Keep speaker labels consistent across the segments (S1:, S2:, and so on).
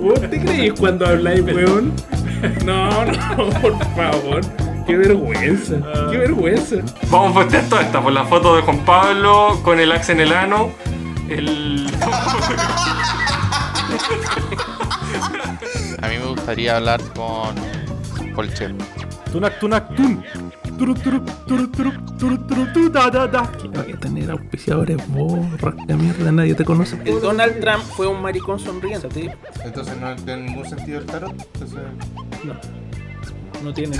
S1: ¿Vos te creís cuando habláis, weón? No, no, por favor. Qué vergüenza, qué vergüenza.
S2: Vamos a postear toda esta por la foto de Juan Pablo con el axe en el ano. El.
S3: A mí me gustaría hablar con Colchel.
S4: Tunac, tunac, tun. Turuc, turuc, turuc, turuc, turuc, turuc, tu, da, da, da.
S1: Hay que tener auspiciadores, vos, rasca mierda, nadie te conoce.
S5: El Donald Trump fue un maricón sonriente, ¿sí?
S6: Entonces no tiene ningún sentido el tarot. Entonces,
S5: No. No tiene.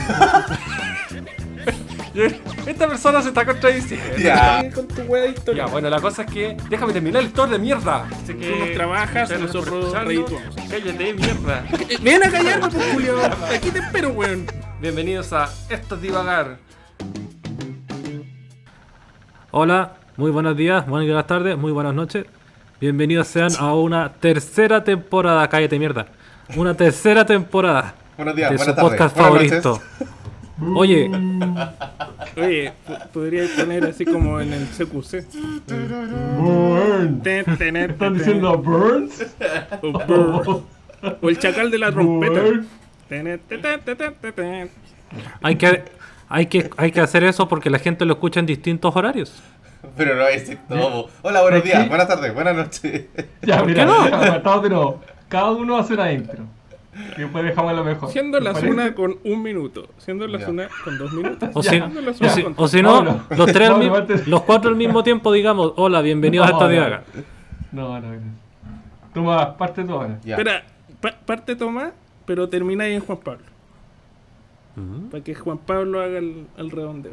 S2: Esta persona se está contradiciendo.
S6: ya.
S1: Con tu wea de
S2: Ya,
S1: historia.
S2: bueno, la cosa es que. Déjame terminar el tour de mierda. Así que.
S1: Tú nos trabajas,
S2: Gracias por
S1: nosotros
S2: escucharnos.
S1: redituamos.
S2: Cállate, mierda.
S1: Ven a callarme, pues, Julio. Aquí te espero, weón.
S2: Bienvenidos a Esto es Divagar.
S4: Hola, muy buenos días, muy buenas tardes, muy buenas noches. Bienvenidos sean a una tercera temporada, cállate mierda. Una tercera temporada
S6: Buenos días,
S4: de su
S6: buenas tardes.
S4: podcast
S6: buenas noches.
S4: favorito. Oye,
S1: Oye, p- podría poner así como en el CQC. Ten, ten, ten,
S7: Burns?
S1: O Burr. O el chacal de la trompeta. Ten, ten, ten, ten, ten, ten, ten.
S4: hay que, hay, que, hay que hacer eso porque la gente lo escucha en distintos horarios.
S6: Pero no
S7: ¿Eh?
S6: es todo. Hola, buenos días, buenas tardes, buenas noches.
S7: Ya, mira,
S4: qué no?
S7: apartado de nuevo. Cada uno hace una intro. Y después dejamos lo mejor.
S1: Siendo las
S7: ¿Te parece?
S1: una con un minuto. Siendo las
S6: Ya.
S1: una con dos minutos.
S4: O si,
S1: siendo las
S4: o
S1: una
S4: si-
S1: con-
S4: o si no,
S7: Pablo.
S4: los, tres al mi-
S7: Pablo, antes-
S4: los cuatro al mismo tiempo digamos, hola, bienvenidos
S7: No,
S4: a Esto
S7: no.
S4: Divaga.
S7: No, no, gracias. Toma, parte tú ahora.
S6: Ya.
S1: Espera, pa- parte Tomás, pero termina ahí en Juan Pablo. Para que Juan Pablo haga el, el redondeo.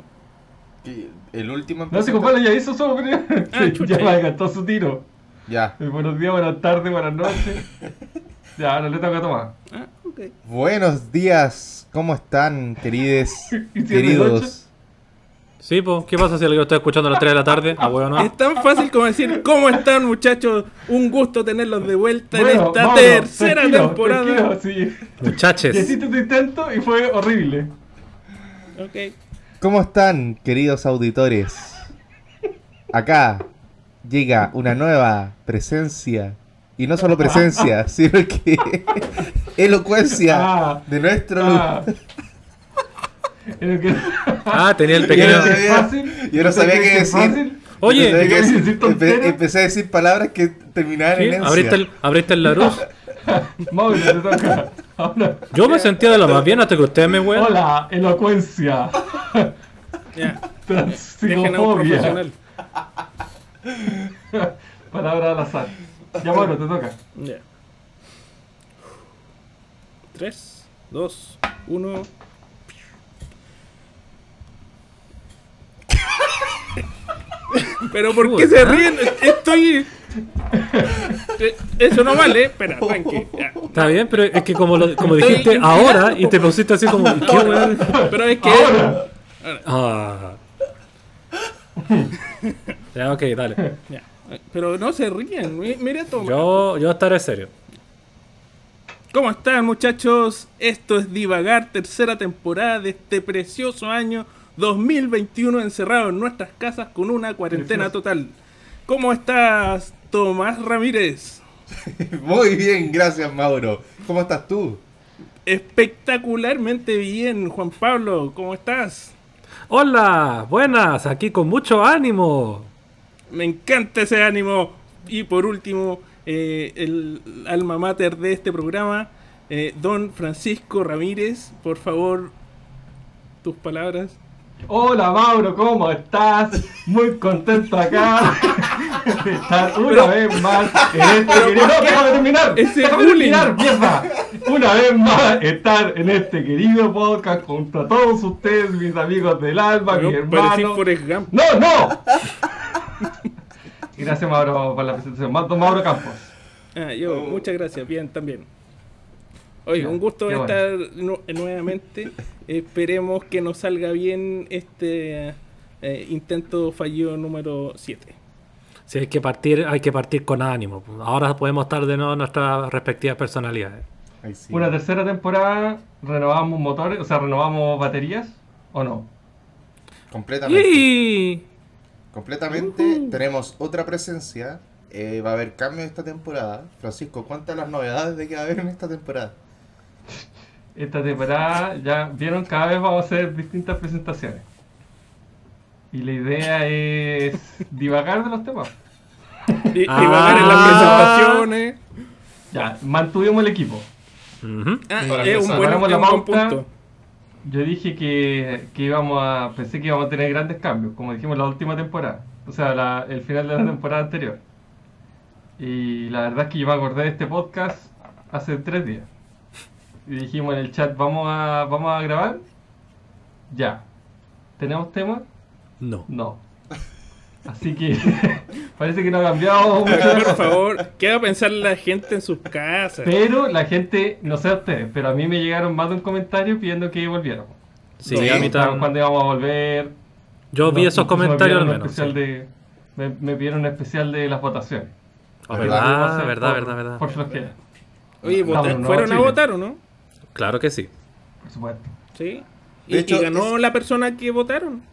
S6: Y El último.
S7: No, si compadre ya hizo su opinión.
S1: Ah,
S7: Sí,
S1: chucha,
S7: ya me
S1: ya.
S7: adelantó su tiro.
S6: Ya.
S7: Eh, Buenos días, buenas tardes, buenas noches. Ya, ahora le toca a Tomás.
S1: Ah, ok.
S6: Buenos días, ¿cómo están, querides?
S7: ¿Y si es de noche?
S6: Queridos.
S4: Sí, pues, ¿qué pasa si alguien lo está escuchando a las 3 de la tarde? Ah, bueno,
S1: Es tan fácil como decir, ¿cómo están muchachos? Un gusto tenerlos de vuelta en
S7: Bueno,
S1: esta
S7: vámonos,
S1: tercera
S7: tranquilo,
S1: temporada.
S7: tranquilo, sí. Y
S4: Muchaches.
S7: hiciste tu intento y fue horrible.
S1: Ok.
S6: ¿Cómo están, queridos auditores? Acá llega una nueva presencia. Y no solo presencia, sino que elocuencia
S7: Ah.
S6: de nuestro...
S7: Ah. Era que-
S4: Ah, tenía el
S6: Yo
S4: pequeño...
S6: no sabía,
S7: Fácil.
S6: yo no sabía qué decir.
S7: Fácil.
S4: Oye,
S6: Yo no sabía qué
S7: ¿qué
S6: decir.
S7: decir
S6: Empe-
S7: tontera?
S6: empecé a decir palabras que terminaban
S4: ¿Sí?
S6: en encia.
S4: ¿Abriste, el, ¿Abriste el Larus?
S7: Mauro, te toca. Ahora.
S4: Yo me sentía de lo más bien hasta que ustedes me wean.
S7: Hola, elocuencia.
S1: Ya, dejen a un
S7: Transpsicofobia.
S1: profesional.
S7: Palabra al azar. Ya, Mauro, te toca.
S1: Ya. Tres, dos, uno. Pero ¿por qué se ríen? Estoy. Eh, Eso no vale. Espera, tranqui. ya.
S4: Está bien, pero es que como, lo, como
S1: Estoy
S4: dijiste
S1: inspirado.
S4: ahora y te pusiste así como... ¿Qué weón?
S1: Pero es que.
S4: Ah.
S7: Ahora.
S4: Ya, ok, dale.
S1: Ya. Pero no se ríen. mi- Mira, toma.
S4: Yo, yo estaré serio.
S1: ¿Cómo están muchachos? Esto es Divagar, tercera temporada de este precioso año 2021 encerrado en nuestras casas con una cuarentena
S7: Precioso.
S1: total. ¿Cómo estás, Tomás Ramírez?
S6: Muy bien, gracias Mauro. ¿Cómo estás tú?
S1: Espectacularmente bien, Juan Pablo, ¿cómo estás?
S4: Hola, buenas, aquí con mucho ánimo.
S1: Me encanta ese ánimo. Y por último, eh, el alma mater de este programa, eh, don Francisco Ramírez, por favor, tus palabras.
S7: Hola, Mauro, ¿cómo estás? Muy contento acá de estar una vez más en este querido. ¡No, déjame terminar!
S1: Ese
S7: ¡Déjame
S1: bullying.
S7: terminar, mierda! Una vez más estar en este querido podcast contra todos ustedes, mis amigos del alma, Ah, mi
S1: Bueno, parecí
S7: hermano.
S1: Forrest Gump.
S7: ¡No, no! Y Gracias, Mauro, por la presentación. Mauro Mauro Campos.
S1: Ah, yo,
S6: Oh.
S1: muchas gracias, bien, también. Oye,
S7: Ya,
S1: un gusto
S7: qué
S1: estar nu- nuevamente. Esperemos que nos salga bien este eh, intento fallido número 7.
S4: Sí, hay que partir, hay que partir con ánimo. Ahora podemos estar de nuevo en nuestras respectivas personalidades.
S6: Ay, sí.
S7: Una tercera temporada, renovamos motores, o sea, renovamos baterías, ¿o no?
S6: Completamente.
S4: Y
S6: Completamente. Tenemos otra presencia. Eh, va a haber cambios esta temporada. Francisco, ¿cuántas las novedades de que va a haber en esta temporada?
S7: Esta temporada, ya vieron, cada vez vamos a hacer distintas presentaciones. Y la idea es divagar de los temas.
S1: Y, y vagar
S7: Ah.
S1: en las presentaciones.
S7: Ya, mantuvimos el equipo.
S4: Ujú.
S1: Ah,
S3: Para
S1: es un
S3: empezar.
S1: buen,
S7: Hagamos
S1: es
S7: la
S1: un buen
S7: pauta.
S1: punto.
S7: Yo dije que, que íbamos a. Pensé que íbamos a tener grandes cambios, como dijimos la última temporada. O sea, la- el final de la temporada anterior. Y la verdad es que yo me acordé de este podcast hace tres días. Y dijimos en el chat, ¿vamos a, vamos a grabar? Ya. ¿Tenemos tema?
S4: No.
S7: No. Así que parece que no ha cambiado mucho la
S1: Por
S7: cosa.
S1: favor, ¿qué va a pensar la gente en sus casas?
S7: Pero la gente, no sé a ustedes, pero a mí me llegaron más de un comentario pidiendo que volviéramos.
S4: Sí,
S6: Sí.
S4: a mí tam-
S7: ¿Cuándo íbamos a volver?
S4: Yo vi
S7: No,
S4: esos
S7: incluso me
S4: comentarios al
S7: pidieron un
S4: menos.
S7: especial
S4: sí.
S7: de- me, me pidieron un especial de las votaciones.
S4: Ah,
S7: Vamos a
S4: verdad,
S7: hacer
S4: verdad,
S7: por-
S4: verdad, verdad.
S7: Por flojera,
S1: Oye,
S7: Estamos
S1: vota-
S7: en Nuevo
S1: ¿fueron a
S7: Chile.
S1: votar o no?
S4: Claro que sí.
S7: por supuesto.
S1: Sí. ¿Y,
S6: De hecho,
S1: y ganó
S6: es-
S1: la persona que votaron?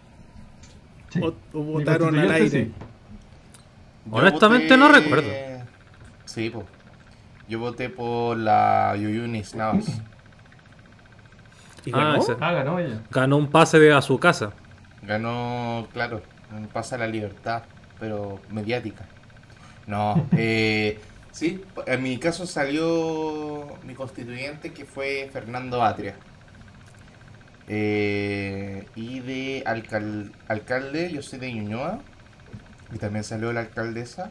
S7: Sí.
S1: ¿O, o
S7: Mi
S1: votaron al
S7: constituyente,
S1: aire?
S7: sí.
S6: Yo
S4: Honestamente, no recuerdo.
S6: Sí, po. Yo voté por la Yuyunis Navas.
S1: ¿Y
S4: Ah,
S1: ganó?
S4: ese-
S7: Ah, ganó ella.
S4: Ganó un pase de a su casa.
S6: Ganó, claro, un pase a la libertad, pero mediática. No, eh, sí, en mi caso salió mi constituyente que fue Fernando Atria. Eh, y de alcal- alcalde, yo soy de Ñuñoa. Y también salió la alcaldesa,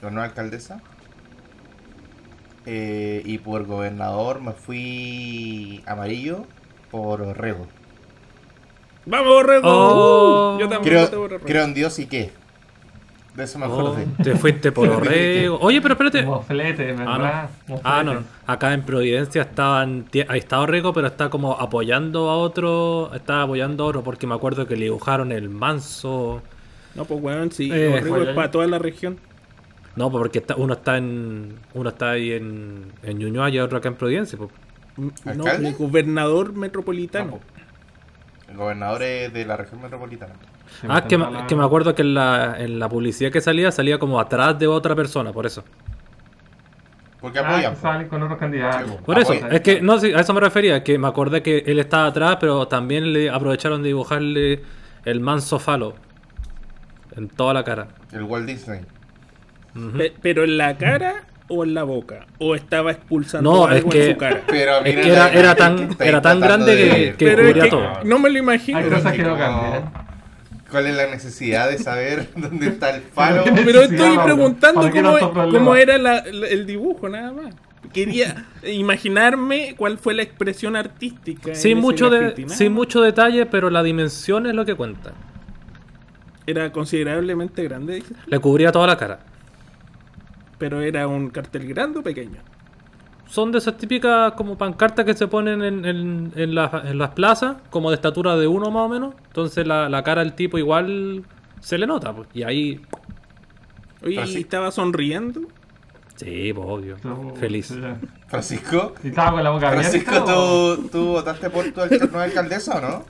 S6: la nueva alcaldesa. Eh, y por gobernador me fui amarillo por Rego.
S1: ¡Vamos, Borrego!
S4: Oh.
S1: Uh, yo también voté por
S6: Creo,
S1: Borrego.
S6: creo en Dios y qué. De eso me
S4: Oh,
S6: acordé.
S4: te fuiste por Orrego. Oye, pero espérate.
S7: Moflete, ¿verdad?
S4: Ah, no.
S7: Moflete.
S4: no. Acá en Providencia estaban, tie- ahí está Orrego, pero está como apoyando a otro. Está apoyando a otro porque me acuerdo que le dibujaron el manso.
S1: No, pues weón, sí,
S4: Eh,
S1: Borrego
S7: oye,
S1: es para toda la región.
S4: No, pues porque está, uno está en uno está ahí en, en Ñuñoa y otro acá en Providencia. pues.
S1: No,
S6: ¿Alcalde?
S1: el gobernador metropolitano.
S6: No, El gobernador es de la región metropolitana.
S7: Se me
S4: Ah, es que,
S7: saltó
S4: me-
S7: la-
S4: que me acuerdo que en la, en la publicidad que salía, salía como atrás de otra persona, por eso.
S6: Porque
S7: Ah,
S6: apoya.
S7: que salen con otros
S6: Sí,
S7: candidatos.
S6: po.
S4: Por eso,
S6: Apoya.
S4: es que no, sí, a eso me refería, que me acordé que él estaba atrás, pero también le aprovecharon de dibujarle el manso falo en toda la cara.
S6: El Walt Disney.
S4: Ujú.
S1: Pe- ¿Pero en la cara o en la boca? ¿O estaba expulsando
S4: No,
S1: algo
S4: es que-
S1: en su cara.
S6: Pero
S4: Es
S6: mira
S4: que era,
S6: la-
S4: era tan,
S6: estáis
S4: era tan
S6: tratando
S4: grande
S6: de-
S4: que, que
S1: Pero es
S4: cubría
S1: que
S4: todo.
S1: no me lo imagino.
S7: Hay
S6: Pero
S7: cosas
S6: es
S7: que no
S6: como-
S4: ¿eh?
S7: cambian.
S6: ¿Cuál es la necesidad de saber dónde está el falo?
S1: Pero
S7: Sí,
S1: estoy
S7: vamos,
S1: preguntando
S7: ¿para qué
S1: cómo, e-,
S7: tanto problema?
S1: cómo era la- la- el dibujo, nada más. Quería imaginarme cuál fue la expresión artística. en
S4: Sin
S1: ese
S4: mucho,
S1: graffiti,
S4: de,
S1: nada
S4: sin
S1: más.
S4: mucho detalle, pero la dimensión es lo que cuenta.
S1: Era considerablemente grande, dices,
S4: Le cubría toda la cara.
S1: pero era un cartel grande o pequeño.
S4: Son de esas típicas como pancartas que se ponen en, en- en las- en las plazas, como de estatura de uno más o menos. Entonces la, la cara del tipo igual se le nota. pues. Y ahí,
S1: Oye,
S6: Pero
S1: y
S6: Ah, sí.
S1: estaba sonriendo.
S4: sí, pues obvio.
S7: Tú-
S4: Feliz.
S6: Francisco.
S7: Y estaba con la boca abierta.
S6: Francisco,
S7: o-
S6: ¿tú, tú votaste por tu alca- nueva alcaldesa o no?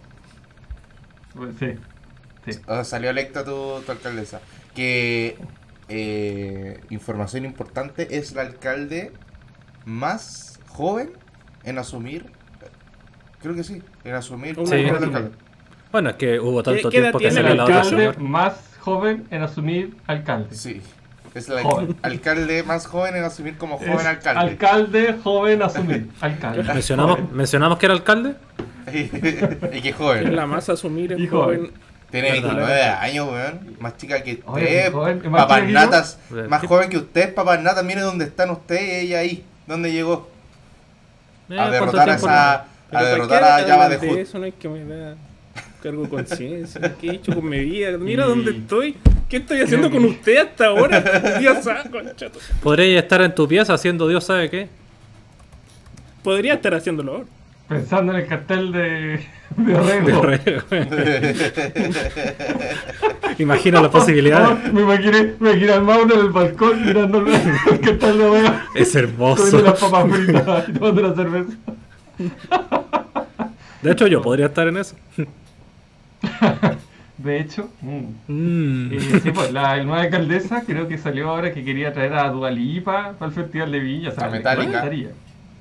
S7: Sí. Sí.
S6: O sea, salió electa tu, tu alcaldesa. Que eh, información importante es el alcalde más joven en asumir. Creo que sí, en asumir.
S1: Sí.
S6: como alcalde.
S4: Bueno, es que hubo
S1: ¿Qué-
S4: tanto
S1: qué edad
S4: tiempo que
S1: tiene
S7: El
S4: salió la otra
S7: alcalde
S4: señora.
S7: más joven en asumir alcalde.
S6: Sí, es el
S7: Joven.
S6: alcalde más joven en asumir como joven
S7: Es
S6: alcalde.
S7: Alcalde, joven, asumir. Alcalde.
S4: ¿Mencionamos, ¿Mencionamos que era alcalde?
S6: y qué
S1: Es
S6: joven.
S1: la más a asumir el
S7: Y
S1: joven.
S7: joven.
S6: Tiene 29 años, weón. Más chica que
S7: Oye,
S6: usted.
S7: qué joven, ¿es más
S6: Papas
S7: chica que yo?
S6: natas.
S4: Bueno,
S6: Más
S4: ¿qué-
S6: joven que usted, papas natas. Mire dónde están usted y ella ahí. ¿Dónde llegó?
S4: Eh,
S6: A
S4: ¿cuánto
S6: derrotar a
S4: tiempo?
S6: esa. A
S1: Pero
S6: derrotar
S1: ¿para
S6: a
S1: qué
S6: Java de
S1: hablan
S6: Hood.
S1: Eso no es que me da cargo de conciencia. ¿Qué he hecho con mi vida? Mira dónde estoy. ¿Qué estoy haciendo con usted hasta ahora? Dios santo, concha tu-
S4: Podría estar en tu pieza haciendo Dios sabe qué.
S1: Podría estar haciéndolo ahora.
S7: Pensando en el cartel de, de Orrego.
S4: Imagina las posibilidades.
S7: Oh, me imaginé, me imaginé al Mauro en el balcón mirando el el cartel de Orrego.
S4: Es
S7: Comiendo
S4: hermoso.
S7: las papas fritas y tomando una cerveza.
S4: De hecho, yo podría estar en eso.
S7: de hecho. Mm.
S4: Mm.
S7: Eh, sí, pues, la nueva alcaldesa creo que salió ahora que quería traer a Dualipa para el Festival de Villa. o sea,
S6: A
S7: me
S6: Metallica.
S7: encantaría.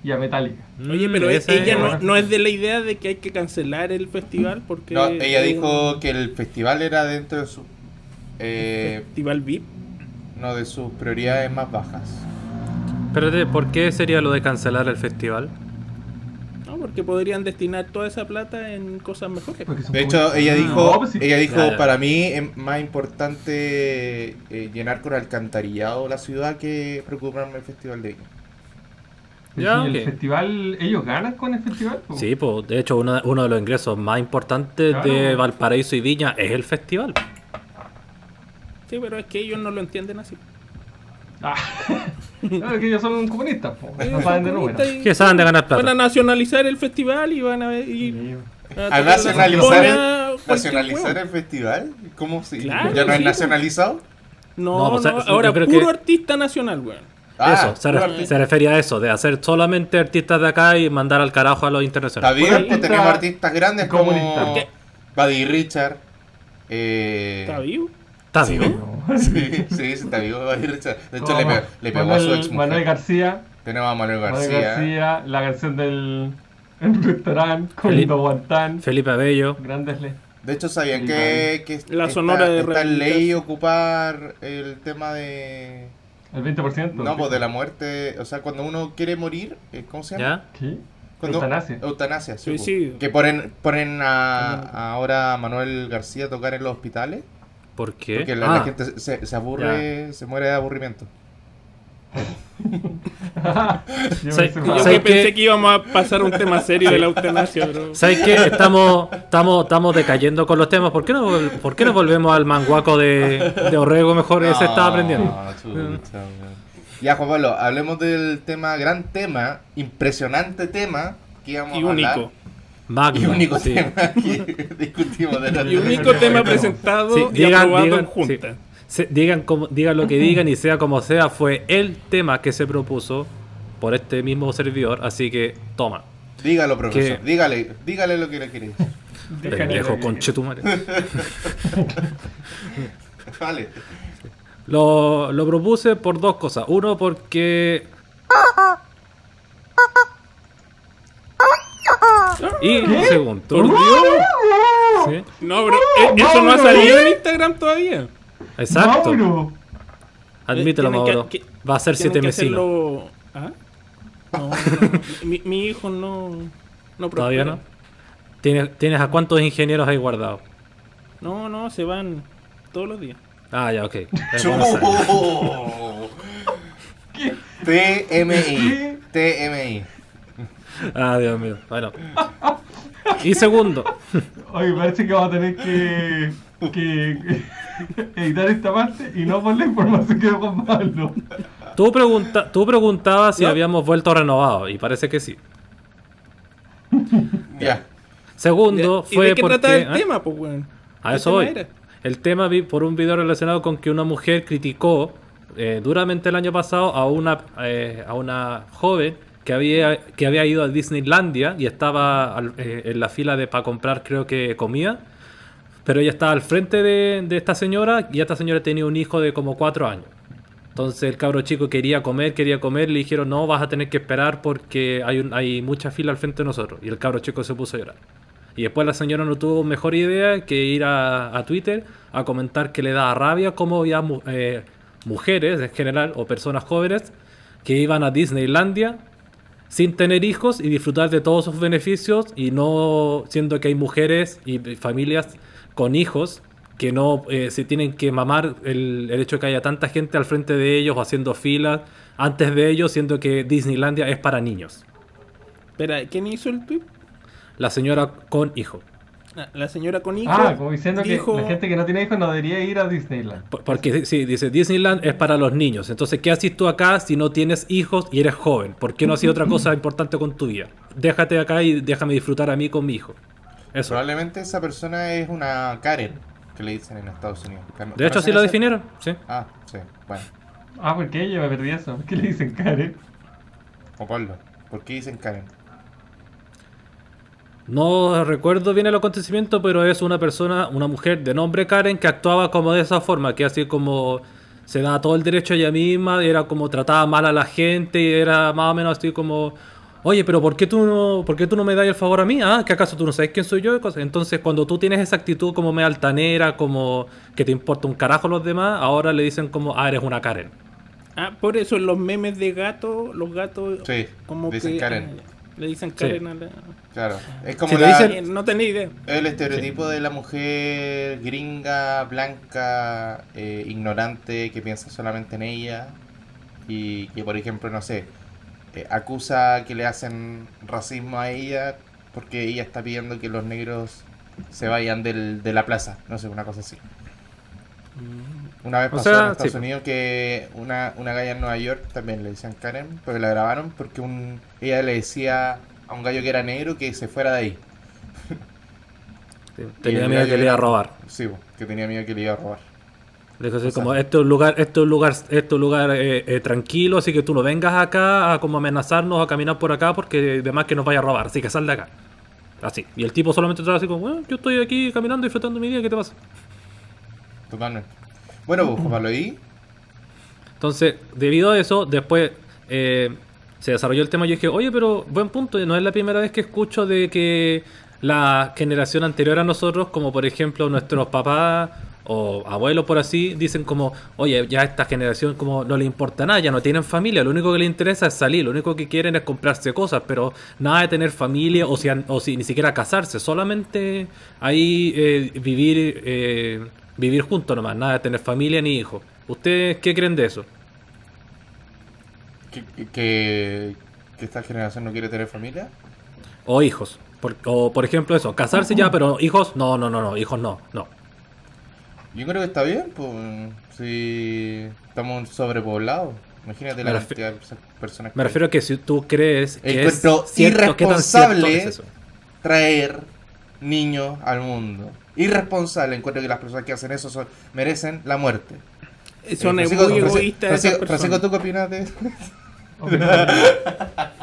S7: Y a Metallica.
S1: Oye, pero
S4: Mm,
S1: es-
S4: esa es-
S1: ella no, no es de la idea de que hay que cancelar el festival porque.
S6: No, ella
S1: hay
S6: dijo
S1: un
S6: que el festival era dentro de su. eh,
S1: Festival VIP.
S6: no, de sus prioridades más bajas.
S4: Espérate, ¿por qué sería lo de cancelar el festival?
S1: No, porque podrían destinar toda esa plata en cosas mejores.
S7: Porque son
S6: De
S7: públicos.
S6: hecho, ella dijo,
S7: No, pues sí.
S6: ella dijo
S4: Ya, ya.
S6: para mí es más importante eh, llenar con alcantarillado la ciudad que preocuparme el festival de Viña.
S7: Pero
S4: Ya,
S7: si
S4: ok.
S7: el festival, ellos ganan con el festival. po.
S4: Sí, pues de hecho uno, uno de los ingresos más importantes de
S7: Claro.
S4: Valparaíso y Viña es el festival.
S1: Sí, pero es que ellos no lo entienden así.
S7: Ah, claro Ah, que ellos son comunistas, po, no saben de números.
S1: Comunistas y
S4: Que saben de ganar
S1: Van a
S4: plata.
S1: nacionalizar el festival y van a ir.
S7: Sí.
S1: a
S6: Al
S1: tocar la
S6: nacionalizar,
S1: trombona,
S6: el,
S1: cualquier
S6: nacionalizar
S1: huevo.
S6: el festival, ¿cómo si
S1: Claro,
S6: ya no es
S1: sí,
S6: nacionalizado?
S1: No,
S4: No, pues,
S1: no,
S4: o sea,
S1: ahora
S4: yo creo
S1: puro
S4: que-
S1: artista nacional, weón.
S6: Ah,
S4: eso, se, ref- se refería a eso, de hacer solamente artistas de acá y mandar al carajo a los
S6: está
S4: internacionales.
S6: bien,
S7: Bueno,
S6: pues
S7: está-
S6: tenemos artistas grandes
S7: comunista.
S6: como
S7: Porque-
S6: Buddy Richard. eh,
S1: Está vivo.
S4: ¿Está bien?
S6: Sí, sí, está vivo Buddy Richard. De hecho, le,
S7: Como
S6: pe- le pegó a su
S7: Manuel-
S6: ex
S7: Manuel García.
S6: Tenemos a Manuel
S7: Manuel
S6: García.
S7: García, la canción del el restaurante comiendo guantán.
S4: Felipe Bello.
S7: Grandes le.
S6: De hecho, ¿sabían
S7: Sí,
S6: que, que
S1: La sonora de
S6: está en ley
S1: rehabilitación.
S6: ocupar el tema de...
S7: El 20%.
S6: No, pues de la muerte, o sea, cuando uno quiere morir, eh, ¿cómo se llama?
S4: ¿Ya?
S7: ¿Qué?
S6: Cuando-
S7: Eutanasia.
S6: Eutanasia, sí. pues.
S1: Suicidio.
S6: Que ponen, ponen a, ahora a Manuel García a tocar en los hospitales,
S4: ¿Por qué?
S6: porque la, la
S4: Ah,
S6: gente se, se aburre, se muere de aburrimiento.
S4: Sí.
S7: Yo pensé,
S1: Yo
S7: "Ah,
S1: que
S4: ¿Sabes
S1: pensé
S4: qué?
S1: que íbamos a pasar un tema serio de la eutanasia, pero.
S4: ¿Sabes qué? Estamos, estamos, estamos decayendo con los temas. ¿Por qué no, vol- por qué no volvemos al manguaco de, de Orrego mejor? Ese
S1: Ah,
S4: estaba aprendiendo.
S6: No, chuta, weón. ya, Juan Pablo, hablemos del tema, gran tema, impresionante tema que íbamos
S1: Y
S6: a hablar.
S1: único.
S4: Magno,
S6: Y único
S4: sí.
S6: tema que discutimos de la
S1: Y único tema presentado
S4: Sí,
S1: y aprobado en
S4: sí.
S1: junta.
S4: Se- digan, como, digan lo que digan y sea como sea, fue el tema que se propuso por este mismo servidor. Así que toma.
S6: Dígalo, profesor.
S4: Que-
S6: Dígale, dígale lo que le queréis.
S7: déjale
S4: Pendejo
S7: la-
S4: conchetumare.
S6: Vale.
S4: Lo, lo propuse por dos cosas. Uno, porque. Y segundo. Sí,
S1: No, pero eh, eso no ha salido en Instagram todavía.
S4: Exacto.
S7: Mauro.
S4: Admítelo,
S1: Eh, Tienen que-
S4: Mauro.
S1: que-
S4: Va a ser
S1: Tienen
S4: siete
S1: que
S4: mesino.
S1: hacerlo- ¿Ah? No, no, mi, mi hijo no. no
S4: Todavía no.
S1: prospera.
S4: ¿Tienes, ¿Tienes a cuántos ingenieros hay guardados?
S1: No, no, se van todos los días.
S4: Ah, ya, ok. Es bueno saber.
S6: Chupo. TMI. TMI.
S4: Ah, Dios mío. Bueno. Y segundo.
S7: Oye, parece que vamos a tener que, que editar esta parte y no por la información que dejó Pablo.
S4: Tú, pregunta, tú preguntabas si habíamos vuelto renovados. Y parece que sí.
S6: Ya.
S4: Segundo,
S1: ¿Y
S4: fue
S1: de qué
S4: porque.
S1: trata el
S4: ¿Ah?
S1: tema, pues, weón?
S4: A
S1: ¿Qué
S4: eso
S1: tema
S4: voy.
S1: era?
S4: El tema vi por un video relacionado con que una mujer criticó eh, duramente el año pasado a una, eh, a una joven que había, que había ido a Disneylandia y estaba al- eh, en la fila de para comprar, creo que comida. Pero ella estaba al frente de, de esta señora y esta señora tenía un hijo de como cuatro años. Entonces el cabro chico quería comer, quería comer, le dijeron no, vas a tener que esperar porque hay, un- hay mucha fila al frente de nosotros. Y el cabro chico se puso a llorar. Y después la señora no tuvo mejor idea que ir a, a Twitter a comentar que le da rabia cómo había mu- eh, mujeres en general o personas jóvenes que iban a Disneylandia sin tener hijos y disfrutar de todos sus beneficios y no siendo que hay mujeres y familias con hijos que no eh, se tienen que mamar el, el hecho de que haya tanta gente al frente de ellos o haciendo filas antes de ellos siendo que Disneylandia es para niños.
S1: Espera, ¿quién hizo el tweet?
S4: La señora con hijo.
S1: Ah, La señora con hijo.
S7: Ah, como diciendo
S1: dijo-
S7: que la gente que no tiene hijos no debería ir a Disneyland.
S4: Por- Porque sí, dice Disneyland es para los niños. Entonces, ¿qué haces tú acá si no tienes hijos y eres joven? ¿Por qué no haces otra cosa importante con tu vida? Déjate acá y déjame disfrutar a mí con mi hijo. Eso.
S6: Probablemente esa persona es una Karen, que le dicen en Estados Unidos.
S4: De hecho, sí
S6: ¿Conocen
S4: lo
S6: ese?
S4: definieron. Sí.
S6: Ah, sí. Bueno,
S7: Ah, ¿por qué? Yo me perdí eso. ¿Por qué le dicen Karen?
S6: Juan Pablo, ¿por qué dicen Karen?
S4: No recuerdo bien el acontecimiento, pero es una persona, una mujer de nombre Karen que actuaba como de esa forma, que así como se daba todo el derecho a ella misma, y era como trataba mal a la gente y era más o menos así como, oye, pero ¿por qué tú no, por qué tú no me das el favor a mí? Ah, que acaso tú no sabes quién soy yo. y cosas. Entonces, cuando tú tienes esa actitud como medio altanera, como que te importa un carajo los demás, ahora le dicen como, ah, eres una Karen.
S1: Ah, por eso en los memes de gato, los gatos
S6: Sí, le dicen Karen.
S1: Le dicen Karen a la-
S6: Claro. Es como
S4: Si le
S6: la-
S4: dicen-
S1: No tenía idea.
S6: el estereotipo de la mujer gringa, blanca, eh, ignorante, que piensa solamente en ella y que, por ejemplo, no sé, eh, acusa que le hacen racismo a ella porque ella está pidiendo que los negros se vayan del- de la plaza, no sé, una cosa así. Una vez
S4: O
S6: pasó
S4: sea,
S6: en Estados
S4: sí.
S6: Unidos que una, una galla en Nueva York también le decían Karen, porque la grabaron porque un, ella le decía a un gallo que era negro que se fuera de ahí. Y
S4: Tenía
S6: el
S4: miedo
S6: gallo
S4: que le iba a
S6: era-
S4: robar.
S6: Sí, bo, que tenía miedo que le iba a robar.
S4: Le dijo así
S6: O sea-
S4: como, esto es un lugar, esto es un lugar, esto es un lugar eh, eh, tranquilo, así que tú no vengas acá a como amenazarnos a caminar por acá porque además que nos vaya a robar, así que sal de acá. Así. Y el tipo solamente estaba así como, bueno, yo estoy aquí caminando disfrutando mi día, ¿qué te pasa?
S6: Totalmente. Bueno, pues, Juan Pablo, ¿y?
S4: Entonces, debido a eso, después eh, se desarrolló el tema. Yo dije, oye, pero buen punto, no es la primera vez que escucho de que la generación anterior a nosotros, como por ejemplo nuestros papás o abuelos por así, dicen como, oye, ya a esta generación como no le importa nada, ya no tienen familia, lo único que les interesa es salir, lo único que quieren es comprarse cosas, pero nada de tener familia o si, han- o si ni siquiera casarse, solamente ahí eh, vivir, eh, vivir juntos nomás, nada de tener familia ni hijos. ¿Ustedes qué creen de eso?
S6: ¿Que, que, que esta generación no quiere tener familia?
S4: O hijos. Por- o por ejemplo eso, casarse ya, pero hijos, no, no, no, no, hijos no, no.
S6: Yo creo que está bien, pues, si estamos sobrepoblados. Imagínate la
S4: Me refi-
S6: cantidad de perso- personas que
S4: Me refiero a que si tú crees que es
S6: Encuentro
S4: cierto, ¿qué tan cierto
S6: irresponsable
S4: es eso?
S6: traer niños al mundo. Irresponsable, encuentro que las personas que hacen eso son- merecen la muerte.
S1: Son
S6: Eh,
S1: muy
S6: Francisco- Francisco-
S1: egoístas esas
S6: Francisco,
S1: personas.
S6: Francisco, ¿tú qué opinas de esto?
S7: Ok, está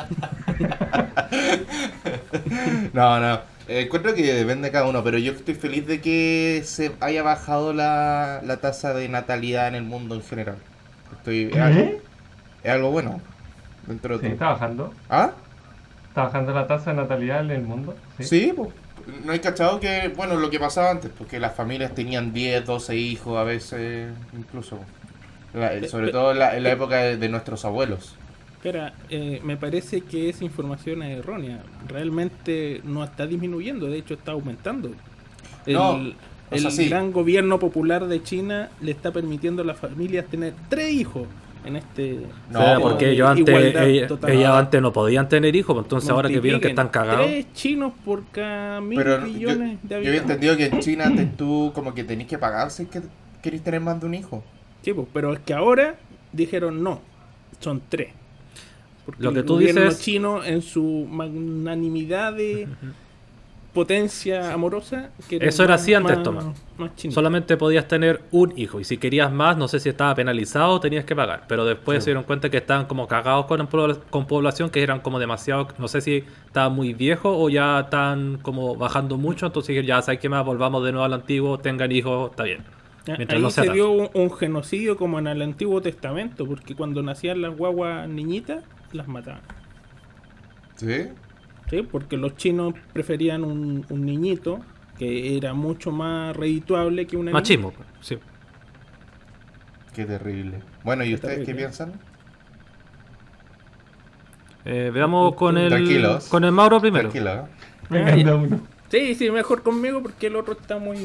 S6: No, no. Eh, Encuentro que depende de cada uno, pero yo estoy feliz de que se haya bajado la, la tasa de natalidad en el mundo en general. Estoy, es,
S7: bien.
S6: algo, es algo bueno. Dentro
S7: Sí,
S6: de todo.
S7: está bajando.
S6: ¿Ah?
S7: Está bajando la tasa de natalidad en el mundo.
S6: Sí, pues. No hay cachado que, bueno, lo que pasaba antes, porque las familias tenían 10, 12 hijos, a veces incluso. La- eh, sobre todo en la, en la época de, de nuestros abuelos.
S1: Espera, eh, me parece que esa información es errónea. Realmente no está disminuyendo, de hecho está aumentando. El,
S6: No, o
S1: el
S6: sea, sí.
S1: gran gobierno popular de China le está permitiendo a las familias tener tres hijos en este...
S6: No,
S4: O sea,
S6: po.
S4: porque ellos antes,
S1: Igualdad
S4: ella-
S1: total.
S4: ellas antes no podían tener hijos, pues entonces ahora que vieron que están
S1: Multipliquen
S4: cagados,
S1: Tres chinos por cada mil
S6: Pero yo, yo
S1: millones de
S6: había
S1: habitantes.
S6: entendido que en China te- tú como que tenés que pagar si es que querés tener más de un hijo.
S1: Sí, pues, pero es que ahora dijeron no, son tres. Porque
S4: Lo que
S1: el
S4: tú
S1: gobierno
S4: dices-
S1: chino en su magnanimidad de potencia amorosa. que
S4: Eso era
S1: más-
S4: así antes,
S1: más-
S4: Tomás.
S1: más chino.
S4: solamente podías tener un hijo. Y si querías más, no sé si estaba penalizado o tenías que pagar. Pero después se dieron cuenta que estaban como cagados con, pobl- con población, que eran como demasiado, no sé si estaban muy viejos o ya están como bajando mucho. Entonces dijeron, ya sabes que más, volvamos de nuevo al antiguo, tengan hijos, está bien.
S1: Ya,
S4: mientras
S1: Ahí
S4: no sea
S1: se
S4: tanto.
S1: dio un, un genocidio como en el Antiguo Testamento, porque cuando nacían las guaguas niñitas, las mataban.
S6: ¿Sí?
S1: ¿sí? Porque los chinos preferían un, un niñito que era mucho más redituable que una niña.
S4: Machismo, pues, sí.
S6: Qué terrible. Bueno, ¿y ustedes qué
S1: terrible.
S6: piensan?
S4: Eh, veamos con el,
S6: Tranquilos.
S4: con el Mauro primero.
S6: Tranquilo, ¿eh?
S7: Me
S1: Ah,
S7: encanta
S1: ya.
S7: uno.
S1: Sí, sí, mejor conmigo porque el otro está muy...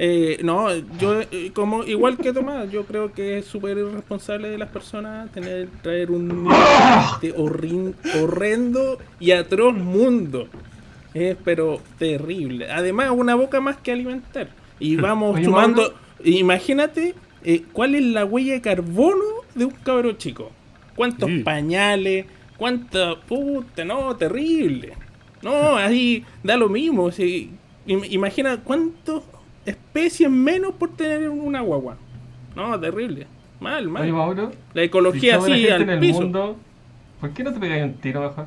S1: Eh, no, yo eh, como igual que Tomás, yo creo que es súper irresponsable de las personas tener traer un niño a este horrin- horrendo y atroz mundo. Es pero terrible. Además, una boca más que alimentar. Y vamos
S7: Oye,
S1: sumando...
S7: Mauro.
S1: Imagínate eh, cuál es la huella de carbono de un cabro chico. ¿Cuántos
S4: Sí.
S1: pañales? ¿Cuánta puta? No, terrible. No, ahí da lo mismo. si- im- imagina cuántas especies menos por tener una guagua. No, terrible. Mal, mal.
S7: Oye, Mauro.
S1: la ecología
S7: si toda la
S1: así
S7: gente
S1: al
S7: en el
S1: piso.
S7: mundo, ¿por qué no te pegáis un tiro mejor?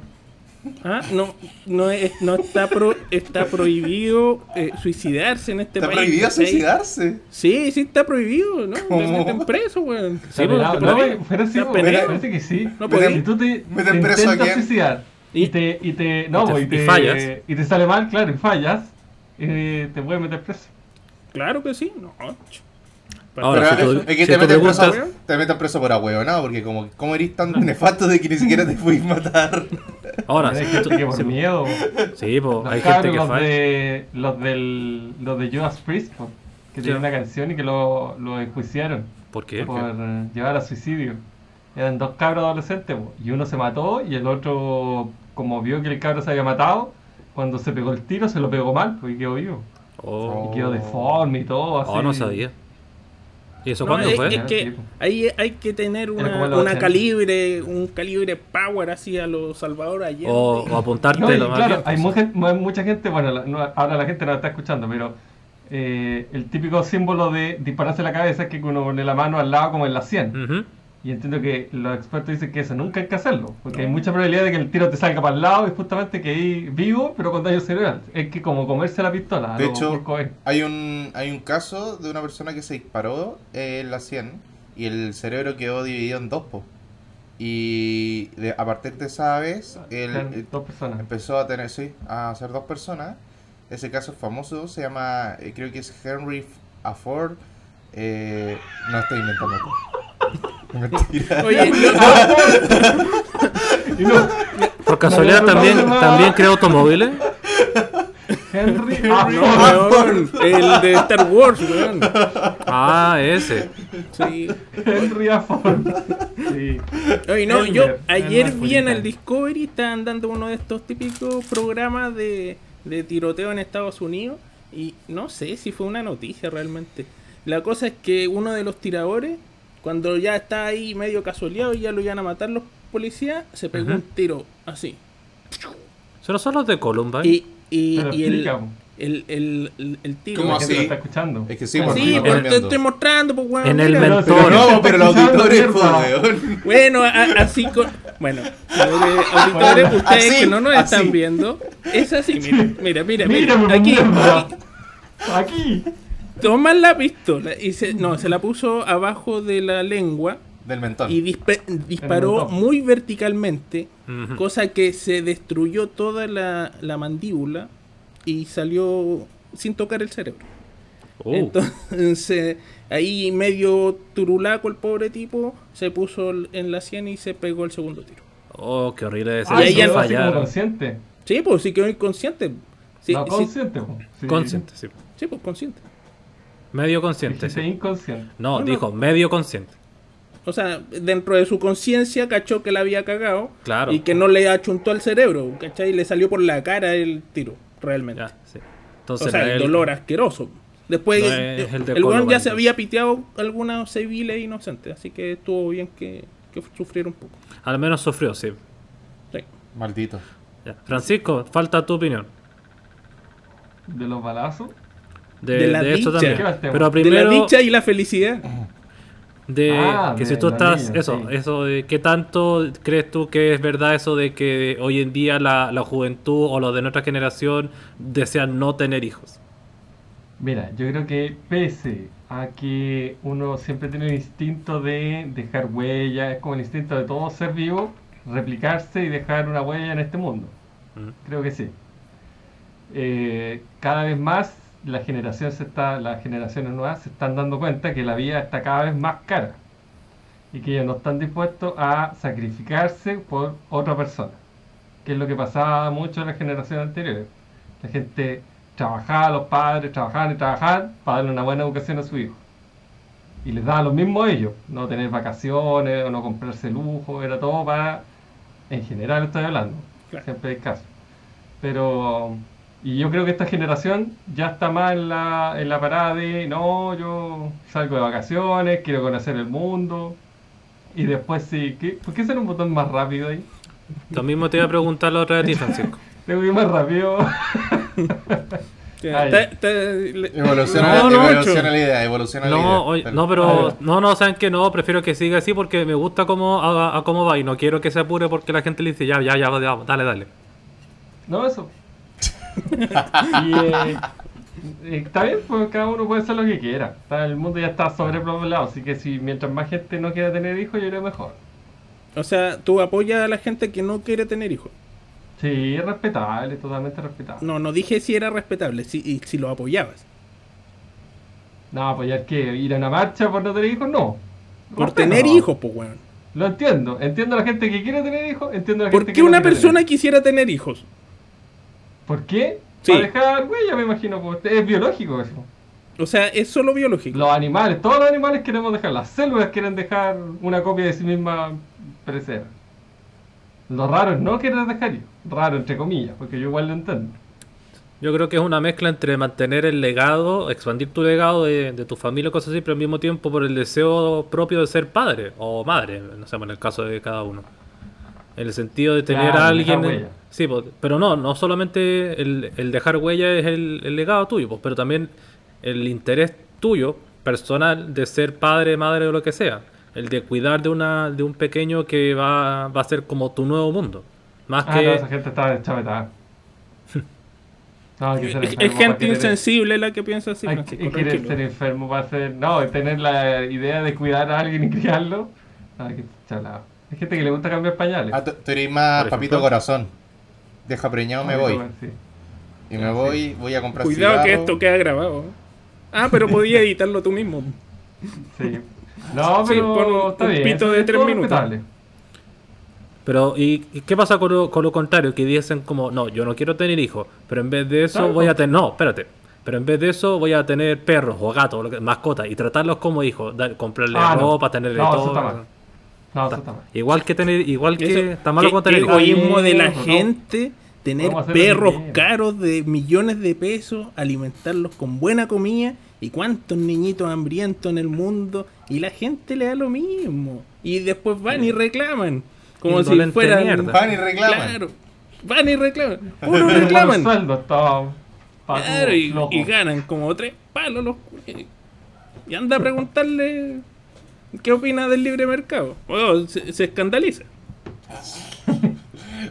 S1: Ah, No, no, es- no está, pro- está prohibido eh, suicidarse en este
S6: Está
S1: país.
S6: prohibido
S1: ¿cachai?
S6: suicidarse.
S1: Sí, sí, está prohibido, ¿no?
S6: ¿Cómo?
S1: Te meten preso, weón.
S4: Sí, pues,
S7: no,
S4: está
S7: no,
S1: penado.
S7: pero sí,
S1: Está
S7: pues,
S1: penado.
S7: parece que sí.
S1: No
S6: podía.
S7: Si tú te,
S6: Me
S7: te
S6: den preso
S7: intentas
S6: aquí. ¿eh?
S7: suicidar y,
S1: Y-
S7: te, y te, no,
S4: y te-
S7: pues, y
S4: y
S7: te-
S4: fallas.
S7: y te sale mal, claro, y fallas, eh, te pueden meter preso.
S1: Claro que sí, no. ch-
S4: Ahora, si
S6: Pero
S4: tú-
S6: es
S4: si
S6: que te,
S4: tú
S6: meten preso,
S4: preguntas-
S6: te meten preso por ahueonado, porque como, como eres tan nefasto de que ni siquiera te fuiste a matar.
S4: Ahora,
S7: Hay
S4: si
S7: gente
S4: tú-
S7: que por
S4: si-
S7: miedo.
S4: sí, pues,
S7: Los
S4: hay gente
S7: cabros,
S4: que
S7: los
S4: falla.
S7: de, los, del, los de Judas Priest, po, que tienen
S4: Ya.
S7: una canción y que lo, lo enjuiciaron
S4: ¿Por qué?
S7: por eh, llevar a suicidio. Eran dos cabros adolescentes, po, y uno se mató y el otro, como vio que el cabro se había matado, cuando se pegó el tiro se lo pegó mal po, y quedó vivo.
S4: Oh,
S7: Y quedó deforme y todo. Así.
S4: oh, no sabía. ¿Y eso
S1: No,
S4: cuándo
S1: es,
S4: fue?
S1: es que ahí hay que tener
S7: como
S1: una,
S7: en los
S1: una
S7: 80.
S1: calibre, un calibre power así a los Salvador Allende.
S4: O, o apuntarte
S7: No, y
S4: lo más
S7: claro,
S4: bien,
S7: hay
S4: pues.
S7: mucha, hay mucha gente, bueno, la- no- ahora la gente no la está escuchando, pero eh, el típico símbolo de dispararse la cabeza es que uno pone la mano al lado como en la sien.
S4: Ujú.
S7: Y entiendo que los expertos dicen que eso nunca hay que hacerlo, porque hay mucha probabilidad de que el tiro te salga para el lado y justamente que ahí vivo, pero con daño cerebral. Es que como comerse la pistola. a
S6: De
S7: lo
S6: hecho,
S7: Kurt Cobain.
S6: Hay un, hay un caso de una persona que se disparó eh, en la 100 y el cerebro quedó dividido en dos. po. Y de- a partir de esa vez, él
S7: Eran
S6: eh,
S7: dos personas.
S6: empezó a tener, sí, a ser dos personas. Ese caso es famoso, se llama, eh, creo que es Henry Afford. Eh, no estoy inventando. Mentira.
S1: Oye, no,
S7: Y no,
S4: Por casualidad
S7: No, no, no,
S4: también,
S7: no.
S4: también ¿eh? crea automóviles.
S7: Henry
S1: no,
S7: Afford.
S1: weón, el de Star Wars, weón.
S4: Ah, ese.
S1: Sí.
S7: Henry Afford. Sí.
S1: Oye, no,
S7: Elmer,
S1: yo
S7: Elmer
S1: ayer vi en
S7: Julián.
S1: el Discovery, estaban dando uno de estos típicos programas de, de tiroteo en Estados Unidos y no sé si fue una noticia realmente. La cosa es que uno de los tiradores, cuando ya está ahí medio casualeado y ya lo iban a matar los policías, se pegó
S4: Ujú.
S1: un tiro así.
S4: ¿Son son los de Columbine?
S1: Y, y-
S7: Pero
S1: y el,
S7: explica, po.
S1: el, el- el- el tiro...
S6: ¿Cómo
S7: La gente lo
S6: así?
S7: está escuchando.
S6: Es que sí, porque
S1: Sí,
S6: no
S1: pero
S6: cambiando.
S1: te estoy mostrando, pues, weón,
S4: En el
S1: mira.
S4: mentor.
S6: Pero
S7: Pero
S6: no,
S7: está
S6: pero los
S7: escuchando,
S6: auditores, po,
S7: mierda.
S6: weón.
S1: Bueno, a- a- así con. Bueno, señores auditores,
S7: Bueno,
S1: ustedes
S6: así,
S1: que no nos
S6: así.
S1: están viendo, es así, mira, mira, mira. mira,
S7: Mírame,
S1: aquí,
S7: mierda.
S1: aquí,
S7: Aquí.
S1: toman la pistola y se, no, se la puso abajo de la lengua
S6: Del mentón.
S1: y dispe- disparó
S7: mentón.
S1: muy verticalmente,
S4: Ujú.
S1: cosa que se destruyó toda la, la mandíbula y salió sin tocar el cerebro.
S4: Oh.
S1: Entonces, ahí medio turulaco el pobre tipo, se puso el- en la sien y se pegó el segundo tiro.
S4: Oh, qué horrible ese.
S7: Ah,
S1: ahí
S7: eso
S1: ya no-
S7: lo hace como
S4: fallaron.
S7: consciente.
S1: Sí, pues sí quedó inconsciente. Sí,
S7: no,
S1: sí,
S7: consciente. po. Sí.
S4: Consciente, sí.
S1: sí, pues consciente.
S4: Medio
S7: Dijiste
S4: consciente, sí.
S7: inconsciente.
S4: No,
S1: No,
S4: dijo medio consciente.
S1: O sea, dentro de su conciencia cachó que la había cagado
S4: Claro.
S1: y que no le achuntó al cerebro, ¿cachai? Le salió por la cara el tiro, realmente.
S4: Ya, sí.
S1: o
S4: Entonces,
S1: sea, el
S4: él-
S1: dolor asqueroso. Después,
S4: eh, No
S1: eh,
S4: es el
S1: el,
S4: de
S1: weón
S4: Columbine,
S1: ya se
S4: entonces.
S1: había piteado algunos civiles inocentes, así que estuvo bien que, que sufriera un poco.
S4: al menos sufrió, sí.
S1: Sí.
S6: Maldito.
S4: Ya. Francisco, falta tu opinión.
S7: De los balazos.
S4: De,
S1: De la
S4: de esto
S1: dicha.
S4: también.
S7: ¿Qué más
S4: Pero
S1: De la
S4: primero,
S1: dicha y la felicidad.
S4: de
S7: Ah,
S4: que
S7: de
S4: si tú
S7: los
S4: estás,
S7: niños,
S4: eso,
S7: sí.
S4: eso de qué tanto crees tú que es verdad eso de que hoy en día la, la juventud o los de nuestra generación desean no tener hijos.
S7: Mira, yo creo que pese a que uno siempre tiene el instinto de dejar huella, es como el instinto de todo ser vivo, replicarse y dejar una huella en este mundo.
S4: Ujú.
S7: Creo que sí. Eh, cada vez más la generación se está, las generaciones nuevas se están dando cuenta que la vida está cada vez más cara y que ellos no están dispuestos a sacrificarse por otra persona, que es lo que pasaba mucho en las generaciones anteriores. La gente trabajaba, los padres trabajaban y trabajaban para darle una buena educación a su hijo. Y les daba lo mismo a ellos, no tener vacaciones o no comprarse lujo, era todo para, en general estoy hablando,
S1: Claro.
S7: siempre hay caso. Pero, y yo creo que esta generación ya está más en la, en la parada de, no, yo salgo de vacaciones, quiero conocer el mundo. Y después sí, ¿qué? ¿por qué hacer un botón más rápido ahí?
S4: Lo mismo te iba a preguntar la otra vez a ti, Francisco.
S7: Tengo que ir más rápido. Ah,
S1: Te-
S7: ya.
S1: te- le-
S6: Evoluciona,
S4: No, no,
S6: evoluciona la idea, evoluciona la idea.
S4: No, oye,
S6: Dale.
S4: no,
S7: Ah,
S4: pero
S7: ya.
S4: no, no, saben que no, prefiero que siga así porque me gusta cómo a, a cómo va y no quiero que se apure porque la gente le dice ya, ya, ya, ya, dale, dale.
S7: No, eso. y, eh, está bien, pues cada uno puede hacer lo que quiera. Está- el mundo ya está sobrepoblado, así que si mientras más gente no quiera tener hijos, yo creo mejor.
S1: O sea, tú apoyas a la gente que no quiere tener hijos.
S7: Sí, es respetable, totalmente respetable.
S1: No, no dije si era respetable, si, y si lo apoyabas.
S7: No, apoyar que ir a una marcha por no tener hijos, no.
S1: Por
S7: Respeto,
S1: tener
S7: no.
S1: hijos, pues, weón.
S7: Lo entiendo. Entiendo a la gente que quiere tener hijos, entiendo a la
S1: ¿Por
S7: gente
S1: qué
S7: que no
S1: una
S7: quiere
S1: persona
S7: tener
S1: quisiera tener hijos?
S7: hijos. ¿Por qué?
S1: Sí.
S7: Para dejar huella, me imagino. pues, Es biológico eso.
S1: O sea, es solo biológico.
S7: Los animales, todos los animales queremos dejar, las células quieren dejar una copia de sí misma perecer. Lo raro es no querer dejar hijos. Raro, entre comillas, porque yo igual lo entiendo.
S4: Yo creo que es una mezcla entre mantener el legado, expandir tu legado de, de tu familia, cosas así, pero al mismo tiempo por el deseo propio de ser padre o madre, no sé, en el caso de cada uno. En el sentido de tener
S7: Claro,
S4: a
S7: dejar
S4: alguien.
S7: huella.
S4: Sí, pues, pero no, no solamente el, el dejar huella es el, el legado tuyo, pues, pero también el interés tuyo, personal, de ser padre, madre o lo que sea. El de cuidar de, una, de un pequeño que va, va a ser como tu nuevo mundo. Más
S7: Ah,
S4: que.
S7: no, esa gente está chavetada. No, hay que
S1: es,
S7: ser
S1: es
S7: enfermo para
S1: gente
S7: querer-
S1: insensible la que piensa así,
S7: hay que-
S1: Francisco.
S7: querer
S1: tranquilo.
S7: ser enfermo para ser. No, tener la idea de cuidar a alguien y criarlo. No, hay que chalado. Hay gente que le gusta cambiar pañales.
S6: Ah, tú, tú eres más
S4: Por
S6: papito
S4: ejemplo.
S6: corazón. Deja preñado, me voy.
S7: Sí.
S6: Y me voy, voy a comprar
S1: Cuidado que
S6: cigarro.
S1: esto queda grabado. Ah, pero podías editarlo tú mismo.
S7: sí. No,
S1: Sí,
S7: pero
S1: pon un-
S7: está
S1: un
S7: bien.
S1: pito
S7: eso
S1: de
S7: es
S1: tres
S7: todo
S1: minutos.
S7: respetable.
S4: Pero, ¿y y qué pasa con lo, con lo contrario? Que dicen como, no, yo no quiero tener hijos, pero en vez de eso
S7: Claro.
S4: voy a tener... No, espérate. Pero en vez de eso voy a tener perros o gatos, o lo que- mascotas, y tratarlos como hijos. dar- comprarle
S7: Ah, no.
S4: ropa, tenerle
S7: No, eso
S4: todo.
S7: está mal. No, eso está mal.
S4: Igual que tener... Igual que...
S1: Eso-
S4: Está malo
S1: qué-
S4: con tener
S1: qué
S4: hijos.
S1: egoísmo de la
S7: No.
S1: gente tener
S7: Podemos hacer lo que
S1: perros
S7: quieran.
S1: caros de millones de pesos, alimentarlos con buena comida y cuántos niñitos hambrientos en el mundo y la gente le da lo mismo y después van y reclaman como si
S4: Indolente
S1: fueran
S4: mierda.
S6: Van y reclaman.
S1: Claro. Van y reclaman. Uno
S7: Tenemos
S1: reclaman.
S7: sueldo, está pa' tu
S1: Claro, y,
S7: flojo.
S1: y ganan como tres palos los culiados. Y anda a preguntarle qué opina del libre mercado. Bueno, se, se escandaliza.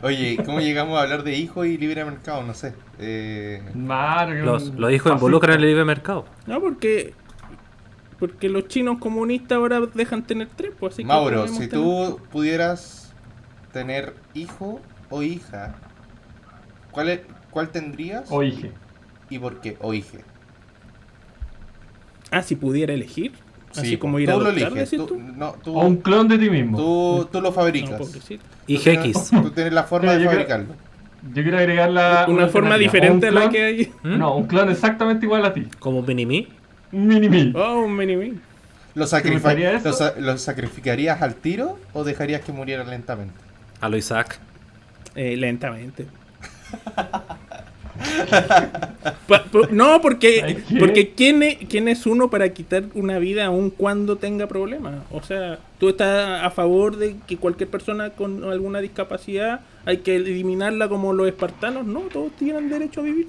S6: Oye, ¿cómo llegamos a hablar de hijo y libre mercado? No sé. Eh,
S7: Claro, que
S4: Los,
S7: un
S4: los hijos
S7: mm, fascista.
S4: involucran el libre mercado.
S1: No, Ah, porque porque los chinos comunistas ahora dejan tener tres, pues así que
S6: Mauro,
S1: podemos
S6: si
S1: tener-
S6: tú pudieras tener hijo o hija, ¿cuál, es- cuál tendrías
S7: O hije.
S6: y por qué? O hija.
S1: Ah, si pudiera elegir. así como ir a
S6: pues, tú lo
S1: adoptar,
S6: eliges.
S1: decís
S6: Tú,
S1: tú.
S6: no, tú,
S7: O un clon de ti mismo.
S6: tú, tú lo
S1: No,
S6: fabricas.
S1: pobrecito.
S4: Y
S6: Tú tienes-
S4: GX.
S6: Tú tienes la forma
S7: Mira,
S6: de
S7: yo creo-
S6: fabricarlo.
S7: Yo quiero agregar la.
S1: Una forma
S7: alternativa.
S1: diferente a
S7: Un
S1: la
S7: clon-
S1: que hay.
S4: ¿Mm?
S7: No, un clon exactamente igual a ti.
S4: Como Minimi.
S7: Un Mini mil.
S1: Oh, un mini mini.
S6: ¿Lo,
S7: gustaría
S6: sacrificarías
S7: eso?
S6: lo, sa- lo sacrificarías al tiro o dejarías que muriera lentamente?
S4: A lo Isaac.
S1: Eh, lentamente. Pa- pa- no, porque,
S7: ¿Sabes qué?
S1: porque ¿quién, es, ¿quién es uno para quitar una vida aun cuando tenga problemas? O sea, tú estás a favor de que cualquier persona con alguna discapacidad hay que eliminarla como los espartanos. No, todos tienen derecho a vivir.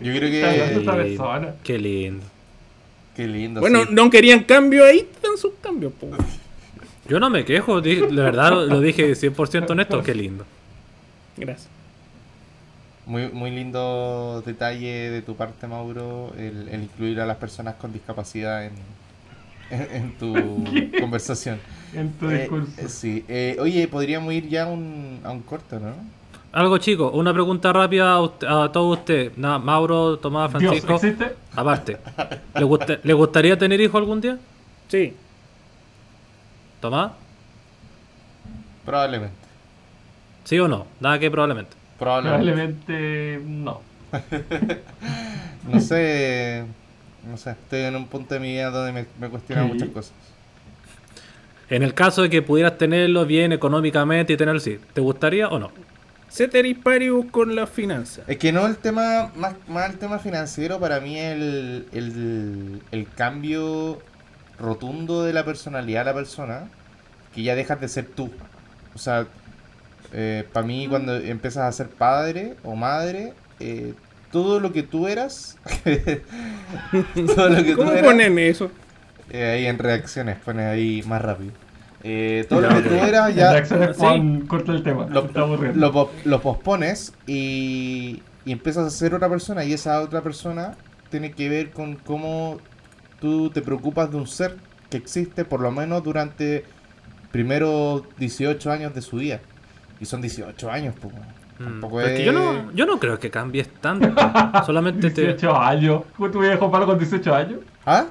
S6: Yo creo
S7: Está hablando
S6: que...
S7: esta persona.
S4: Qué lindo.
S6: Qué lindo.
S1: bueno,
S6: sí.
S1: no querían cambio, ahí están sus cambios. po.
S4: Yo no me quejo. di- La verdad lo, lo dije 100% honesto. Qué lindo.
S1: Gracias.
S6: Muy, muy lindo detalle de tu parte, Mauro, el, el incluir a las personas con discapacidad en, en, en tu conversación.
S7: En tu
S6: Eh,
S7: discurso.
S6: eh, sí. Eh, oye, podríamos ir ya a un, a un corto, ¿no?
S4: Algo chico, una pregunta rápida a, usted- a todos ustedes. Nada, Mauro, Tomás,
S7: Dios,
S4: Francisco.
S7: ¿existe?
S4: aparte, ¿le, gusta- le gustaría tener hijos algún día?
S1: Sí,
S4: Tomás,
S6: Probablemente.
S4: ¿sí o no? Nada que probablemente.
S6: Probablemente.
S7: Probablemente no.
S6: No sé. No sé, estoy en un punto de mi vida donde me, me cuestionan
S7: ¿Qué?
S6: muchas cosas.
S4: En el caso de que pudieras tenerlo bien económicamente y tenerlo así, ¿te gustaría o no?
S1: Ceteris paribus con las finanzas.
S6: Es que no el tema, más, más el tema financiero, para mí el, el, el cambio rotundo de la personalidad de la persona, que ya dejas de ser tú. O sea, para mí cuando empiezas a ser padre o madre, eh, todo lo que tú eras, todo lo que tú
S1: ¿Cómo
S6: eras,
S1: ponen eso?
S6: eh, ahí en reacciones, pones ahí más rápido. Eh, todo lo que tú
S1: Ah,
S6: eras ya
S7: Jackson Spawn, corta el tema.
S6: lo,
S7: se está aburriendo.
S6: lo po- lo pospones y, y empiezas a ser otra persona y esa otra persona tiene que ver con cómo tú te preocupas de un ser que existe por lo menos durante primero 18 años de su vida. Y son 18 años, pues. weón. Tampoco
S4: Mm. Pero es que yo
S6: es-
S4: no, yo no creo que cambies tanto. Solamente te.
S7: 18 años. ¿Tú vivías con Pablo con 18 años?
S6: ¿Ah?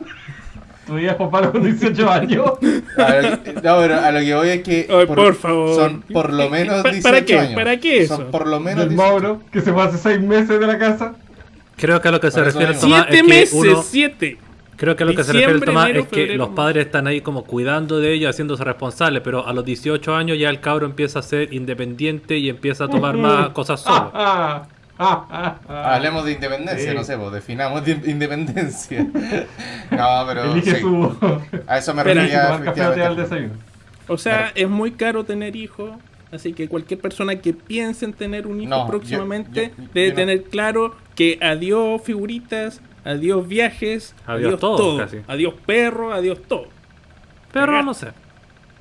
S7: ¿Tú vivías con Pablo con 18 años?
S6: A lo que- no, pero a lo que voy es que.
S1: Ay, por favor.
S6: Son por lo menos
S1: ¿Para-
S6: 18
S1: para qué?
S6: años.
S1: ¿Para qué eso?
S6: Son por lo menos
S7: Del
S6: 18.
S7: Mauro, que se fue hace 6 meses de la casa.
S4: Creo que a lo que se
S6: Por eso
S4: refiere el
S6: mismo.
S4: Tomás es
S1: Siete
S4: que
S1: meses,
S4: uno-
S1: siete.
S4: Creo que a lo que se refiere el
S1: Diciembre,
S4: Tomás
S1: enero,
S4: es que
S1: febrero.
S4: los padres están ahí como cuidando de ellos, haciéndose responsables, pero a los 18 años ya el cabro empieza a ser independiente y empieza a tomar más cosas solo.
S7: Ah, ah, ah, ah.
S6: Hablemos de independencia,
S7: Sí.
S6: no sé, pues definamos de independencia. no, pero.
S7: Elige
S6: sí.
S7: su.
S6: A eso me
S1: Pero-
S7: elige
S6: refería
S7: tomar café o te da el
S6: efectivamente.
S7: desayuno.
S1: O sea, es muy caro tener hijos. Así que cualquier persona que piense en tener un hijo
S6: No, yo-
S1: próximamente
S6: yo- yo
S1: debe
S6: no.
S1: tener claro que adiós figuritas, adiós viajes,
S4: Adiós
S1: adiós,
S4: todo,
S1: todo.
S4: casi.
S1: Adiós perro, adiós todo.
S4: Pero no sé.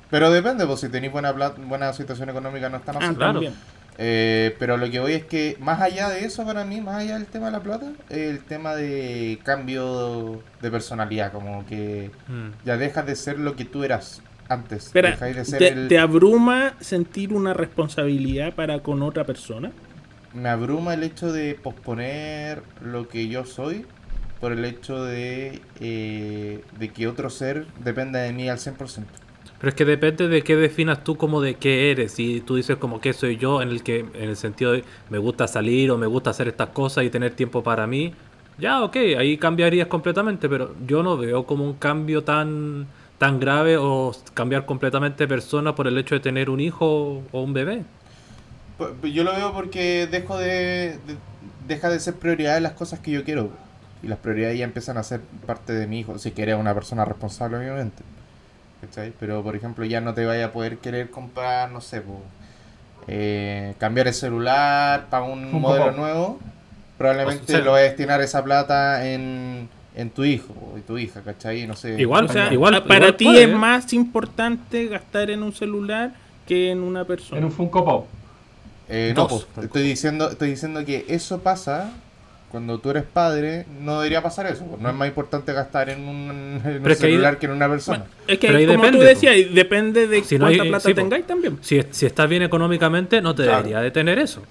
S6: Pero depende, pues si tenéis buena, pla- buena situación económica no está
S1: Ah,
S6: mal.
S4: claro.
S1: también.
S6: Eh, pero lo que voy es que más allá de eso para mí, más allá del tema de la plata, el tema de cambio de personalidad, como que
S4: Mm.
S6: ya dejas de ser lo que tú eras antes.
S1: Espera,
S6: dejáis de ser
S1: ¿te,
S6: el...
S1: te abruma sentir una responsabilidad para con otra persona?
S6: me abruma el hecho de posponer lo que yo soy por el hecho de, eh, de que otro ser dependa de mí al 100%.
S4: Pero es que depende de qué definas tú como de qué eres. Si tú dices como que soy yo en el que en el sentido de me gusta salir o me gusta hacer estas cosas y tener tiempo para mí, ya ok, ahí cambiarías completamente, pero yo no veo como un cambio tan tan grave o cambiar completamente de persona por el hecho de tener un hijo o un bebé.
S6: Pu- pu- Yo lo veo porque dejo de, de- deja de ser prioridad de las cosas que yo quiero. Y las prioridades ya empiezan a ser parte de mi hijo, si que eres una persona responsable, obviamente. ¿Cachai? Pero, por ejemplo, ya no te vaya a poder querer comprar, no sé, po, eh, cambiar el celular para un
S7: Funko
S6: modelo
S7: Pop.
S6: nuevo. Probablemente
S4: sea-
S6: lo vas a destinar esa plata en, en tu hijo o en tu hija, ¿cachai? No sé.
S4: Igual,
S1: O sea,
S4: Ah, igual,
S1: a- para
S4: igual
S1: ti
S4: puede. ¿eh?
S1: es más importante gastar en un celular que en una persona.
S7: En un Funko Pop.
S6: Eh, no,
S4: Dos.
S6: pues, estoy diciendo, estoy diciendo que eso pasa cuando tú eres padre, no debería pasar eso. pues, No es más importante gastar en un, en un
S4: Pero es que ahí-
S6: celular que en una persona.
S1: Es que
S4: Pero ahí
S1: como
S4: depende,
S1: tú decías, depende de
S4: Si no hay- eh,
S1: cuánta plata
S4: sí, po.
S1: tengáis también.
S4: Si, es- si estás bien económicamente, no te
S6: Claro.
S4: debería detener eso.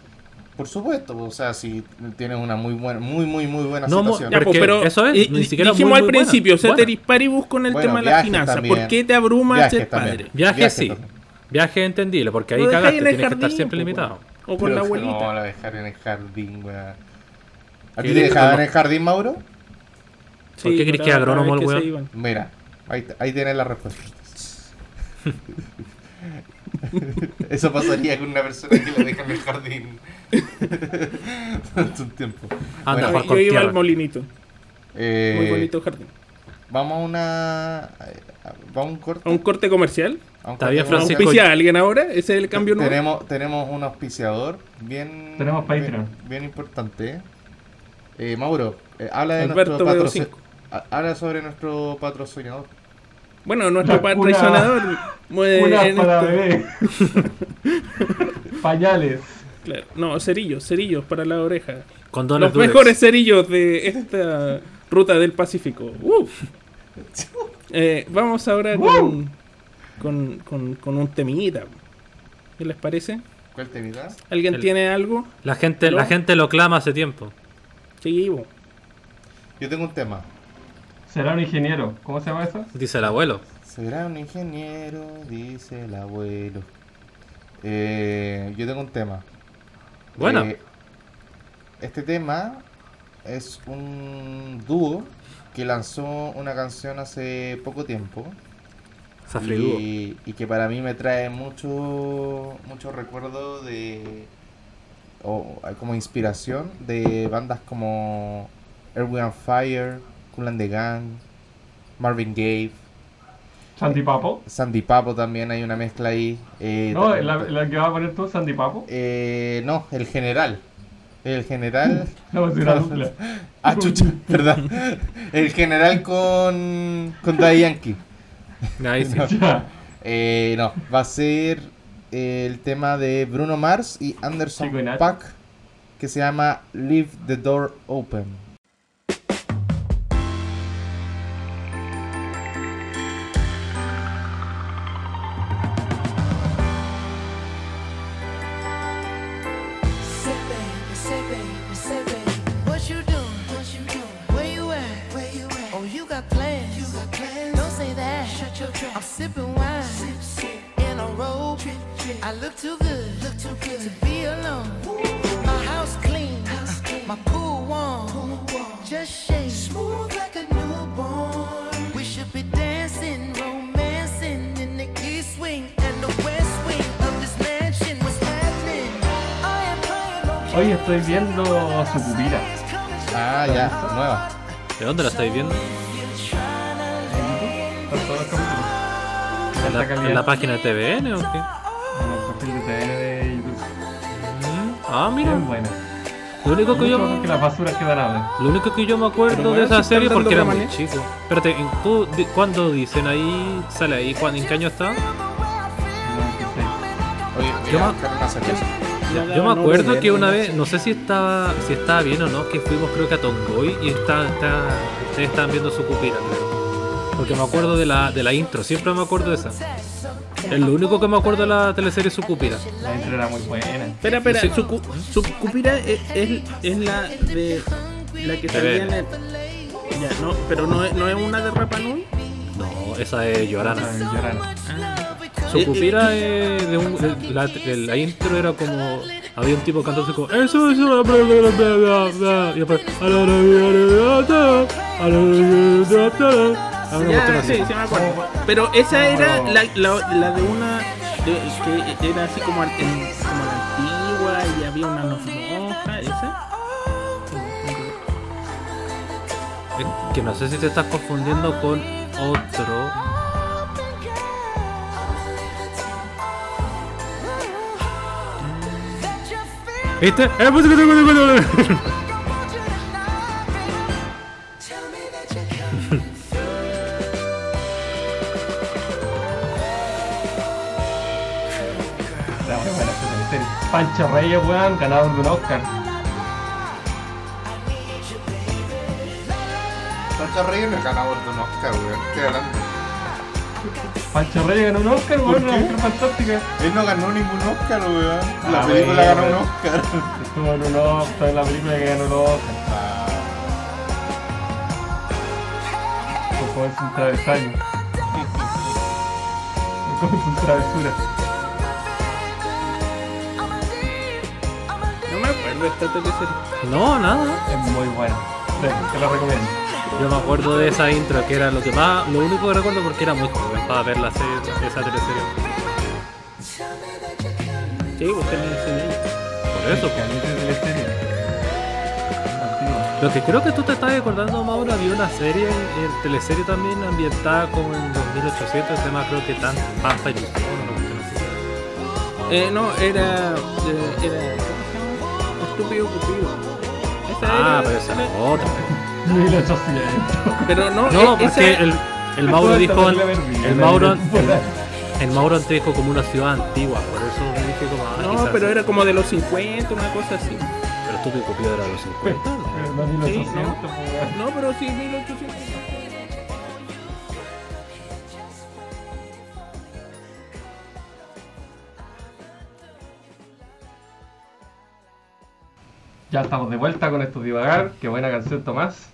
S6: Por supuesto, pues, o sea, si tienes una muy buena, muy, muy, muy buena
S4: No, mo-
S6: situación.
S1: Ya,
S4: Porque
S1: pues, pero
S4: eso es,
S1: eh,
S4: ni siquiera
S1: dijimos
S4: muy,
S1: al
S4: muy buena.
S1: principio,
S4: Buena.
S1: Ceteris Paribus con el
S6: Bueno,
S1: tema de las
S6: viajes
S1: finanzas.
S6: también.
S1: ¿Por qué te abruma
S6: Viajes
S1: ser
S6: también.
S1: padre?
S4: Viaje
S6: Viaje
S4: sí.
S6: también.
S4: Viaje entendible, porque ahí
S1: Lo dejáis
S4: cagaste,
S1: en el
S4: tienes que estar
S1: jardín,
S4: siempre
S1: pues,
S4: limitado.
S1: O con
S6: Pero
S1: la
S6: que
S1: abuelita.
S6: No, la dejar en el jardín, weá. ¿A
S4: ¿Qué
S6: ti te
S4: dices,
S6: dejaban en
S4: no?
S6: el jardín, Mauro?
S4: ¿Por qué crees
S1: pero
S4: que
S1: la
S4: agrónomo
S1: vez
S4: el
S1: que
S4: weón?
S1: se iban.
S6: Mira, ahí, ahí tienes la respuesta. Eso pasaría con una persona que la deja en el jardín durante un tiempo.
S4: Anda,
S6: Bueno,
S4: Juan,
S1: Yo
S4: con
S1: iba
S4: tierra.
S1: al molinito.
S6: eh,
S1: Muy bonito jardín.
S6: Vamos a una. Vamos a un corte.
S1: ¿A un corte comercial?
S6: A un
S4: Está
S6: corte.
S4: bien,
S6: Vamos-
S1: ¿Auspicia
S4: Francisco.
S1: a alguien ahora? ¿Ese es el cambio nuevo?
S6: Tenemos, tenemos un auspiciador bien.
S7: Tenemos
S6: bien-
S7: Patreon.
S6: Bien, importante. ¿eh? Eh, Mauro, eh, habla de
S1: Alberto
S6: nuestro
S1: Veo
S6: patrocinador.
S1: cinco.
S6: Habla sobre nuestro patrocinador.
S1: Bueno, nuestro
S7: Una-
S1: patrocinador.
S4: Eh,
S1: mueve
S7: Una
S1: en este-
S7: para
S1: esto.
S7: bebé. Pañales.
S1: Claro. No, cerillos, cerillos para la oreja.
S4: Condones
S1: Los
S4: Durex.
S1: mejores cerillos de esta ruta del Pacífico. ¡Uh! Eh, vamos ahora con, con, con- con un temillita. ¿Qué les parece?
S6: ¿Cuál te invita?
S1: ¿Alguien
S4: El-
S1: tiene algo?
S4: La gente, la
S1: ¿No?
S4: gente lo clama hace tiempo.
S1: Sí, bo.
S6: Yo tengo un tema.
S7: Será un ingeniero. ¿Cómo se llama eso?
S4: Dice el abuelo.
S6: Será un ingeniero, dice el abuelo. Eh, yo tengo un tema.
S4: Bueno.
S6: Eh, este tema es un dúo que lanzó una canción hace poco tiempo.
S4: Safridúo.
S6: Y, y que para mí me trae mucho, mucho recuerdo de. o como inspiración de bandas como Erwin and Fire, Cool and the Gang, Marvin Gaye.
S7: Sandy Papo.
S6: Sandy Papo también hay una mezcla ahí. eh,
S7: No,
S6: también-
S7: la, la que va a poner tú, Sandy Papo.
S6: Eh, no, el general. El general.
S7: No, es una dupla.
S6: Ah, chucha, perdón. El general con. con Daddy Yankee.
S4: Ahí sí.
S7: Ya.
S6: Eh, no, va a ser eh, el tema de Bruno Mars y Anderson
S7: Chico y Nacho.
S6: Pack que se llama Leave the Door Open.
S8: Say baby, say baby, say baby, what you doing? What you doing? Where you at? Where you at? Oh, you got plans? You got plans? Don't say that. Shut your trap. I'm sipping wine. Sip, sip. In a robe. Trip, trip. I look too good. Look too good to be alone. My house clean. House clean. My pool warm. Pool warm. Just shake. Smooth like a newborn. We should be dancing, romancing in the east wing and the west wing of this mansion. What's happening? I am playing no
S7: Hoy estoy viendo a Sucupira.
S6: Ah, ya, nueva.
S4: ¿De dónde la estáis viendo?
S7: Están todos los capítulos.
S4: ¿En la,
S7: Alta calidad.
S4: en la página de TVN o qué?
S7: En el perfil de TN de YouTube.
S4: Mm, Ah, mira.
S7: Bien buena.
S4: Lo único que
S7: Mucho
S4: yo,
S7: mejor que las basuras que dan ahora.
S4: lo único que yo me acuerdo
S1: Pero
S4: de
S1: bueno,
S4: esa
S1: si están
S4: serie porque era
S1: dando
S4: muy
S1: Romanes.
S4: chico. Espérate, ¿en cu- di- ¿cuándo dicen ahí? ¿Sale ahí? ¿Cuándo, ¿En qué año está?
S6: Oye,
S4: Yo
S6: mira,
S4: me-
S6: Carmen va a salir eso.
S1: No
S4: Yo me
S1: daban
S4: acuerdo
S1: orden,
S4: que una
S1: no
S4: vez,
S1: sé.
S4: no sé si estaba, si estaba bien o no, que fuimos creo que a Tongoy y está, está, ustedes estaban viendo su cupira, creo. Porque me acuerdo de la, de la intro, siempre me acuerdo de esa. Es lo único que me acuerdo de la teleserie Sucupira.
S7: La intro era muy buena.
S1: Espera, espera,
S4: Sí.
S1: su, cu- su cupira es, eh, es, es la de la que salía en el. Ya, no, pero no es, no es una de Rapa Nui.
S4: No, esa es Llorana.
S7: Ay, llorana.
S4: Sucupira es de un. de- la, de- la intro era como. Había un tipo cantando así como. Eso es una. bla, bla, bla, bla, bla, bla", Y después. "A la, la, la, la, la, la, a la, la, la, la, la". Ah, una cuestión
S1: Ya,
S4: así.
S1: sí, sí me acuerdo. Pero esa era
S7: No.
S1: la, la, la de una de- que era así como, al- en- como la antigua y había una monja, esa.
S4: Es Eh, Que no sé si te estás confundiendo con otro. ¿Viste? Eh, pues, que tengo- tengo- tengo-
S7: Era muy buena este esta teleserie. Pancho Reyes, weón, ganador de un Oscar.
S6: Pancho Reyes no es ganador de un Oscar, weón. Estoy hablando.
S7: Pancho Reyes ganó un Oscar, weón, una mujer fantástica.
S6: Él no ganó ningún Oscar, weón. La
S7: Ah,
S6: película
S7: bueno.
S6: ganó un Oscar.
S7: Estuvo en un Oscar, en la película que ganó el Oscar. Por comerse un travesaño. Por comerse un travesura.
S1: No me acuerdo esta teleserie.
S4: No, nada.
S7: Es muy buena. Te- Te lo recomiendo.
S4: Yo me acuerdo de esa intro que era lo que más. Lo único que recuerdo porque era muy joven para ver la serie, esa teleserie.
S1: Sí, usted me enseñó.
S4: Por eso,
S7: Que a mí te teleserie. Antiguo.
S4: Lo que creo que tú te estás acordando, Mauro, había una serie, en teleserie también ambientada como en 2800, el tema creo que tan pampa y Lucero, no sé, no sé.
S1: Eh, no, era. eh, era ¿cómo se llama? Estúpido Cupido. Esa
S4: Ah,
S1: era-
S4: pero esa es
S1: era-
S4: otra.
S7: 1800.
S1: Pero no,
S4: No,
S1: eh,
S4: porque
S1: esa-
S4: el, el Mauro dijo, el Mauro,
S7: Era
S4: el Mauro antes dijo como una ciudad antigua, por eso me dije como, ah,
S1: No,
S4: quizás
S1: pero
S4: sí.
S1: era como de los 50, una cosa así.
S4: Pero estúpido Cupido era de los 50, ¿no?
S7: 1800, pues, weón.
S1: No, pero sí, 1800.
S7: Ya estamos de vuelta con estos divagar. Qué buena canción, Tomás.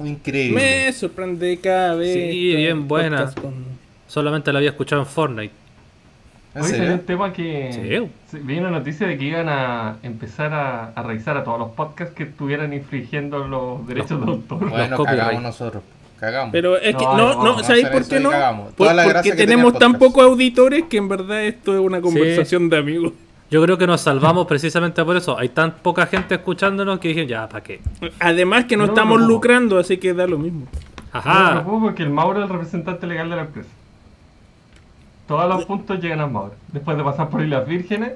S6: Increíble.
S1: Me sorprende cada vez.
S4: Sí,
S1: con
S4: bien buena.
S1: podcast con-
S4: Solamente la había escuchado en Fortnite.
S6: ¿En
S7: Hoy salió
S6: serio?
S7: un tema que.
S4: Sí.
S7: Sí, Vi una noticia de que iban a empezar a, a revisar a todos los podcasts que estuvieran infringiendo los derechos de autor.
S6: Bueno,
S4: copyright.
S6: cagamos nosotros. Cagamos.
S1: Pero es que
S7: No,
S1: no,
S7: no,
S1: no,
S7: no
S1: ¿sabéis
S6: hacer
S1: por
S6: eso
S1: qué
S6: y
S1: no?
S6: cagamos.
S1: Por-
S6: Toda la
S1: porque
S6: gracia que tenía el
S1: tenemos tan
S6: podcast.
S1: pocos auditores que en verdad esto es una conversación de amigos.
S4: Yo creo que nos salvamos precisamente por eso. Hay tan poca gente escuchándonos que dije, ya, ¿para qué?
S1: Además que no,
S7: No,
S1: estamos
S7: no.
S1: lucrando, así que da lo mismo.
S7: No me
S4: Ajá.
S7: preocupo porque el Mauro es el representante legal de la empresa. Todos los puntos llegan al Mauro. Después de pasar por Islas Vírgenes,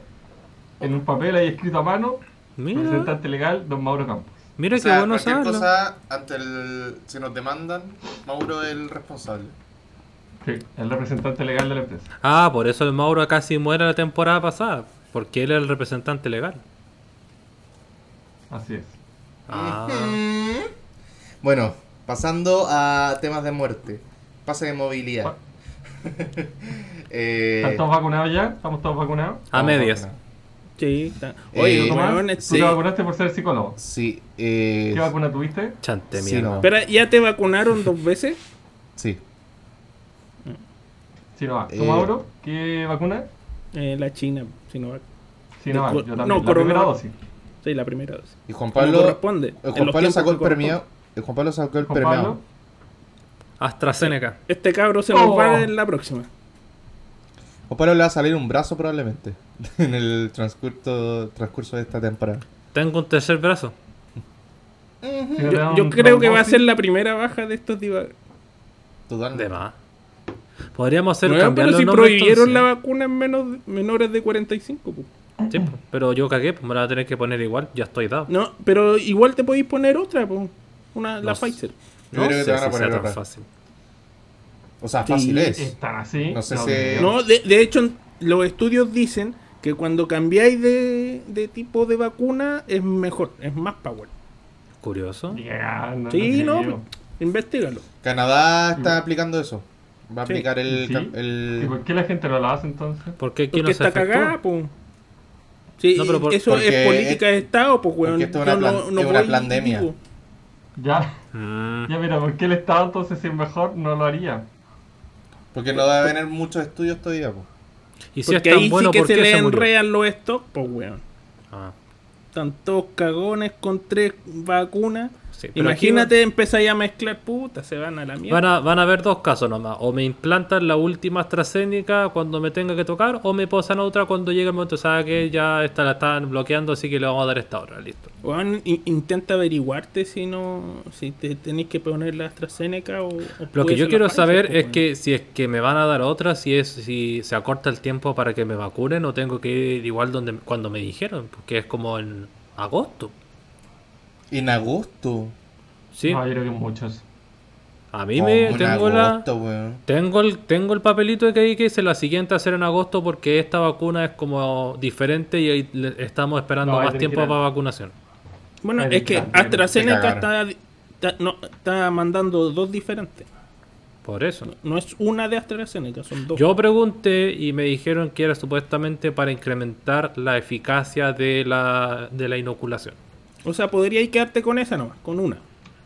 S7: en un papel ahí escrito a mano,
S4: Mira,
S7: representante legal, don Mauro Campos.
S4: mira
S6: O sea,
S4: qué bueno
S6: cualquier
S4: saberlo.
S6: cosa, ante el, si nos demandan, Mauro es el responsable.
S7: Sí, el representante legal de la empresa.
S4: Ah, por eso el Mauro casi muere la temporada pasada. Porque él era el representante legal.
S7: Así es.
S4: Ah,
S6: Bueno, pasando a temas de muerte. Pasa de movilidad. Eh,
S7: ¿Están todos vacunados ya? ¿Estamos todos vacunados?
S4: a medias.
S1: Sí, está.
S6: Eh,
S1: Oye,
S7: Tomás,
S1: weón,
S7: ¿Tú
S1: sí.
S7: te vacunaste por ser psicólogo?
S6: Sí, eh,
S7: ¿Qué vacuna tuviste?
S4: Chante
S6: Sí,
S4: mierda.
S6: no.
S1: Espera, ¿ya te vacunaron dos veces?
S6: sí.
S7: Sinovac. ¿Tú,
S6: Eh.
S7: Mauro? ¿Qué vacuna?
S1: Eh, la China, Sinovac.
S7: Sinovac.
S1: co-
S7: Yo también.
S1: no,
S7: la primera
S1: coronavirus.
S7: dosis.
S1: Sí, la primera dosis.
S6: Y Juan
S1: Como
S6: Pablo,
S1: corresponde.
S6: eh,
S1: en los
S6: Juan Pablo
S1: tiempos
S6: sacó el
S1: que corresponde.
S6: premio. eh, Juan Pablo sacó el
S7: Juan
S6: premio.
S7: Pablo.
S4: AstraZeneca.
S1: Este cabro se nos
S7: Oh.
S1: va en la próxima.
S6: Juan Pablo le va a salir un brazo probablemente en el transcurso, transcurso de esta temporada.
S4: Tengo un tercer brazo.
S7: Si no te
S1: Yo,
S7: dan
S1: yo
S7: un
S1: creo que va a
S7: trombosis,
S1: ser la primera baja de estos divagantes.
S6: Totalmente.
S4: De más. Podríamos hacer
S1: Bueno,
S4: cambiar
S1: pero
S4: los
S1: si
S4: nombres,
S1: prohibieron
S4: entonces.
S1: la vacuna en menos, menores de 45. po.
S4: Sí, po, pero yo cagué, pues me la voy a tener que poner igual, ya estoy dado.
S1: No, pero igual te podéis poner otra, po. Una, la
S4: No sé.
S1: Pfizer.
S6: Yo creo que te van a
S4: si sea
S6: poner
S4: tan
S6: otra.
S4: fácil.
S6: O sea, fácil
S1: Sí,
S6: es.
S7: ¿Es tan así?
S6: No sé si-
S7: creo.
S1: No, de, de hecho, los estudios dicen que cuando cambiáis de, de tipo de vacuna es mejor, es más power.
S4: Curioso.
S7: Ya, no,
S1: Sí, no,
S7: creo.
S1: investigalo.
S6: Canadá está aplicando eso. Va a
S1: Sí.
S6: aplicar el,
S7: ¿Sí?
S6: cam- el-
S7: ¿Y por qué la gente no la hace entonces?
S4: ¿Por qué aquí
S1: Porque
S4: no se
S1: está
S4: efectúa?
S1: cagada, po. Sí,
S4: No, pero por-
S1: eso
S6: Porque
S1: es política de Estado, pues, weón.
S6: porque esto es una
S1: Yo
S6: plan- es una
S1: voy-
S6: pandemia.
S1: digo,
S7: Ya,
S4: Mm,
S1: Ah.
S7: ya mira, ¿por qué el Estado entonces si es mejor no lo haría?
S6: Porque no va a venir muchos estudios todavía. po.
S4: Y si es
S1: Porque
S4: tan
S1: ahí
S4: bueno,
S1: sí que
S4: ¿por
S1: se
S4: qué
S1: le
S4: se murió?
S1: enrean los estos, pues, weón.
S4: Ah,
S1: Están todos cagones con tres vacunas.
S4: sí, pero aquí
S1: Imagínate, empezáis a mezclar, puta, se van a la mierda.
S4: Van a, van a haber dos casos nomás. O me implantan la última AstraZeneca cuando me tenga que tocar, o me posan otra cuando llegue el momento. O sea que ya esta la están bloqueando, así que le vamos a dar esta hora. Listo.
S1: Weón, in- intenta averiguarte si no si te tenéis que poner la AstraZeneca o, o
S4: Lo
S1: puede
S4: que yo
S1: ser
S4: quiero
S1: la Pfizer,
S4: saber
S1: pues,
S4: es
S1: weón.
S4: que si es que me van a dar otra, si es si se acorta el tiempo para que me vacunen o tengo que ir igual donde cuando me dijeron, porque es como en agosto.
S6: En agosto.
S4: Sí.
S7: No, yo creo que muchos.
S4: A mí
S6: Oh,
S4: me
S6: en
S4: tengo la
S6: agosto, weón.
S4: tengo el tengo el papelito de que ahí que dice la siguiente a hacer en agosto porque esta vacuna es como diferente y ahí le- estamos esperando
S7: No, ahí
S4: más
S7: tenés
S4: tiempo
S7: que ir a-
S4: para vacunación.
S1: Bueno,
S7: Ay,
S1: es que
S7: también,
S1: AstraZeneca
S6: te
S1: está, está- no, está mandando dos diferentes.
S4: Por eso.
S1: No es una de AstraZeneca, son dos.
S4: Yo pregunté y me dijeron que era supuestamente para incrementar la eficacia de la, de la inoculación.
S1: O sea, podríais quedarte con esa nomás, con una.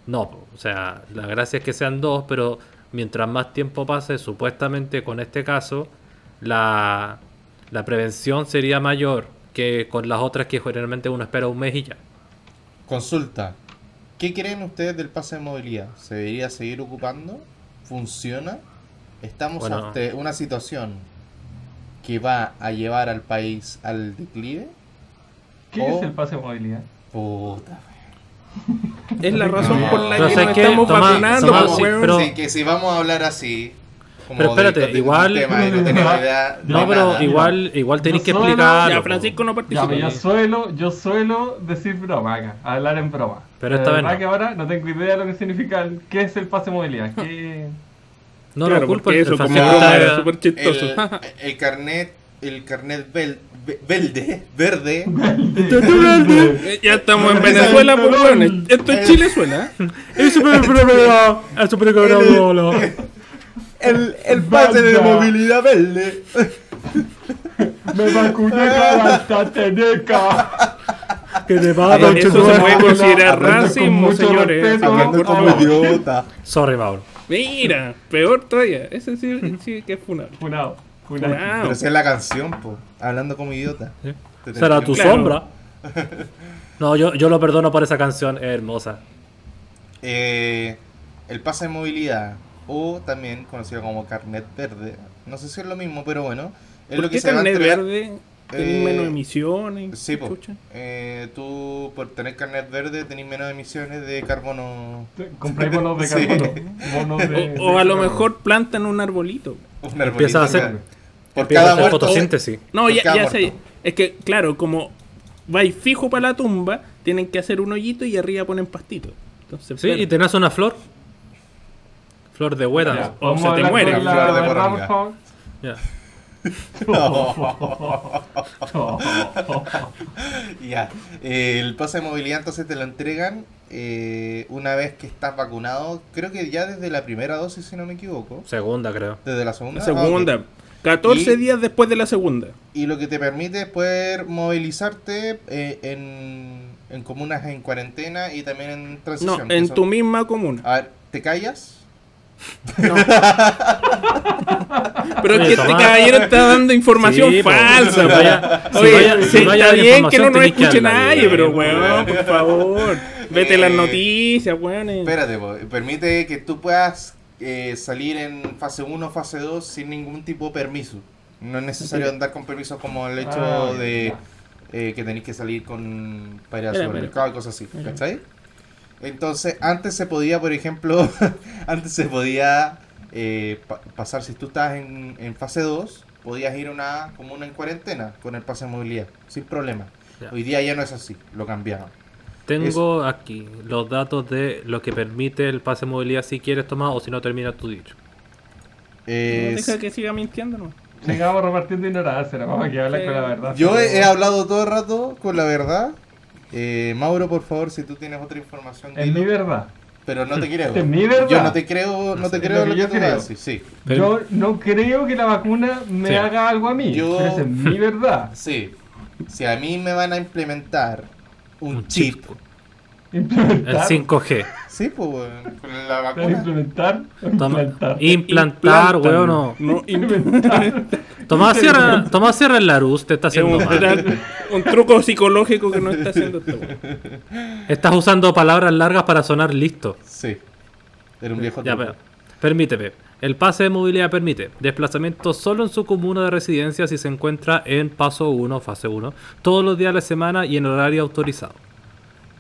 S4: No, po, o sea, la gracia es que sean dos, pero mientras más tiempo pase, supuestamente con este caso, la, la prevención sería mayor que con las otras que generalmente uno espera un mes y ya.
S6: Consulta. ¿Qué creen ustedes del pase de movilidad? ¿Se debería seguir ocupando? ¿Funciona? Estamos
S4: Bueno.
S6: ante una situación que va a llevar al país al declive.
S7: ¿Qué
S6: Oh.
S7: es el pase de movilidad?
S6: Puta.
S1: Es la razón
S4: Ah,
S6: No.
S1: por la
S6: Pero
S1: que
S6: ¿sabes
S1: nos
S6: qué?
S1: estamos
S4: Tomás,
S1: vacunando,
S4: Tomás,
S1: pues,
S4: sí,
S1: weón.
S4: pero-
S6: sí, que si vamos a hablar así. Como
S4: Pero espérate,
S6: de- de un
S4: igual-
S6: tema y no tenemos idea de
S4: No, pero
S6: nada.
S4: igual, igual tenéis
S7: Yo
S4: que
S7: solo-
S4: explicarlo.
S1: Ya,
S4: po.
S1: Francisco no
S7: Ya,
S1: participa.
S7: pero yo suelo, yo suelo decir broma acá, hablar en broma.
S4: Pero
S7: La
S4: esta vez
S7: verdad
S4: no.
S7: que ahora no tengo idea de lo que significa, el- qué es el pase de movilidad, qué...
S4: No
S1: Claro,
S4: lo culpo,
S1: porque
S4: el
S1: eso como
S4: Francisco
S6: broma
S4: está-
S1: era súper chistoso.
S6: el, el carnet, el carnet vel- ve- velde- verde,
S1: Eh, Ya estamos en Venezuela, pues, weón. Esto es ¿eh? Chilezuela. Ah,
S6: el, el pase de
S7: Banda.
S6: movilidad verde.
S7: ¡Me vacuné con la AstraZeneca!
S1: Eso se puede considerar
S7: Hablando con
S1: racismo,
S7: mucho
S1: señores.
S7: respeto.
S6: Hablando como
S7: Vamos.
S6: idiota.
S4: Sorry, Mauro.
S1: Mira, peor todavía. Ese sí, sí que es funable. Ah,
S7: Funado, funado.
S1: Funado.
S6: Pero si es la canción, po. Hablando como idiota. Te
S4: Será tu
S6: tenés que-
S1: Claro.
S4: sombra. No, yo, yo lo perdono por esa canción, es hermosa.
S6: Eh, el pase de movilidad, o también conocido como carnet verde. No sé si es lo mismo, pero bueno. Es lo
S1: ¿Por
S6: que
S1: qué
S6: se va a
S1: carnet
S6: entregar-
S1: verde?
S6: Eh,
S1: Tienen menos emisiones.
S6: Sí, po.
S1: chucha.
S6: Eh, tú por tener carnet verde tenés menos emisiones de carbono.
S7: Compré bonos de
S6: Sí.
S7: carbono. bonos
S6: Eh,
S7: de-
S1: O, o a
S7: de
S1: lo
S7: carbono.
S1: mejor plantan un arbolito.
S6: Un
S4: Empieza a hacer-
S6: claro. Por
S4: Empieza a
S6: cada
S4: hacer
S6: muerto. eh.
S4: fotosíntesis.
S1: No,
S6: Por
S1: ya,
S6: cada
S1: ya
S6: muerto.
S1: sé. Es que, claro, como vais fijo para la tumba, tienen que hacer un hoyito y arriba ponen pastito. Entonces,
S4: Sí,
S1: claro,
S4: y tenés una flor. Flor de hueá.
S7: Ya,
S4: Ya.
S7: podemos
S1: se te
S7: hablar
S1: muere.
S7: con la
S6: Flor de
S7: verdad, por
S6: moronga.
S7: favor.
S6: Ya. Eh, el pase de movilidad entonces te lo entregan eh, una vez que estás vacunado. Creo que ya desde la primera dosis, si no me equivoco.
S4: Segunda, creo.
S6: Desde la segunda.
S1: La
S6: Ah, ok.
S1: segunda. 14
S6: Y-
S1: días después de la segunda.
S6: Y lo que te permite es poder movilizarte eh, en, en comunas en cuarentena y también en
S1: No,
S6: transición. que
S1: en
S6: son-
S1: tu misma comuna.
S6: A ver, ¿te callas?
S1: Pero es
S4: Oye,
S1: que este
S4: Tomás.
S1: caballero está dando información
S4: Ah, Sí, po.
S1: falsa,
S4: Si
S1: po.
S4: vaya- si
S1: Oye,
S4: vaya-
S1: sí,
S4: si vaya
S1: está
S4: la
S1: bien que no nos
S4: información, tenés que
S1: escuche
S4: hablar
S1: nadie,
S4: bien,
S1: pero
S4: po.
S1: weón, por favor. Vete las noticias, weón. eh.
S6: Espérate, po, permite que tú puedas eh, salir en fase 1, fase 2 sin ningún tipo de permiso. No es necesario andar con permisos como el hecho
S7: Ah,
S6: de eh, que tenéis que salir con para ir al
S1: Espera,
S6: supermercado y cosas así, ¿cachai? Entonces, antes se podía, por ejemplo, antes se podía eh, pa- pasar, si tú estabas en, en fase 2, podías ir a una comuna en cuarentena con el pase de movilidad, sin problema.
S4: Ya.
S6: Hoy día ya no es así, lo cambiaron.
S4: Tengo aquí los datos de lo que permite el pase de movilidad si quieres tomar o si no termina tu dicho.
S6: Eh,
S1: No deja que siga mintiendo, ¿no?
S7: Llegamos repartiendo ignorancia, la mamá que habla con la verdad.
S6: Yo he, he
S7: Pero-
S6: hablado todo el rato con la verdad. Eh, Mauro, por favor, si tú tienes otra información,
S7: Es mi
S6: dilo.
S7: verdad.
S6: Pero no te creo.
S7: Es mi verdad.
S6: Yo no te creo, no te
S7: Es
S6: creo
S7: lo
S6: lo
S7: que
S6: que
S7: yo
S6: tú
S7: creo.
S6: vas a decir, Sí,
S4: Pero-
S7: Yo no creo que la vacuna me
S4: Sí.
S7: haga algo a mí.
S6: Yo-
S7: Pero esa es mi verdad.
S6: sí. Si a mí me van a implementar un, chip,
S4: El
S7: Implementar.
S4: 5G.
S6: sí, pues, weón, con la
S7: Claro,
S6: vacuna.
S7: Implementar.
S4: Toma-
S7: Implementar.
S4: implantar, weón. No.
S1: No,
S7: Implementar.
S4: Tomás Sierra, Tomás Sierra en la te está
S1: es
S4: haciendo
S1: un,
S4: mal.
S1: gran- un truco psicológico que no está haciendo esto.
S4: Estás usando palabras largas para sonar listo.
S6: Sí. Era un viejo
S4: Ya,
S6: truco.
S4: pero, permíteme. El pase de movilidad permite desplazamiento solo en su comuna de residencia si se encuentra en paso 1, fase 1, todos los días de la semana y en horario autorizado.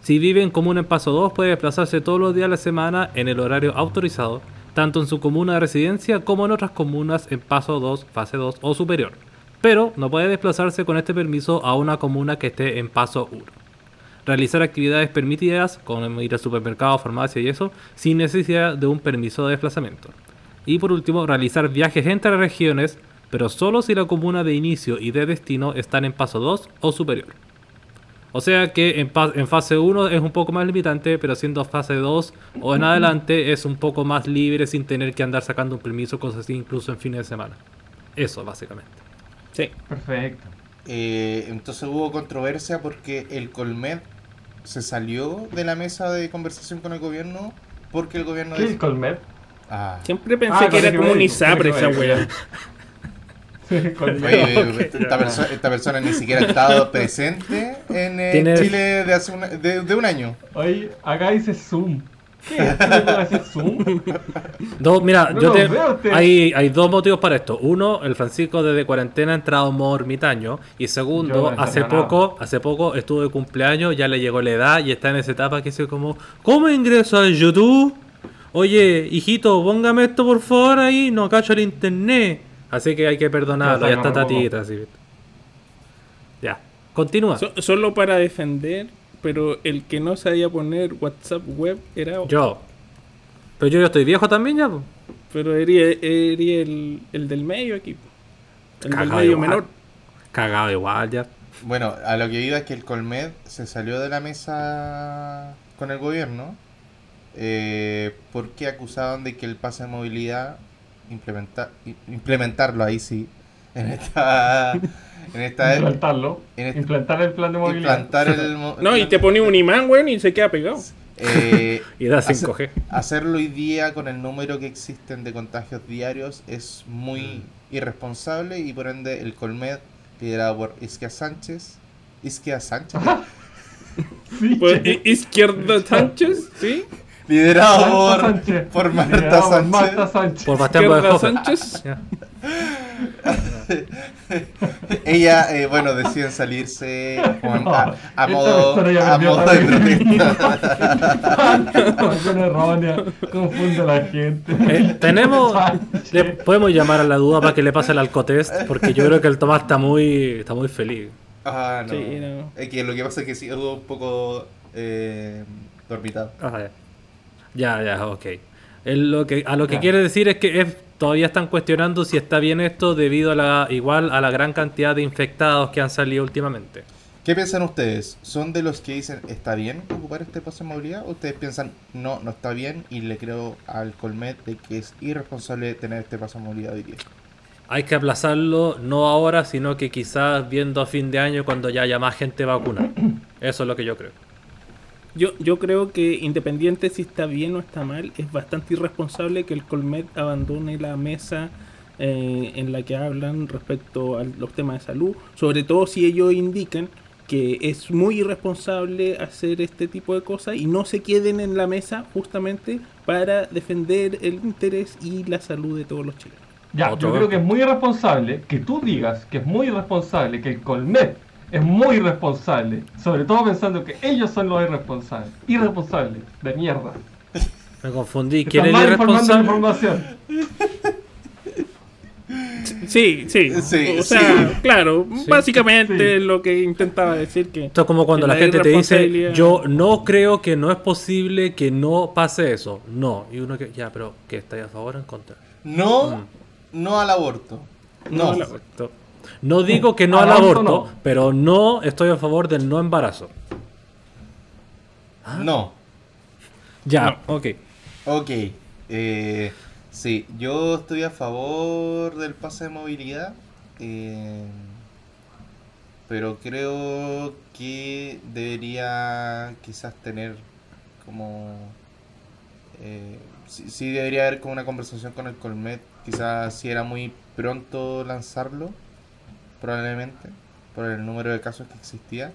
S4: Si vive en comuna en paso 2, puede desplazarse todos los días de la semana en el horario autorizado, tanto en su comuna de residencia como en otras comunas en paso 2, fase 2 o superior. Pero no puede desplazarse con este permiso a una comuna que esté en paso 1 realizar actividades permitidas, como ir al supermercado, farmacia y eso, sin necesidad de un permiso de desplazamiento. Y por último, realizar viajes entre regiones, pero solo si la comuna de inicio y de destino están en paso 2 o superior. O sea que en, pa- en fase 1 es un poco más limitante, pero siendo fase 2 o en adelante es un poco más libre sin tener que andar sacando un permiso, cosas así, incluso en fines de semana. Eso, básicamente.
S1: Sí.
S7: Perfecto.
S6: Eh, entonces hubo controversia porque el Colmed se salió de la mesa de conversación con el gobierno porque el gobierno
S7: ¿Qué es el
S6: dice...
S7: Colmet?
S6: Ah.
S1: Siempre pensé
S7: Ah,
S1: que era
S7: colegio
S1: como un
S7: médico,
S1: ISAPRE esa
S7: colegio médico,
S1: weá.
S7: Sí, Colmet.
S6: Oye, esta, perso- esta persona ni siquiera ha estado presente en eh,
S4: Tiene-
S6: Chile de hace una- de, de un año.
S7: Oye, acá dice Zoom. ¿Qué? ¿Hace Zoom?
S4: Dos, mira,
S7: No
S4: yo
S7: lo
S4: te-
S7: veo, usted.
S4: hay, hay dos motivos para esto. Uno, el Francisco desde cuarentena ha entrado en modo ermitaño. Y
S7: Yo no
S4: segundo,
S7: he
S4: hace
S7: entrado nada.
S4: poco, hace poco estuvo de cumpleaños, ya le llegó la edad y está en esa etapa que dice como, ¿cómo ingreso a YouTube? Oye, hijito, póngame esto por favor ahí, no cacho el internet. Así que hay que perdonarlo,
S7: Ya
S4: ya
S7: se
S4: está
S7: agarró.
S4: tatita, así. Ya, continúa.
S1: So- solo para defender, pero el que no sabía poner WhatsApp web era.
S4: yo. Pero yo ya estoy viejo también ya. po.
S1: Pero era, era el, el del medio aquí. po. El del
S4: Cagado
S1: medio
S4: igual.
S1: menor.
S4: Cagado igual ya.
S6: Bueno, a lo que iba es que el Colmed se salió de la mesa con el gobierno eh, porque acusaban de que el pase de movilidad implementa- i- implementarlo ahí sí en esta en esta
S7: Implantarlo.
S6: en este-
S7: Implantar el plan de movilidad.
S6: implantar el
S4: ah,
S6: mo-
S1: No, y te pone un imán, weón, y se queda pegado.
S6: eh,
S4: Y da
S6: hace-
S4: 5G.
S6: Hacerlo hoy día con el número que existen de contagios diarios es muy
S7: Mm.
S6: irresponsable y por ende el Colmed, liderado por Isquia Sánchez, Isquia Sánchez,
S7: Sí,
S1: Pues,
S7: che.
S1: i- Izquierda Sánchez, ¿sí?
S6: liderado por,
S7: Marta Sánchez.
S6: por Marta
S7: Llegamos, Marta
S6: Sánchez,
S7: Sánchez.
S4: Por Bastián
S1: Izquierda
S4: Bodejoven.
S1: Sánchez.
S4: Ya.
S6: ella, eh, bueno, deciden salirse como a, a
S7: Esta
S6: modo,
S7: persona ya
S6: a
S7: vendió
S6: modo
S7: la
S6: de
S7: vida.
S6: protesta.
S7: Información errónea. Confunde a la gente.
S4: Eh, tenemos.
S7: Sánchez.
S4: le podemos llamar a la duda para que le pase el alcotest, porque yo creo que el Tomás está muy, está muy feliz.
S6: Ah, no.
S1: Sí, no.
S6: Es que lo que pasa es que sí, algo un poco eh, dormitado.
S4: Ah, ya. ya, ya, ok. Él lo que, a lo que
S7: Claro.
S4: quiere decir es que es- todavía están cuestionando si está bien esto debido a la igual a la gran cantidad de infectados que han salido últimamente.
S6: ¿Qué piensan ustedes? ¿Son de los que dicen está bien ocupar este paso de movilidad? ¿O ustedes piensan no, no está bien y le creo al Colmet de que es irresponsable tener este paso de movilidad hoy día?
S4: Hay que aplazarlo no ahora, sino que quizás viendo a fin de año cuando ya haya más gente vacunada. Eso es lo que yo creo.
S1: Yo, yo creo que independiente si está bien o está mal, es bastante irresponsable que el Colmet abandone la mesa eh, en la que hablan respecto a los temas de salud, sobre todo si ellos indican que es muy irresponsable hacer este tipo de cosas y no se queden en la mesa justamente para defender el interés y la salud de todos los chilenos.
S7: Ya,
S4: Otro
S7: yo
S4: vez.
S7: creo que es muy irresponsable que tú digas que es muy irresponsable, que el Colmet es muy irresponsable, sobre todo pensando que ellos son los irresponsables. Irresponsables, de mierda.
S4: Me confundí. ¿Quién
S7: Están
S4: es
S7: mal
S4: el
S7: informando la
S4: irresponsable?
S7: información.
S1: Sí, sí,
S6: Sí,
S1: o sea, claro,
S4: Sí.
S1: básicamente lo que intentaba decir que...
S4: Esto es como cuando
S1: Que
S4: la,
S1: la
S4: gente te dice,
S1: irresponsabilidad-
S4: yo no creo que no es posible que no pase eso. No. Y uno que, ya, pero ¿qué estáis a favor o en contra?
S6: No, no al aborto. No,
S1: No, la-
S4: Esto- No digo que no al
S7: Aborto
S4: aborto,
S7: no.
S4: pero no estoy a favor del no embarazo.
S6: no.
S4: Ya, ok.
S6: Ok. eh, sí, yo estoy a favor del pase de movilidad. eh, pero creo que debería quizás tener como... eh, sí, sí debería haber como una conversación con el Colmet. Quizás si era muy pronto lanzarlo, probablemente, por el número de casos que existía.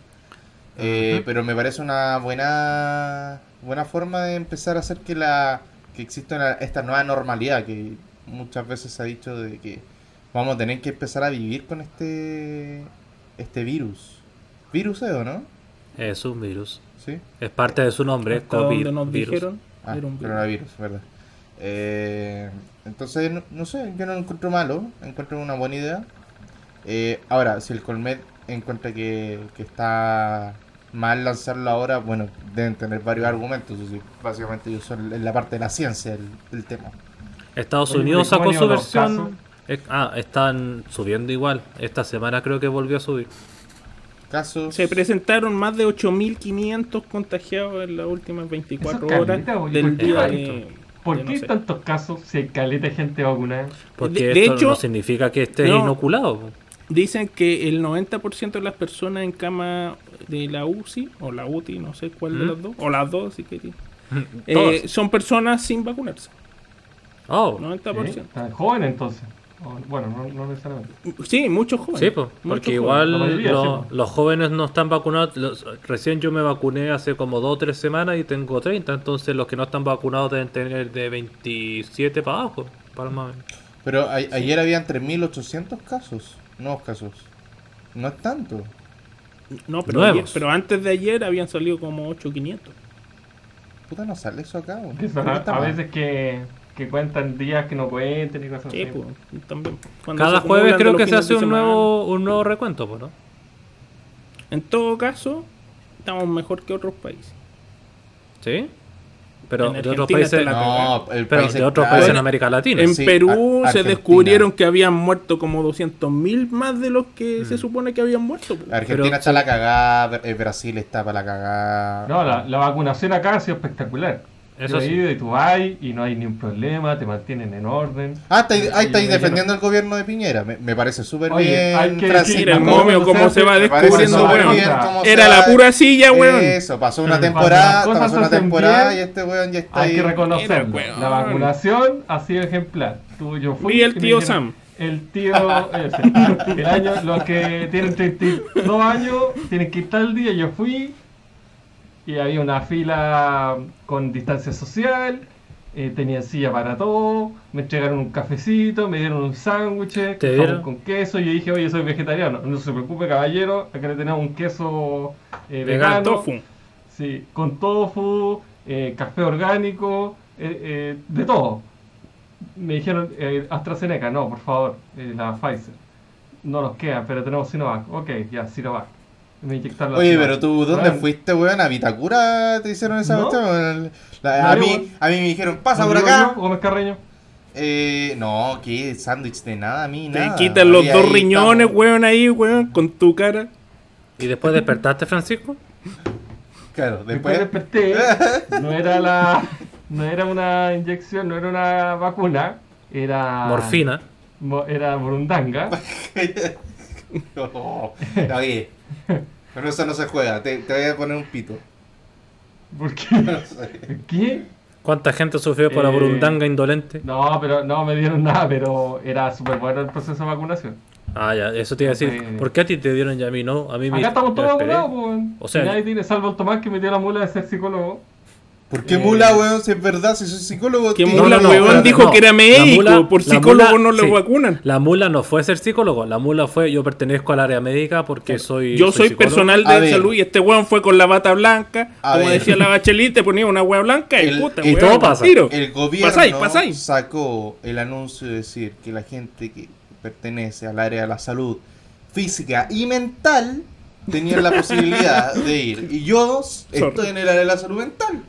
S6: Eh, pero me parece una buena buena forma de empezar a hacer que la que exista una- esta nueva normalidad que muchas veces se ha dicho de que vamos a tener que empezar a vivir con este este virus. Virus es o no?
S4: Es un virus.
S6: Sí.
S4: Es parte de su nombre,
S1: hasta
S4: COVID.
S1: donde nos
S4: virus.
S1: dijeron,
S6: Ah,
S1: era un virus.
S6: coronavirus, verdad. Eh, entonces, no, no sé, yo no lo encuentro malo, encuentro una buena idea. Eh, ahora, si el Colmet encuentra que, que está mal lanzarlo ahora, bueno, deben tener varios argumentos. eso sí, básicamente ellos son en la parte de la ciencia el, el tema.
S4: Estados
S7: Oye,
S4: Unidos sacó
S7: ¿cómo han
S4: su
S7: ido los
S4: versión. Eh, Ah, están subiendo igual. Esta semana creo que volvió a subir.
S6: Casos...
S1: Se presentaron más de 8.500 contagiados en las últimas 24
S7: Eso es
S1: horas
S7: caleta, oye,
S1: del
S7: ¿por qué
S1: día
S7: tanto?
S1: de...
S7: ¿Por
S1: de
S7: qué
S1: no sé.
S7: tantos casos si hay caleta de gente vacunada?
S4: Porque
S1: De- de
S4: esto
S1: hecho-
S4: no significa que esté
S1: No.
S4: inoculado.
S1: Dicen que el 90% de las personas en cama de la UCI o la UTI, no sé cuál de
S4: ¿Mm?
S1: las dos, o las dos, si queréis, eh,
S4: Todos.
S1: son personas sin vacunarse.
S4: Oh,
S1: 90%.
S7: ¿Tan joven entonces? O- bueno, no, no necesariamente.
S1: Sí, muchos jóvenes.
S4: sí, po,
S1: muchos
S4: porque
S1: jóvenes.
S4: igual
S7: la mayoría,
S4: lo-
S7: sí, po.
S4: los jóvenes no están vacunados. Los- recién yo me vacuné hace como 2 o 3 semanas y tengo 30. Entonces los que no están vacunados deben tener de 27 para abajo. Para más o menos.
S6: Pero a- ayer habían 3.800 casos, nuevos casos. No es tanto.
S1: No, pero,
S4: Nuevos.
S1: ayer- pero antes de ayer habían salido como 8.500.
S6: Puta, no sale eso acá. ¿o?
S7: Eso,
S6: No
S7: a,
S6: está
S7: a
S6: mal.
S7: veces que, que cuentan días que no cuenten y cosas
S1: Sí,
S7: así.
S1: pues, también. Cuando
S4: Ah, Cada
S1: se
S4: jueves
S1: acumulan
S4: creo
S1: los
S4: que se
S1: fines
S4: hace
S1: de
S4: un
S1: semana.
S4: nuevo, un nuevo recuento, po, ¿no?
S1: En todo caso, estamos mejor que otros países.
S4: Sí. Pero
S1: En
S4: de
S1: Argentina
S4: otros países,
S1: está la-
S6: No, el
S4: pero
S6: país
S4: de otros
S6: está-
S4: países en América Latina.
S1: En
S6: Sí,
S1: Perú
S6: a-
S1: se
S6: Argentina.
S1: descubrieron que habían muerto como 200.000 más de los que se supone que habían muerto. po.
S6: Mm. Argentina
S4: Pero-
S6: está la cagada, Br- eh, Brasil está para la cagada.
S7: No, la, la vacunación acá ha sido espectacular.
S4: Eso
S7: Yo he
S4: sí.
S7: ido y tú vas y no hay ni un problema, te mantienen en orden.
S6: Ah, estáis
S7: Y-
S6: ahí
S7: y
S6: estáis
S7: me
S6: defendiendo al gobierno de Piñera. Me, me parece súper
S7: Oye, hay
S6: bien,
S7: que
S6: Francisco.
S7: decir
S1: Mira, el
S7: ¿cómo
S1: momio
S7: se
S1: cómo
S7: hace?
S1: se va
S6: Me parece
S1: descubriendo,
S6: súper
S1: weón.
S6: bien
S7: Puta.
S6: cómo se
S1: Era
S6: va-
S1: la pura silla, weón.
S6: Eso, pasó una
S7: Cuando las
S6: temporada,
S7: cosas
S6: pasó una
S7: se hacen
S6: temporada
S7: bien,
S6: y este weón ya está
S7: Hay
S6: ahí.
S7: que reconocerlo.
S1: Era, weón.
S7: La vacunación ha sido ejemplar. Tú, yo fui.
S1: Vi el
S7: y me
S1: tío Sam.
S7: dijeron, El tío. ese. el año, los que tienen 32 años tienen que ir tal día. Yo fui y había una fila con distancia social. eh, tenía silla para todo. Me entregaron un cafecito, me dieron un sándwich
S4: ¿Te
S7: con,
S4: dieron?
S7: jamón con queso. Y yo dije, oye, soy vegetariano. No se preocupe, caballero. Acá le tenemos un queso eh,
S1: Vegano.
S7: vegano.
S1: Tofu.
S7: Sí, con tofu, eh, café orgánico, eh, eh, de todo. Me dijeron eh, AstraZeneca, no, por favor, eh, la Pfizer. No nos queda, pero tenemos Sinovac. Ok, ya, Sinovac. Me inyectaron la
S6: Oye,
S7: ciudad.
S6: pero tú, ¿dónde
S7: Weón,
S6: fuiste, weón? ¿A Vitacura te hicieron esa
S7: No.
S6: cuestión? weón? La- a,
S7: No,
S6: mí,
S7: weón.
S6: a mí me dijeron, pasa por
S7: ¿Rodrigo
S6: acá.
S7: Yo, Gómez Carreño.
S6: Eh, no, ¿qué? Sándwich de nada, a mí
S1: Te
S6: nada.
S1: quitan los
S6: Ahí-
S1: dos
S6: ahí
S1: riñones,
S6: estamos.
S1: weón, ahí, weón, con tu cara.
S4: ¿Y después despertaste, Francisco?
S6: Claro,
S7: Después
S6: después.
S7: desperté. No era la. No era una inyección, no era una vacuna. Era.
S4: Morfina.
S7: mo- era burundanga.
S6: No, David, con eso no se juega. Te, te voy a poner un pito.
S7: ¿Por qué?
S6: No sé.
S7: ¿Qué?
S4: ¿Cuánta gente sufrió por la
S7: Eh,
S4: burundanga indolente?
S7: No, pero no me dieron nada, pero era súper bueno el proceso de vacunación.
S4: Ah, ya, eso te iba a decir.
S7: Ok.
S4: ¿Por qué a ti te dieron y a mí no? A mí me.
S7: Acá estamos
S4: me
S7: todos
S4: esperé.
S7: vacunados, pues. weón.
S4: O sea,
S7: Y nadie tiene, salvo el Tomás que metió la mula de ser psicólogo.
S6: ¿Por qué
S7: Eh,
S6: mula, weón? Si es verdad, si soy psicólogo.
S1: Que
S6: tío.
S1: mula,
S4: no, no,
S1: weón,
S4: espérate,
S1: dijo
S4: no.
S1: que era
S4: La
S1: médico.
S4: mula-
S1: por
S4: la
S1: psicólogo
S4: mula-
S1: no lo
S4: sí.
S1: vacunan.
S4: La mula no fue ser psicólogo, la mula fue yo pertenezco al área médica porque soy.
S1: Yo soy
S4: psicólogo.
S1: personal
S6: A
S1: de
S6: ver.
S1: salud y este weón fue con la bata blanca.
S6: A
S1: como
S6: ver.
S1: decía la bachelit, te ponía una wea blanca y
S6: El-
S1: puta,
S4: y
S1: weón,
S4: todo
S1: al
S4: pasa.
S1: tiro.
S6: El gobierno
S1: Pasáis, pasáis.
S6: sacó el anuncio de decir que la gente que pertenece al área de la salud física y mental tenía la posibilidad de ir. Y yo estoy en el área de la salud mental.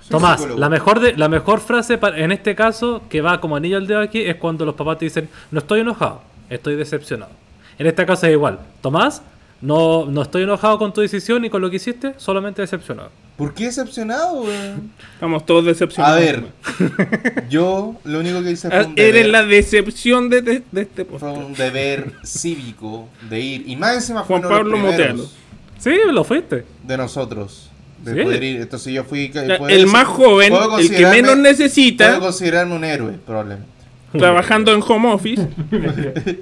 S6: Soy
S4: Tomás,
S6: psicólogo.
S4: la mejor, de, la mejor frase pa- en este caso que va como anillo al dedo aquí es cuando los papás te dicen, no estoy enojado, estoy decepcionado. En este caso es igual. Tomás, no, no estoy enojado con tu decisión y con lo que hiciste, solamente decepcionado.
S6: ¿Por qué decepcionado, weón?
S1: Estamos todos
S6: A
S1: decepcionados.
S6: ver,
S1: weón.
S6: yo lo único que hice fue
S1: Ah,
S6: un
S1: Eres
S6: deber,
S1: la decepción de, de- de este
S6: fue
S1: podcast.
S6: un deber cívico de ir. Y más encima
S1: Juan
S6: fue uno de los
S1: Pablo
S6: primeros
S1: Motealo.
S4: Sí, lo fuiste.
S6: de nosotros. De
S4: Sí.
S6: poder ir. Entonces yo fui.
S1: Ya, El más joven, el que menos
S6: Puedo
S1: necesita,
S6: considerarme un héroe, probablemente.
S1: trabajando en home office.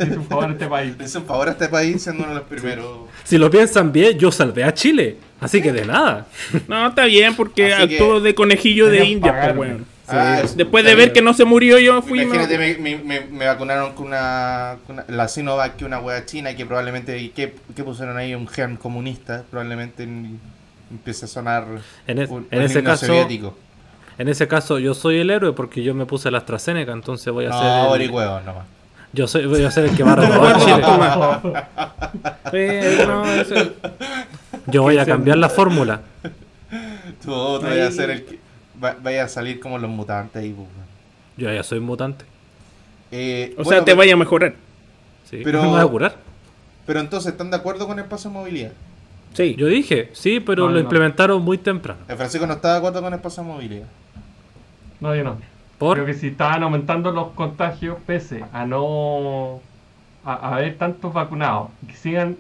S7: Es un favor a este país.
S6: Le hice un favor a este país siendo uno de los primeros.
S4: Si lo piensan bien, yo salvé a Chile. Así que de nada.
S1: No, está bien, porque
S6: Así que-
S1: actuó de conejillo de
S7: Tenían
S1: India,
S7: pagarme.
S1: pues, weón.
S6: Ah, es-
S1: Después de
S6: está
S1: ver que
S6: bien.
S1: no se murió, yo fui.
S6: Imagínate,
S1: me-
S6: me, me, me- me vacunaron con una, con una- La Sinovac, que una hueá china, que probablemente. y Que, que pusieron ahí un gen comunista. Probablemente en- empiece a sonar.
S4: En
S1: e-
S4: es-
S6: un-
S4: en
S6: un
S4: ese
S6: himno
S4: caso,
S6: soviético.
S4: En ese caso, yo soy el héroe porque yo me puse la AstraZeneca, entonces voy a ser...
S6: No,
S4: el-
S6: averigüeo, nomás.
S4: yo, soy, voy a ser el que va a robar Chile.
S1: Eh, no, eso-
S4: Yo voy a cambiar la fórmula.
S6: Tú tú vayas a ser el que. va- vaya a salir como los mutantes ahí, pues, weón.
S4: Yo ya soy mutante.
S6: Eh,
S1: O
S6: bueno,
S1: sea, te vaya a mejorar.
S4: Sí.
S6: Pero-
S4: ¿Me vas a curar?
S6: Pero entonces, ¿están de acuerdo con el paso de movilidad?
S1: Sí.
S4: Yo dije, sí, pero
S7: No,
S4: lo
S7: no.
S4: implementaron muy temprano.
S6: El Francisco no está de acuerdo con el paso de movilidad.
S7: No, yo no. Creo
S4: Por
S7: que si estaban aumentando los contagios, pese a no a, a haber tantos vacunados, y que sigan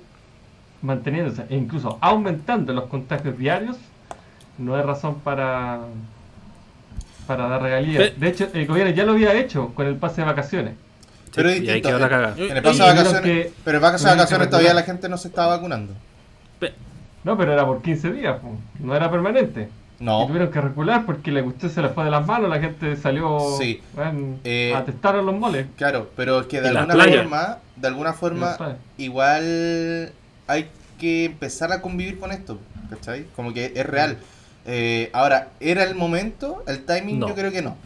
S7: manteniéndose e incluso aumentando los contagios diarios, no hay razón para para dar regalías.
S1: Pe-
S7: De hecho, el gobierno ya lo había hecho con el pase de vacaciones.
S6: Pero es
S4: y ahí
S6: distinto.
S4: quedó la
S6: En-
S4: cagada.
S6: En el paso de
S7: Y- y
S6: vacaciones,
S7: que-
S6: pero en el paso de
S7: tuvieron que
S6: vacaciones todavía la
S7: vacunar.
S6: gente no se estaba vacunando.
S7: No, pero era por 15 días, po. no era permanente. Y
S6: No.
S7: tuvieron que recular porque la cuestión se les fue de las manos, la gente salió,
S6: Sí.
S7: bueno,
S6: Eh,
S7: atestaron los moles.
S6: Claro, pero es que de
S4: En la
S6: alguna
S4: playa.
S6: forma, de alguna
S7: En la
S6: forma,
S7: playa.
S6: igual hay que empezar a convivir con esto, ¿cachai? Como que es real. Eh, ahora, ¿era el momento? El timing
S4: No.
S6: yo creo que no.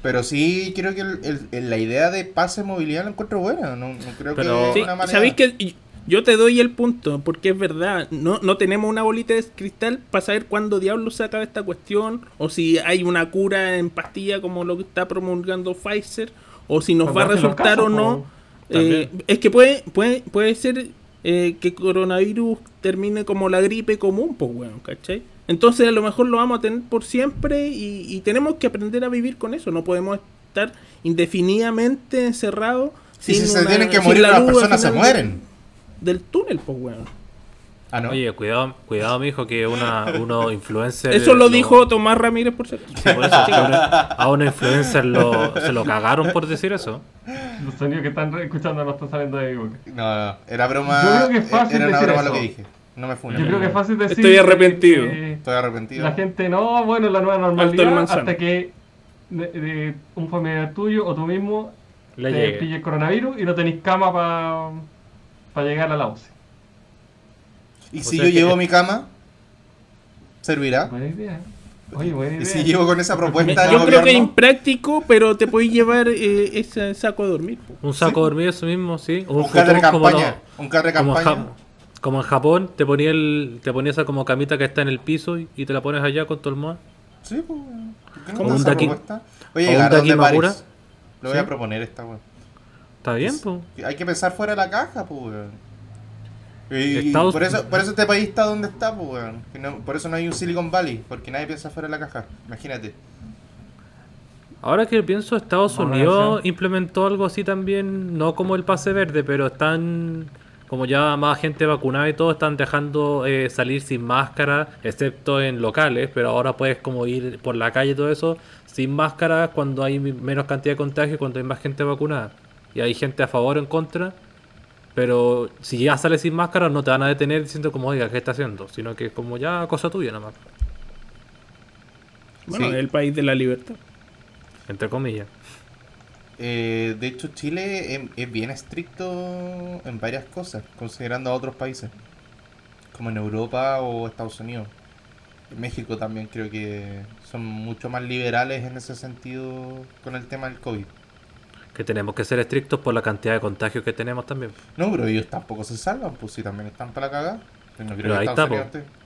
S6: Pero sí creo que el- el- el- la idea de pase de movilidad la encuentro buena. No, no creo
S4: Pero-
S6: que
S1: Sí,
S6: es una manera.
S1: ¿Sabéis que y- yo te doy el punto? Porque es verdad, no, no tenemos una bolita de cristal para saber cuándo diablos se acaba esta cuestión, o si hay una cura en pastilla como lo que está promulgando Pfizer, o si nos va a
S7: Acuérdate los
S1: resultar
S7: casos,
S1: o no.
S7: po.
S1: Eh, es que puede, puede, puede ser eh, que coronavirus termine como la gripe común, pues weón, ¿cachai? Entonces a lo mejor lo vamos a tener por siempre y, y tenemos que aprender a vivir con eso. No podemos estar indefinidamente encerrados.
S6: Y si
S1: sin
S6: se
S1: una-
S6: tienen que
S1: sin
S6: morir
S1: la
S6: las
S1: luz al
S6: personas, se
S1: final
S6: mueren.
S1: Del túnel, pues weón.
S6: Ah, no.
S4: Oye, cuidado, cuidado, mijo, que una, uno influencer.
S1: Eso lo
S4: lo-
S1: dijo Tomás Ramírez por cierto.
S4: Sí, por eso, que una- a un influencer lo, se lo cagaron por decir eso.
S7: Los sonidos que están re- escuchando no están saliendo de mi boca.
S6: No, no, era broma.
S7: Yo creo que es fácil
S6: era una
S7: decir
S6: broma
S7: eso.
S6: lo que dije. No me funes.
S7: Yo creo que es fácil decir.
S1: Estoy arrepentido.
S7: que
S6: Estoy arrepentido.
S7: la gente, no, bueno, la nueva
S1: Alto el
S7: normalidad.
S1: manzano.
S7: Hasta que de- de un familiar tuyo o tú mismo
S4: Le
S7: te
S4: llegué.
S7: pille el coronavirus y no tenés cama para llegar a la UCI.
S6: ¿Y
S4: O
S6: si
S4: sea
S6: yo
S4: que-
S6: llevo mi cama? ¿Servirá?
S7: Buena idea. ¿eh? Oye, buena idea.
S6: ¿Y si llevo con esa propuesta al
S1: Yo creo que es
S6: gobierno?
S1: impráctico, pero te podéis llevar eh, ese saco a dormir. pues. po.
S4: Un saco dormido, eso mismo, sí. O
S6: Un carro de
S4: futón como
S6: campaña.
S4: lo-
S6: Un carro de
S4: como
S6: campaña.
S4: Jam- Como en Japón, te ponía, el, te ponía esa como camita que está en el piso y, y te la pones allá con tu almohada.
S6: Sí, pues. weón. ¿Por qué no
S4: Como
S6: te
S4: un
S6: esa
S4: Daki-
S6: propuesta? Oye,
S4: como un
S6: llegaron de
S4: Dakimakura.
S6: París. Lo voy
S4: Sí.
S6: a proponer esta weón.
S4: Está bien, pues.
S6: Hay que pensar fuera de la caja, pues weón. Y
S4: Estados-
S6: por eso, por eso este país está donde está, pues weón. Que no- por eso no hay un Silicon Valley, porque nadie piensa fuera de la caja. Imagínate.
S4: Ahora que pienso, Estados
S7: Ahora
S4: Unidos
S7: sí.
S4: implementó algo así también, no como el pase verde, pero están, como ya más gente vacunada y todo, están dejando eh, salir sin máscara, excepto en locales, pero ahora puedes como ir por la calle y todo eso, sin máscara cuando hay menos cantidad de contagios, cuando hay más gente vacunada. Y hay gente a favor o en contra, pero si ya sales sin máscara no te van a detener diciendo como, oiga, ¿qué está haciendo? Sino que es como ya cosa tuya nomás,
S1: Bueno,
S6: Sí.
S1: el país de la libertad.
S4: entre comillas.
S6: Eh, de hecho, Chile em- es, bien estricto en varias cosas, considerando a otros países, como en Europa o Estados Unidos. En México también creo que son mucho más liberales en ese sentido con el tema del COVID.
S4: Que tenemos que ser estrictos por la cantidad de contagios que tenemos también.
S6: No, pero ellos tampoco se salvan, pues si también están para la cagada. Pero no creo
S4: Pero
S6: que
S4: ahí
S6: Estados
S4: está,
S6: Unidos
S4: po.
S6: esté.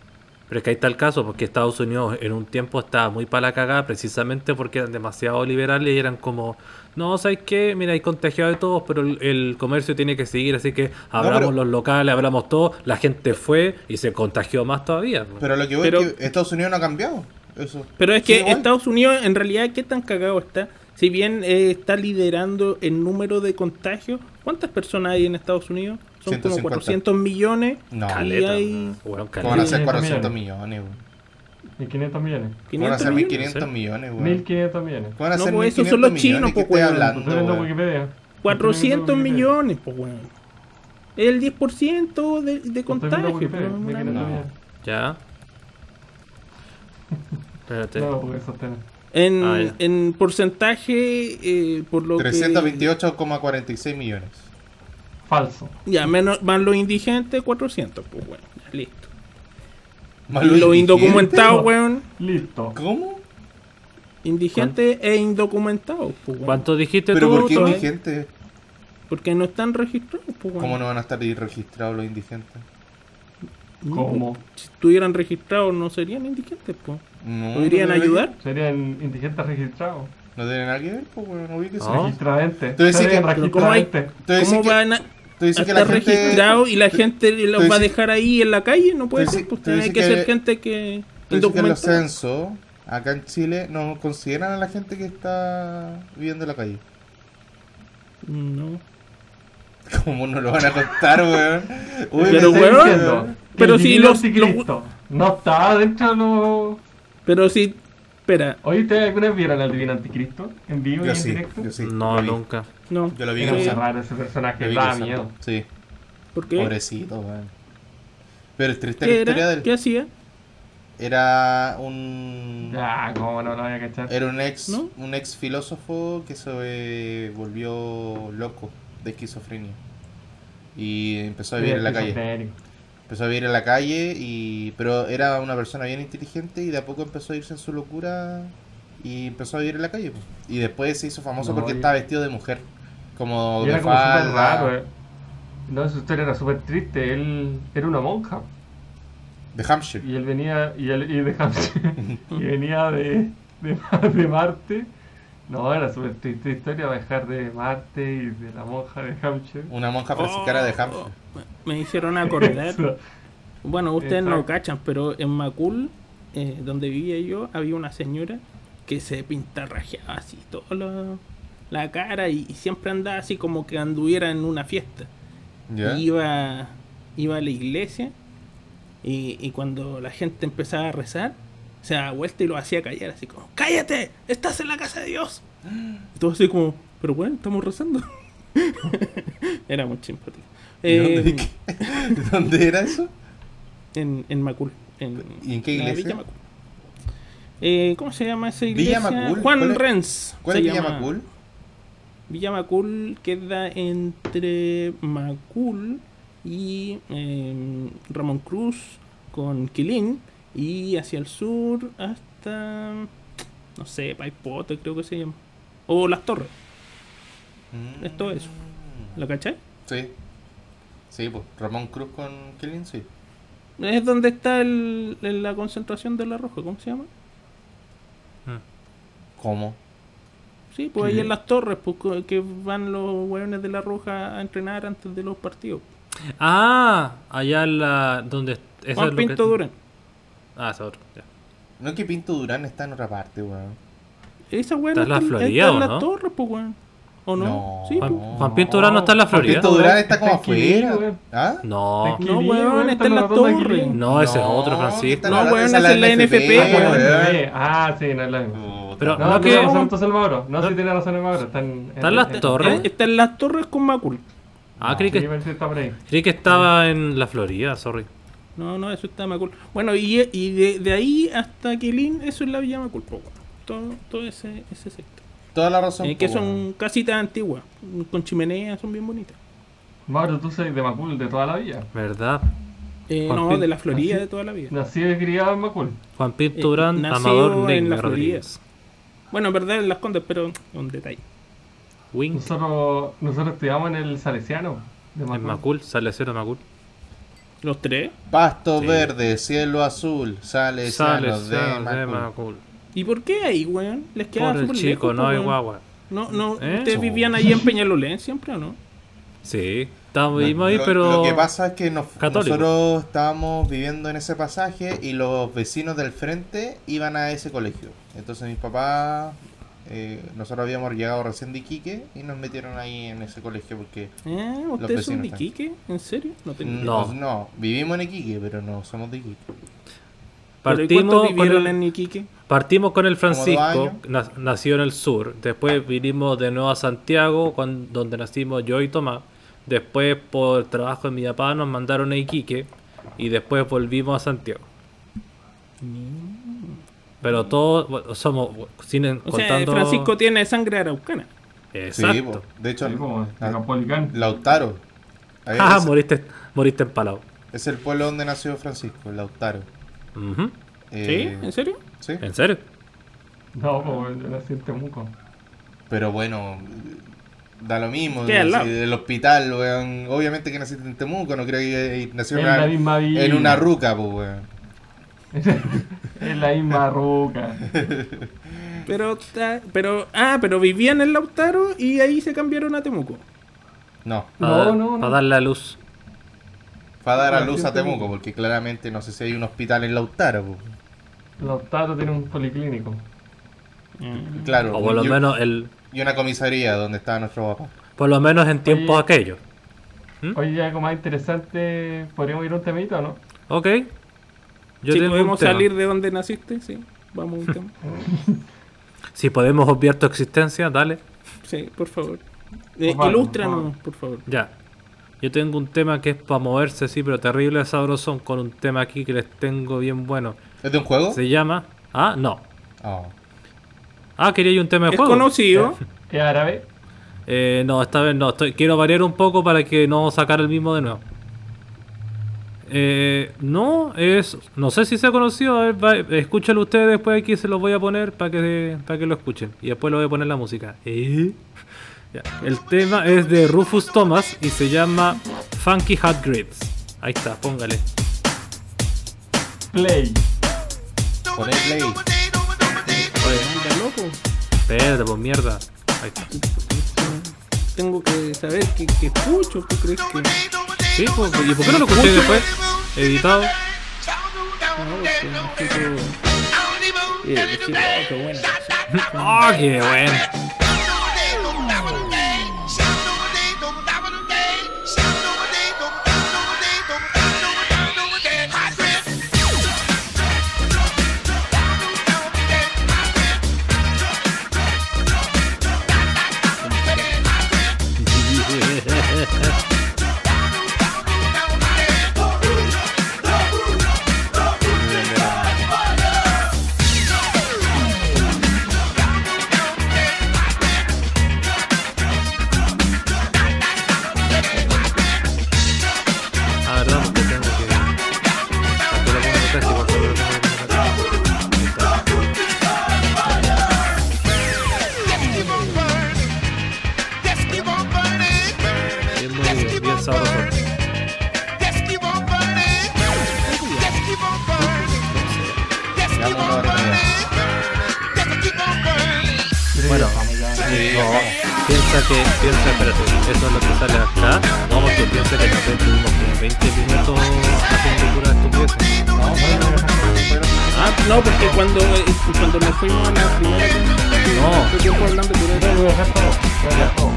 S4: Pero es que ahí está el caso, porque Estados Unidos en un tiempo estaba muy para la cagada precisamente porque eran demasiado liberales y eran como, no, ¿sabes qué? Mira, hay contagiados de todos, pero el, el comercio tiene que seguir, así que abramos
S6: pero-
S4: los locales, abramos todo, la gente fue y se contagió más todavía. pues".
S6: Pero lo que voy es
S1: Pero-
S6: que Estados Unidos no ha cambiado. Eso.
S1: Pero es
S6: Sí,
S1: que
S6: igual.
S1: Estados Unidos, en realidad, ¿qué tan cagado está? Si bien eh, está liderando el número de contagios, ¿cuántas personas hay en Estados Unidos? Son como
S6: 150.
S1: 400 millones.
S6: No,
S1: Caleta,
S4: hay...
S1: hay-
S6: ¿cómo van a
S7: hacer?
S6: ser 400
S7: 500
S6: millones, weón?
S7: Y 500 millones.
S6: ¿Cómo van a
S1: 500
S6: ser
S1: millones.
S6: 1500 millones, weón?
S7: 1500 millones.
S6: ¿Cómo van a
S1: No,
S6: ser
S1: pues, esos son
S6: 1500
S1: los chinos,
S6: millones? ¿Qué
S1: po,
S6: estoy
S1: weón.
S6: hablando,
S7: Estoy viendo
S6: weón?
S7: Wikipedia. Estoy viendo
S1: 400
S7: Wikipedia.
S1: millones, pues, weón. Es el 10% de, de
S7: Estoy viendo
S1: contagio.
S7: Wikipedia,
S1: pues,
S7: me
S1: una-
S7: quieren
S6: no.
S7: también.
S4: Ya. Espérate.
S7: No, porque eso está-
S1: En,
S4: Ah, ya.
S1: en porcentaje, eh, por lo que-
S6: 328,46 millones.
S7: Falso.
S1: Ya, menos, más los indigentes, 400, pues, weón. Ya, listo.
S6: Más
S1: Y los
S6: indigentes.
S1: indocumentados, weón.
S7: Listo.
S6: ¿Cómo?
S1: Indigentes e indocumentados, pues, weón.
S4: ¿Cuánto dijiste
S6: ¿Pero
S4: tú?
S6: por qué
S4: Tommy?
S1: ¿eh?
S6: indigentes?
S1: Porque no están registrados, pues, weón.
S6: ¿Cómo no van a estar ahí registrados los indigentes?
S1: No, pues,
S7: ¿Cómo?
S1: Si estuvieran registrados, no serían indigentes, pues. ¿Podrían
S6: No, no tiene nada
S1: ayudar?
S7: Serían indigentes registrados.
S6: que- No tiene nada que ver, pues, weón. No vi que
S7: Ah.
S4: No.
S7: Registradamente.
S6: Tú decís
S7: Serían
S6: que-
S1: pero ¿Ah? ¿cómo hay-
S7: registradamente.
S6: Tú dices
S1: ¿Cómo
S6: que-
S1: van a,
S6: Tú dices
S1: a
S6: que la
S1: estar
S6: gente.
S1: registrados y la gente los
S6: tú
S1: va a
S6: dices-
S1: dejar ahí en la calle? No puede
S6: tú
S1: ser,
S6: dices-
S1: pues.
S6: tú
S1: Tiene
S6: dices
S1: que
S6: que-
S1: ser gente que.
S6: Tú dices que en los
S1: indocumentada.
S6: censos, acá en Chile, no consideran a la gente que está viviendo en la calle.
S1: No.
S6: ¿Cómo no lo van a contar, weón? Uy,
S1: Pero,
S6: me-
S7: Estoy
S1: weón,
S7: diciendo que
S1: pero
S7: el
S1: si
S7: divino
S1: los-
S7: anticristo No está dentro de los.
S1: Pero si. Espera,
S7: Oye, ¿ustedes alguna vez vieron al divino anticristo? ¿En vivo y
S6: Yo
S7: en
S6: sí,
S7: directo?
S6: yo sí.
S4: No,
S6: lo vi.
S4: nunca.
S1: no.
S6: Yo lo vi
S1: Eh,
S6: en
S7: Era
S6: Amazon.
S7: raro ese
S6: Lo
S7: personaje,
S6: vi
S7: daba
S6: cruzando.
S7: miedo.
S6: Sí,
S1: ¿Por qué?
S6: pobrecito, weón. Pero es triste la
S1: ¿Qué
S6: historia
S1: era?
S6: del.
S1: ¿Qué hacía?
S6: Era un.
S7: Ya, cómo no lo voy a cachar.
S6: Era un ex,
S1: ¿No?
S6: un ex filósofo que se eh, volvió loco de esquizofrenia. Y empezó a vivir en la calle.
S7: Esquizofrénico.
S6: Empezó a vivir en la calle, y pero era una persona bien inteligente y de a poco empezó a irse en su locura y empezó a vivir en la calle. pues. Y después se hizo famoso
S7: No,
S6: porque
S7: y-
S6: estaba vestido de mujer. Como
S7: Y
S6: de
S7: era como súper
S6: falda,
S7: raro, eh. No, su historia era súper triste. Él era una monja.
S6: de Hampshire.
S7: Y él venía, y él y de y venía de, de, de Marte. No, era súper triste historia bajar de Marte y de la monja de Hampshire.
S6: Una monja franciscana de Hampshire.
S1: Me hicieron acordar.
S7: Eso.
S1: Bueno, ustedes no
S7: Exacto.
S1: cachan, pero en Macul, eh, donde vivía yo, había una señora que se pintarrajeaba así toda la, la cara y, y siempre andaba así como que anduviera en una fiesta.
S6: ¿Ya?
S1: Iba, iba a la iglesia y, y cuando la gente empezaba a rezar, se daba vuelta y lo hacía callar, así como, cállate, estás en la casa de Dios. Y todo así como, pero bueno, estamos rezando. Era muy simpático.
S6: ¿Y dónde,
S1: Em,
S7: eh,
S6: ¿Dónde era eso?
S1: en, en Macul. En,
S6: ¿Y en qué
S1: la
S6: iglesia?
S1: Villa Macul. Eh, ¿Cómo se llama esa
S6: Villa
S1: iglesia?
S6: Macul, ¿cuál
S1: Juan
S6: es-
S1: Renz.
S6: ¿Cuál
S1: se
S6: es Villa
S1: llama.
S6: Macul?
S1: Villa Macul queda entre Macul y eh, Ramón Cruz con Quilín y hacia el sur hasta, no sé, Paipoto creo que se llama. O Las Torres,
S6: Mm,
S1: es todo eso. ¿Lo cachai?
S6: Sí. Sí, pues Ramón Cruz con Kelly Lindsay.
S1: Es donde está el- el- la concentración de la roja, ¿cómo se llama?
S6: ¿Cómo?
S1: Sí, pues ahí en las torres, pues co- que van los hueones de la roja a entrenar antes de los partidos.
S4: Ah, allá en la. donde. eso
S1: Juan
S4: es lo que-
S1: Pinto Durán.
S4: Ah, ese otro. ya.
S6: No es que Pinto Durán está en otra parte, weón.
S1: Esa hueá
S4: Está en la Florida,
S1: está
S4: ¿o
S1: en
S4: no?
S1: las torres, pues weón. ¿O no?
S6: No.
S1: Sí, pues.
S4: Juan, Juan Pinto Durán no está en la Florida.
S6: Pinto Durán está
S7: Está
S6: como
S7: aquí,
S6: afuera.
S7: weón.
S6: ¿Ah?
S4: No,
S1: No,
S7: Quilín,
S1: weón, está en
S7: la
S1: la
S7: rotonda de
S1: torre.
S7: Quilín.
S4: no, ese es otro,
S6: No,
S4: Francisco.
S6: está
S1: No,
S6: la-
S1: weón,
S6: esa
S1: esa es la NFP,
S7: Ah, bueno,
S6: weón.
S7: sí. Ah, sí, no es la misma.
S4: Pero
S7: No,
S4: no,
S7: tiene
S4: que.
S7: razón entonces el Mauro. No, sí tiene razón el Mauro. Está en,
S4: ¿Está en las torres?
S1: Eh, Está en las torres con Macul.
S4: Ah, creí
S7: Sí,
S4: que,
S7: parece que está por ahí.
S4: creí que estaba en la Florida, sorry.
S1: No, no, eso está Macul. Bueno, y, y de, de ahí hasta Quilín, eso es la Villa Macul, pues, weón. Todo, todo ese, ese sector.
S6: Toda la razón.
S1: Eh, que
S6: po, weón.
S1: son casitas antiguas, con chimeneas, son bien bonitas.
S7: Mauro, tú sois de Macul de toda la vida.
S4: ¿Verdad?
S1: Eh,
S4: Juan
S1: no,
S4: Pin-
S1: de la Florida de toda la vida.
S7: Nacido y criado en Macul.
S4: Juan
S1: Eh,
S4: Pinto Durán,
S1: nacido
S4: Amador
S1: en la
S4: Negro
S1: Florida.
S4: Rodríguez.
S1: Bueno, en verdad en las condes, pero un detalle.
S4: Wing.
S7: Nosotros, nosotros estudiamos en el Salesiano de
S4: En
S7: Macul.
S4: Macul, sale cero Macul.
S1: Los tres.
S6: Pasto
S4: Sí.
S6: verde, cielo azul, sale,
S4: Sale
S6: sano de
S4: cero de
S6: Macul.
S4: Macul.
S1: ¿Y por qué ahí, weón? Les quedaba
S4: Por el
S1: súper
S4: chico,
S1: lejos, pues,
S4: no hay
S1: weón.
S4: guagua.
S1: No, no,
S4: ¿Eh?
S1: ustedes vivían ahí en Peñalolén siempre o no?
S4: Sí, estamos
S6: Lo-
S4: ahí,
S6: lo-
S4: pero.
S6: Lo que pasa es que nos-
S4: Católico.
S6: nosotros estábamos viviendo en ese pasaje y los vecinos del frente iban a ese colegio. Entonces mis papás, eh, nosotros habíamos llegado recién de Iquique y nos metieron ahí en ese colegio porque...
S1: Eh, ¿Ustedes son
S6: vecinos
S1: de
S6: están.
S1: Iquique? ¿En serio? No tengo idea.
S4: No.
S6: No. no, vivimos en Iquique, pero no somos de Iquique.
S1: ¿Pero y cuántos
S4: Partimos con,
S1: vivieron
S4: el,
S1: en Iquique?
S4: partimos con el
S6: dos
S4: Francisco,
S6: años.
S4: na- nacido en el sur. Después vinimos de nuevo a Santiago, cuan- donde nacimos yo y Tomás. Después, por trabajo de mi papá, nos mandaron a Iquique. Y después volvimos a Santiago. Pero todos bueno, somos, bueno, sin en-
S1: O
S4: contando.
S1: sea, Francisco tiene sangre araucana.
S6: Sí,
S4: Exacto.
S6: po. de hecho,
S7: Sí, como de
S6: la-
S7: Napolicán.
S6: Lautaro. Ahí
S4: Ah,
S6: es,
S4: moriste, moriste en Palau.
S6: es el pueblo donde nació Francisco, Lautaro.
S4: Ujú,
S6: Eh,
S1: ¿Sí? ¿En serio?
S6: sí.
S4: ¿En serio?
S7: No, como el nací en Temuco.
S6: Pero bueno, da lo mismo.
S1: Queda al
S6: si
S1: lado.
S6: el hospital, weón. Obviamente que naciste en Temuco, no creo que nació
S7: En
S6: en, una-
S7: la misma villa.
S6: en una ruca, pues, weón.
S7: Es la misma ruca.
S1: Pero, ta- pero, ah, pero vivían en Lautaro y ahí se cambiaron a Temuco.
S6: No,
S4: Para,
S7: No,
S4: dar-
S7: no, no.
S4: para dar la luz.
S6: va a dar a
S7: Nació
S6: luz
S7: en
S6: a Temuco,
S7: Temuco.
S6: porque claramente no sé si hay un hospital en Lautaro, pues.
S7: Lautaro tiene un policlínico.
S1: Mm.
S6: Claro,
S4: O por lo
S6: y,
S4: menos el,
S6: y una comisaría donde estaba nuestro papá.
S4: por lo menos en tiempos aquellos.
S7: Oye, ya algo más interesante, podríamos ir a un temito, ¿no?
S4: Ok. Yo
S1: si
S4: tengo un
S1: podemos
S4: tema.
S1: salir de donde naciste, sí. Vamos a un tema.
S4: Si podemos obviar tu existencia, dale.
S1: Sí, por favor. Eh,
S7: Por favor, por
S1: ilústranos, por favor.
S4: Ya. Yo tengo un tema que es para moverse, sí, pero terrible sabrosón con un tema aquí que les tengo bien bueno.
S6: ¿Es de un juego?
S4: Se llama. Ah, no.
S6: Oh.
S4: Ah, quería yo un tema de
S1: Es
S4: juego.
S1: conocido.
S7: ¿Es árabe?
S4: Eh, no, esta vez no. Estoy, quiero variar un poco para que no sacar el mismo de nuevo. Eh, no, es. No sé si se ha conocido. A ver, va- escúchalo ustedes después aquí. Se los voy a poner para que, para que lo escuchen. Y después le voy a poner la música. Eh, ya. El tema es de Rufus Thomas y se llama Funky Hot Grids. Ahí está, póngale.
S7: Play.
S6: Poné play.
S1: Anda, loco.
S4: Espérate, pues mierda. Ahí está.
S1: Tengo que saber qué qué escucho. ¿Tú crees que.?
S4: Sí, pues, ¿y por qué no lo escuché después? Editado.
S1: No, porque no escucho. Eh, sí, oh, qué bueno.
S4: ¡Oh, qué bueno! Ah,
S8: I
S4: Piensa que, piensa, espérate, eso es lo que sale acá. No, porque piensa que nosotros tuvimos como 20 minutos haciendo pura estupidez.
S1: Ah, no, porque cuando, eh, cuando nos fuimos a la primera
S4: No.
S1: fue tiempo hablando por eso.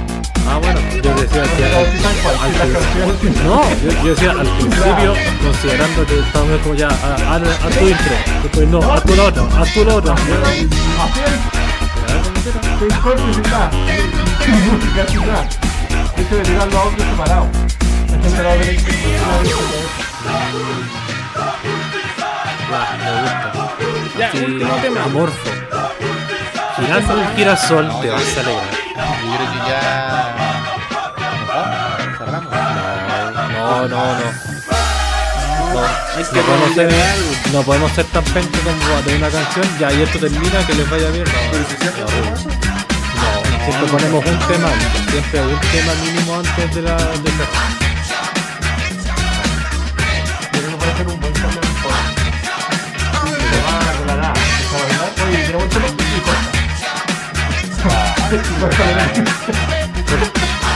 S4: Ah, bueno, yo decía que al, al principio- No, yo, yo decía al principio, considerando que estábamos como ya, a, a- a tu intro. Después, no, a tu lo otro, a tu lo otro.
S7: Esto de tirar los audios separados. Esto de tirar los audios separados.
S4: Ah, me gusta.
S1: Ya,
S4: Sí,
S1: último tema.
S4: amorfo. Girando un girasol te vas a alegrar.
S3: Yo creo que ya.
S6: ¿Nos vamos? Cerramos.
S4: No, no, no.
S1: Hay
S4: No
S1: que
S4: podemos ser,
S1: recomendar algo.
S4: no podemos ser tan penca como de una canción. Ya, y esto termina, que les vaya bien. No, no,
S7: Ah,
S4: siempre ponemos un tema. Siempre un tema mínimo antes de la. De la...
S7: Pero no parece un buen cambio de forma. Se va con la nada. Esa verdad, oye, tenemos mucho más y corta. Corta la nada.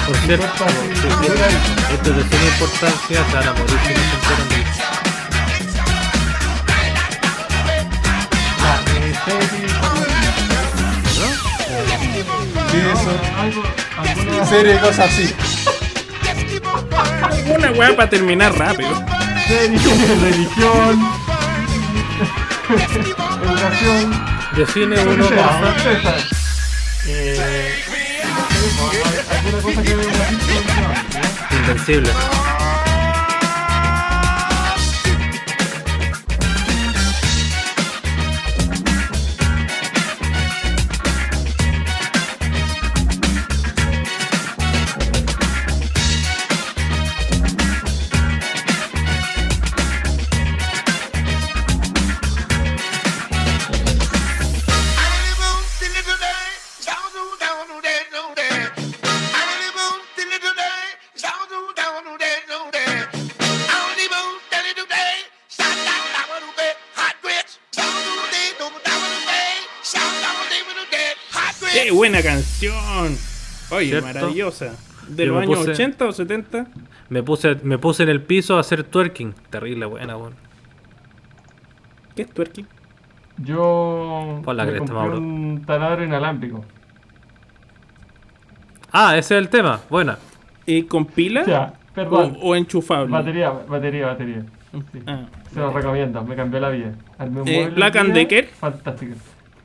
S4: Por cierto, sí, sí, esto es de suma importancia. Se van a morir si no se enteran de
S7: La de serie,
S6: Sí, eso.
S7: algo, alguna-
S6: Serie, cosas así.
S1: Una weá para terminar rápido.
S7: serie, religión, educación.
S4: Define
S7: Bueno,
S4: uno
S7: vamos.
S4: más.
S7: Eh, ¿Alguna cosa que hayamos visto últimamente, eh?
S4: Invencible.
S1: ¡Qué buena canción! Oye,
S4: ¿Cierto?
S1: maravillosa. ¿De
S4: Yo
S1: los
S4: me
S1: años
S4: puse-
S1: 80 o 70?
S4: Me puse, me puse en el piso a hacer twerking. Terrible, buena, weón.
S1: ¿Qué es twerking?
S7: Yo
S4: Pon la
S7: me
S4: cresta,
S7: compré
S4: Mauro.
S7: un taladro inalámbrico.
S4: Ah, ese es el tema. Buena.
S1: Eh, ¿Con pila?
S7: Ya,
S1: o,
S7: perdón.
S1: o enchufable?
S7: Batería, batería, batería. Sí.
S1: Uh, Ah.
S7: Se los recomiendo, me cambió la vida. Armé un
S1: Eh,
S7: mueble
S1: ¿Black
S7: un
S1: and
S7: día,
S1: Decker?
S7: Fantástico.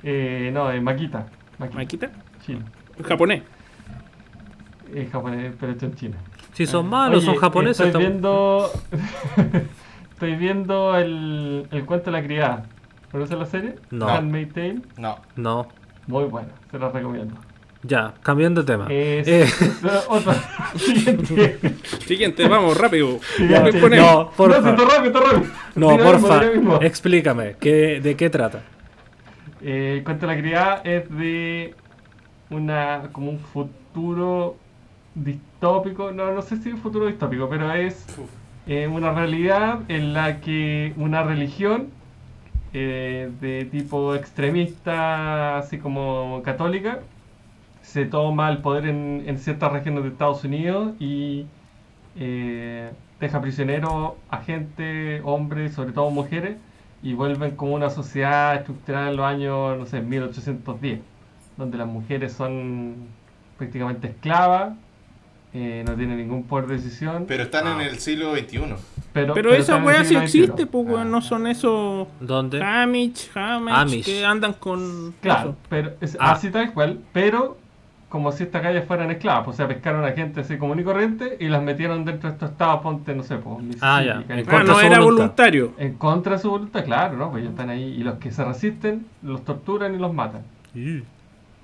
S7: Eh, no, eh, Maquita. Maquita.
S1: ¿Maquita?
S7: China.
S1: ¿Japonés?
S7: Es japonés, pero hecho en China.
S4: Si son
S1: Ah,
S4: malos,
S7: Eh, Oye,
S4: son japoneses.
S7: Estoy
S4: esta-
S7: viendo. estoy viendo el, el cuento de la criada. ¿Conoces la serie?
S4: No.
S7: Handmaid's Tale.
S6: No.
S4: No.
S7: Muy bueno, se los recomiendo.
S4: Ya, cambiando de tema.
S7: Es,
S4: Eh,
S7: es otro. Siguiente.
S1: Siguiente, vamos, rápido.
S7: Ya,
S1: ¿Qué
S7: sí,
S1: ponemos?
S4: no,
S7: No, si
S4: porfa.
S7: está rápido, está rápido.
S4: No,
S7: Dilo mismo,
S4: porfa.
S7: dilo mismo.
S4: Explícame, ¿qué, ¿de qué trata?
S7: Eh, el cuento de la criada es de una como un futuro distópico, no, no sé si un futuro distópico, pero es eh, una realidad en la que una religión eh, de tipo extremista, así como católica, se toma el poder en, en ciertas regiones de Estados Unidos y eh, deja prisionero a gente, hombres, sobre todo mujeres, y vuelven como una sociedad estructurada en los años, no sé, 1810, donde las mujeres son prácticamente esclavas, eh, no tienen ningún poder de decisión.
S6: Pero están en el siglo XXI.
S7: pero,
S1: Pero esas
S7: weá
S1: weas sí existe, pues weón, no son esos
S4: ¿Dónde?
S1: Ah. Hamish, Hamish,
S4: Amish.
S1: que andan con.
S7: Claro,
S1: eso.
S7: pero es
S4: Ah.
S7: así tal cual, pero como si estas calles fueran esclavas, pues, o sea, pescaron a gente así común y corriente y las metieron dentro de estos estados, ponte, no sé, pues, Mississippi,
S4: Ah, ya.
S7: California.
S1: Ah, no
S4: Contra su
S1: era
S4: voluntad.
S1: voluntario.
S7: En contra de su voluntad, claro, ¿no? Pues ellos están ahí y los que se resisten los torturan y los matan. Y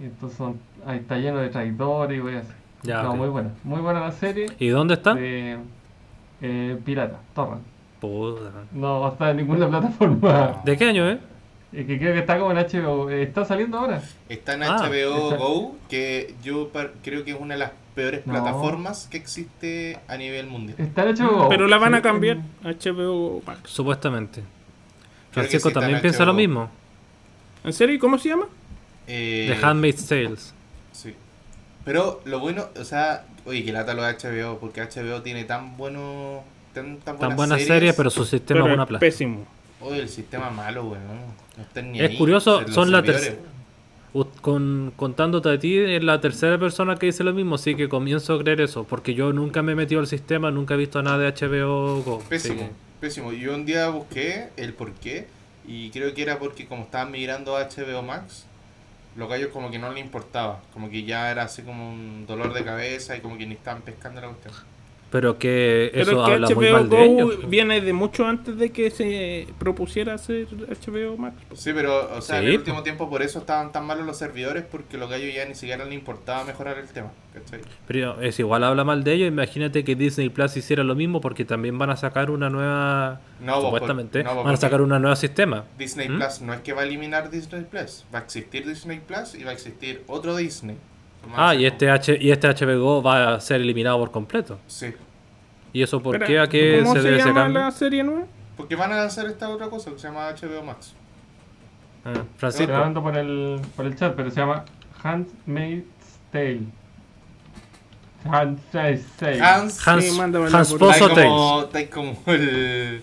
S7: entonces son- ahí está lleno de traidores y weas así.
S4: Ya,
S7: no,
S4: ok.
S7: muy buena, muy buena la serie
S4: ¿Y dónde está?
S7: de eh, Pirata, Torrent.
S4: Puta.
S7: No está en ninguna plataforma.
S4: ¿De qué año, eh?
S7: Eh, que creo que está como en HBO. eh, ¿Está saliendo ahora?
S6: Está en
S4: Ah,
S6: HBO
S7: está-
S6: Go, que yo par- creo que es una de las peores
S7: No.
S6: plataformas que existe a nivel
S4: Eh,
S6: mundial.
S7: Está en HBO.
S1: Pero la van
S7: Sí,
S1: a cambiar.
S7: en-
S1: HBO Max.
S4: Supuestamente.
S6: Creo que
S4: Francisco
S6: sí,
S4: también
S6: está
S4: piensa lo
S6: Nacho.
S4: mismo.
S1: ¿En serio? ¿Y ¿Cómo se llama?
S6: Eh,
S4: The Handmaid's Tales.
S6: sí. Pero lo bueno, o sea, oye, que lata lo de HBO, porque HBO tiene tan buenos. Tan, tan
S4: Tan
S6: buenas,
S4: buena
S6: series.
S4: serie, pero su sistema
S1: Pero
S4: es
S1: es
S4: una plata.
S1: pésimo.
S6: Oye, el sistema malo, weón. No están ni
S4: Es
S6: ahí.
S4: curioso,
S6: Los
S4: son la
S6: servidores,
S4: terc-
S6: weón.
S4: Ut- Con, contándote a ti, es la tercera persona que dice lo mismo, así que comienzo a creer eso, porque yo nunca me he metido al sistema, nunca he visto nada de HBO Go. así
S6: Pésimo,
S4: que-
S6: pésimo. Yo un día busqué el por qué, y creo que era porque como estaban migrando a HBO Max, los gallos como que no les importaba. Como que ya era así como un dolor de cabeza y como que ni estaban pescando la cuestión.
S4: Pero que eso
S1: Pero
S4: habla
S1: es que
S4: muy
S1: HBO
S4: mal de ellos.
S1: Go viene de mucho antes de que se propusiera hacer HBO Max.
S6: Sí, pero, o sea, en
S4: Sí,
S6: el
S4: po.
S6: último tiempo por eso estaban tan malos los servidores, porque los gallos ya ni siquiera les importaba mejorar el tema. ¿cachai?
S4: Pero es igual habla mal de ellos. Imagínate que Disney Plus hiciera lo mismo porque también van a sacar una nueva.
S6: No, vos,
S4: supuestamente.
S6: por- no, vos,
S4: van a
S6: porque-
S4: sacar una nueva sistema.
S6: Disney
S4: ¿Mm?
S6: Plus no es que va a eliminar Disney Plus, va a existir Disney Plus y va a existir otro Disney. Vamos a
S4: Ah,
S6: hacer
S4: y
S6: como-
S4: este, H, y este HBO Go va a ser eliminado por completo.
S6: Sí,
S4: ¿Y eso por
S1: Pero,
S4: qué? ¿A qué
S1: ¿Cómo
S4: se
S1: se,
S4: debe ese
S1: llama
S4: cambio?
S1: la serie nueva?
S6: porque van a lanzar esta otra cosa que se llama HBO Max.
S4: Ah,
S7: Estoy
S4: Francisco.
S7: hablando por el, por el chat, pero se llama Handmaid's Tale. Handmaid's Tale.
S6: Hans,
S4: Hans,
S1: Sí, mándamela
S4: Hans
S1: por-
S4: Pozo
S6: está ahí
S4: Tales.
S6: como, está ahí como el.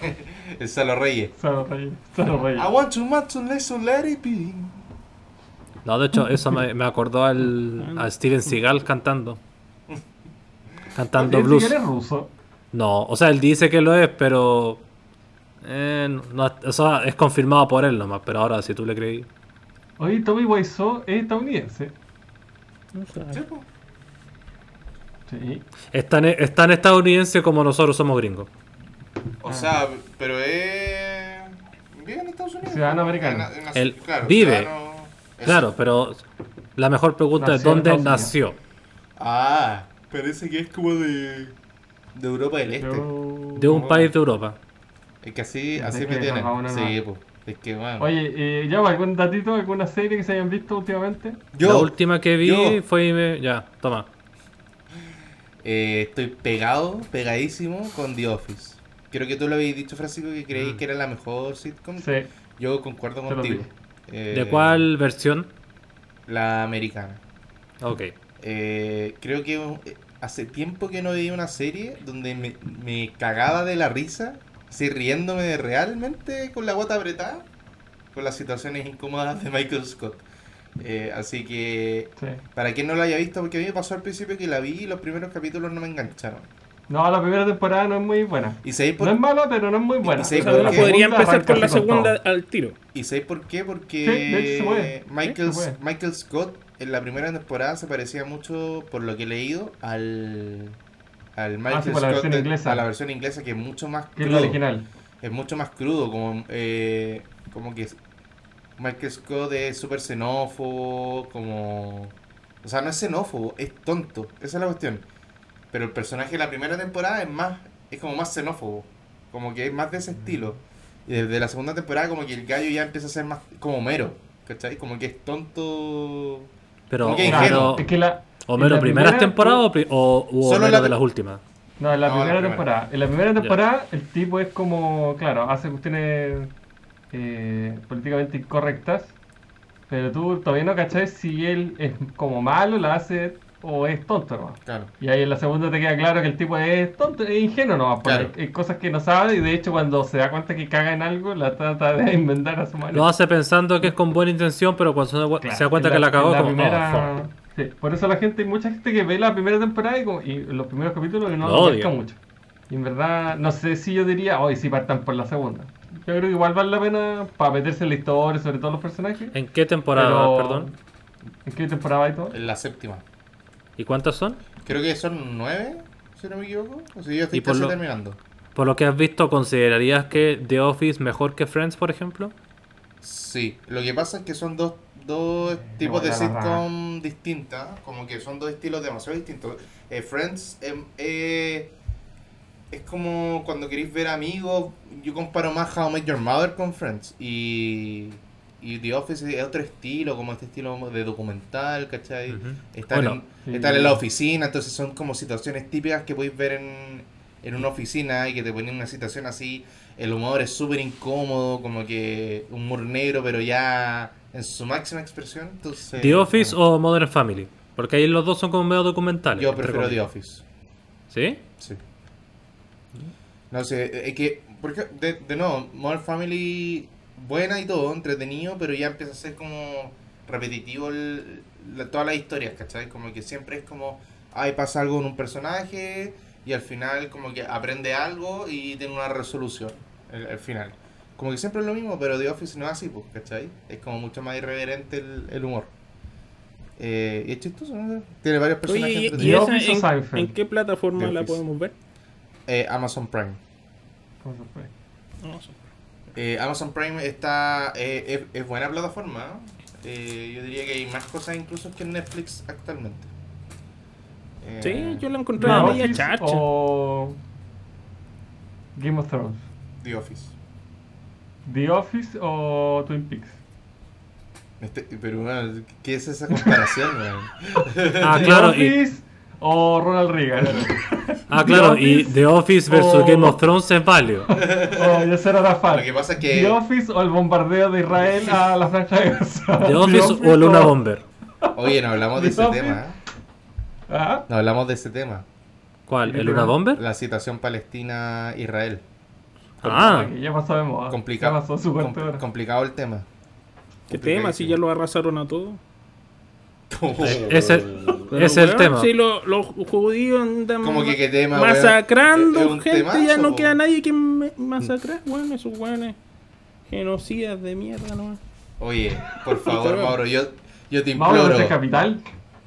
S6: el Salo Reyes.
S7: Solo reí, solo reí.
S6: I want to match to let so let it be.
S4: No, de hecho, eso me, me acordó al, a Steven Seagal cantando. Cantando
S7: Él sí
S4: blues.
S7: que eres Este ruso.
S4: No, o sea, él dice que lo es, pero. eh, no, o sea, es confirmado por él nomás. Pero ahora, si tú le creí.
S7: Oye, Tommy Wiseau es estadounidense. Sí.
S4: Es tan, es tan estadounidense como nosotros somos gringos.
S6: O
S7: Ah.
S6: sea, pero es. Vive en Estados Unidos.
S7: Ciudadano americano.
S6: En- en-
S4: Él vive.
S6: ciudadano- eso.
S4: Claro, pero la mejor pregunta es
S7: Nació en
S4: dónde
S7: Estados
S4: nació.
S6: Ah, parece que es como de. de Europa del Este.
S7: Yo-
S4: De un
S6: Ah.
S4: país de Europa.
S6: Es que así,
S7: Es
S6: así
S7: que
S6: me
S7: nos
S6: tienen.
S7: vamos a
S6: Sí,
S7: armar.
S6: pues. Es que, bueno.
S7: Oye, eh, ya, ¿algún datito, alguna serie que se hayan visto últimamente?
S4: la
S6: yo
S4: última que vi
S6: yo.
S4: fue. Ya, toma.
S6: eh, estoy pegado, pegadísimo con The Office. Creo que tú lo habías dicho, Francisco, que creí que era la mejor sitcom.
S7: Mm. Sí.
S6: Yo concuerdo
S7: Te lo
S6: contigo.
S7: dije.
S6: Eh,
S4: ¿De cuál versión?
S6: La americana.
S4: Ok.
S6: Eh, creo que eh, hace tiempo que no veía una serie donde me, me cagaba de la risa, así riéndome realmente con la guata apretada, con las situaciones incómodas de Michael Scott. Eh, así que,
S7: Sí.
S6: para quien no la haya visto, porque a mí me pasó al principio que la vi y los primeros capítulos no me engancharon.
S7: No, la primera temporada no es muy buena.
S6: ¿Y sabéis por,
S7: No es mala, pero no es muy buena.
S6: Y se-
S7: O sea,
S6: ¿por
S1: uno
S6: qué?
S7: la
S1: podría
S7: segunda
S1: empezar
S7: arranca
S1: con la
S7: así todo.
S1: segunda al tiro.
S6: ¿Y sabéis por qué? Porque
S7: Sí, de hecho se puede.
S6: Michael,
S7: Sí, se puede.
S6: Michael Scott en la primera temporada se parecía mucho, por lo que he leído, al, al Michael
S7: Ah, sí, por
S6: Scott
S7: la versión
S6: de-
S7: inglesa.
S6: a la versión inglesa que es mucho más
S7: Que es la
S6: crudo.
S7: original.
S6: Es mucho más crudo, como, eh, como que Michael Scott es súper xenófobo, como... O sea, no es xenófobo, es tonto, esa es la cuestión. Pero el personaje de la primera temporada es más, es como más xenófobo, como que es más de
S4: Mm.
S6: ese estilo. Y desde la segunda temporada como que el gallo ya empieza a ser más como Homero, ¿cachai? Como que es tonto...
S4: Pero
S6: Como que
S4: Homero,
S6: ingenuo.
S7: Es que la, en
S4: Homero
S7: la
S4: primeras
S7: primera-
S4: temporadas o, pri- o u
S6: Solo
S4: Homero
S6: la
S4: de
S6: pri-
S4: las últimas.
S7: No, en la
S6: No, la
S7: primera
S6: primera.
S7: temporada. En la primera temporada el tipo es como, claro, hace cuestiones eh, políticamente incorrectas, pero tú todavía no cachás si él es como malo, la hace o es tonto nomás.
S6: Claro.
S7: Y ahí en la segunda te queda claro que el tipo es tonto, es ingenuo nomás, porque
S6: Claro.
S7: hay, hay cosas que no sabe y de hecho cuando se da cuenta que caga en algo la trata de inventar a su manera.
S4: Lo hace pensando que es con buena intención, pero cuando se da,
S7: Claro,
S4: se da cuenta
S7: en
S4: que la cagó,
S7: en
S4: como.
S7: primera-
S4: "Oh, fuck".
S7: Sí, por eso la gente, hay mucha gente que ve la primera temporada y, como- y los primeros capítulos y no
S4: Lo
S7: lo
S4: odia.
S7: pesca mucho. Y en verdad, no sé si yo diría, hoy sí partan por la segunda. Yo creo que igual vale la pena para meterse en la historia, sobre todo los personajes.
S4: ¿En qué temporada,
S7: pero-
S4: perdón?
S7: ¿En qué temporada y todo?
S6: En la séptima.
S4: ¿Y cuántas son?
S6: Creo que son nueve, si no me equivoco. O sea, yo estoy
S4: Y por
S6: casi
S4: lo-
S6: terminando.
S4: Por lo que has visto, ¿considerarías que The Office mejor que Friends, por ejemplo?
S6: Sí, lo que pasa es que son dos, dos tipos de
S7: buena la
S6: sitcom distintas, como que son dos estilos demasiado distintos. Eh, Friends em, eh, es como cuando queréis ver amigos, yo comparo más How I Met Your Mother con Friends y, y The Office es otro estilo, como este estilo de documental, ¿cachai?
S4: Ujú.
S6: Están,
S4: Bueno.
S6: en, están en la oficina, entonces son como situaciones típicas que podéis ver en, en una oficina y que te ponen una situación así. El humor es súper incómodo, como que humor negro, pero ya en su máxima expresión. Entonces,
S4: ¿The Office
S6: bueno,
S4: o Modern Family? Porque ahí los dos son como medio documentales.
S6: Yo
S4: entre
S6: prefiero The
S4: comillas.
S6: Office.
S4: ¿Sí?
S6: Sí. ¿Mm? No sé, es que, porque de, de nuevo, Modern Family, buena y todo, entretenido, pero ya empieza a ser como repetitivo el- la- todas las historias, ¿cachai? Como que siempre es como, ay, pasa algo en un personaje y al final como que aprende algo y tiene una resolución, el, el final. Como que siempre es lo mismo, pero The Office no es así, pues, ¿cachai? Es como mucho más irreverente el, el humor. Eh, y es chistoso, ¿no? Tiene varios
S1: Oye,
S6: personajes
S1: ¿y, y
S6: entretenidos.
S1: esa
S7: Office o
S1: en,
S7: Seinfeld?
S1: en qué plataforma
S6: The
S1: la
S6: Office.
S1: podemos ver?
S6: Eh, Amazon Prime.
S7: ¿Cómo se fue?
S6: Eh, Amazon Prime está eh, es, es buena plataforma. Eh, yo diría que hay más cosas incluso que en Netflix actualmente. Eh,
S1: Sí, yo la encontré
S7: The
S1: a media
S7: Office
S1: charcha.
S6: oh,
S7: o Game of Thrones?
S6: The Office.
S7: ¿The Office o Twin Peaks?
S6: Este- pero bueno, ¿qué es esa comparación? weón?
S4: Ah,
S7: ¿The
S4: claro. Y,
S7: Office o Ronald Reagan?
S4: ah, claro. Y
S7: Office
S4: The Office versus
S7: o-
S4: Game of Thrones es válido.
S7: o Yasser Arafat.
S6: Lo que pasa es
S7: ¿The
S6: que,
S7: Office o el bombardeo de Israel a la franja de Gaza?
S4: The Office o Luna Bomber.
S6: oye, no hablamos de
S7: The
S6: ese
S7: Office.
S6: tema. ¿eh?
S7: Ah,
S6: No hablamos de ese tema.
S4: ¿Cuál? ¿El Luna Bomber?
S6: La situación Palestina-Israel.
S4: Ah,
S7: ok, ya pasó de moda. Ya
S6: Complicado.
S7: Ah, pasó su cuarto
S6: compl-
S7: hora.
S6: complicado el tema.
S1: ¿Qué tema? Si ya lo arrasaron a todo.
S4: ese
S1: Pero,
S4: es el
S1: weón,
S4: tema.
S1: Si lo- los judíos andan
S6: Como que qué tema, weón.
S1: masacrando
S6: Es- es un
S1: gente, ya
S6: temazo,
S1: no
S6: po.
S1: queda nadie que me- masacrar, weón, esos weones genocidas de mierda, no.
S6: Oye, por favor, Mauro, yo, yo te
S7: Vamos a
S6: imploro.
S7: nuestra capital.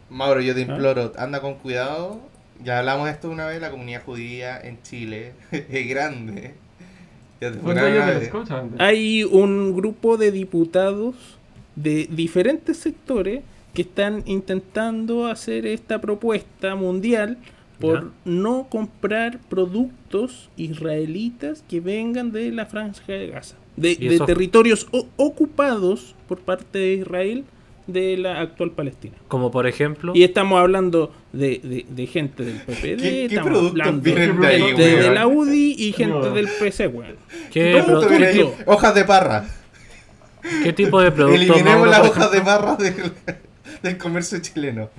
S6: Mauro, yo te imploro, anda con cuidado. Ya hablamos de esto una vez, la comunidad judía en Chile es grande. Ya te fue
S7: Fue un
S6: una
S7: dueño del
S6: vez.
S7: scotch antes.
S1: Hay un grupo de diputados de diferentes sectores que están intentando hacer esta propuesta mundial por
S4: Ya.
S1: no comprar productos israelitas que vengan de la franja de Gaza, de,
S4: ¿Y
S1: de
S4: eso?
S1: territorios o- ocupados por parte de Israel de la actual Palestina.
S4: Como por ejemplo.
S1: Y estamos hablando de, de- de gente del PPD,
S6: ¿Qué- qué
S1: estamos
S6: productos
S1: hablando
S6: vienen
S7: de ahí,
S1: de,
S7: weón?
S1: de la UDI y gente
S7: No.
S1: del PC, weón.
S4: ¿Qué,
S1: ¿Cómo
S4: pro-
S1: te-
S6: Mira ahí,
S1: Punto.
S6: Hojas de parra.
S4: qué tipo de productos
S6: Eliminemos
S4: Mauro,
S6: las
S4: por
S6: hojas de
S4: ejemplo?
S6: parra del, del comercio chileno.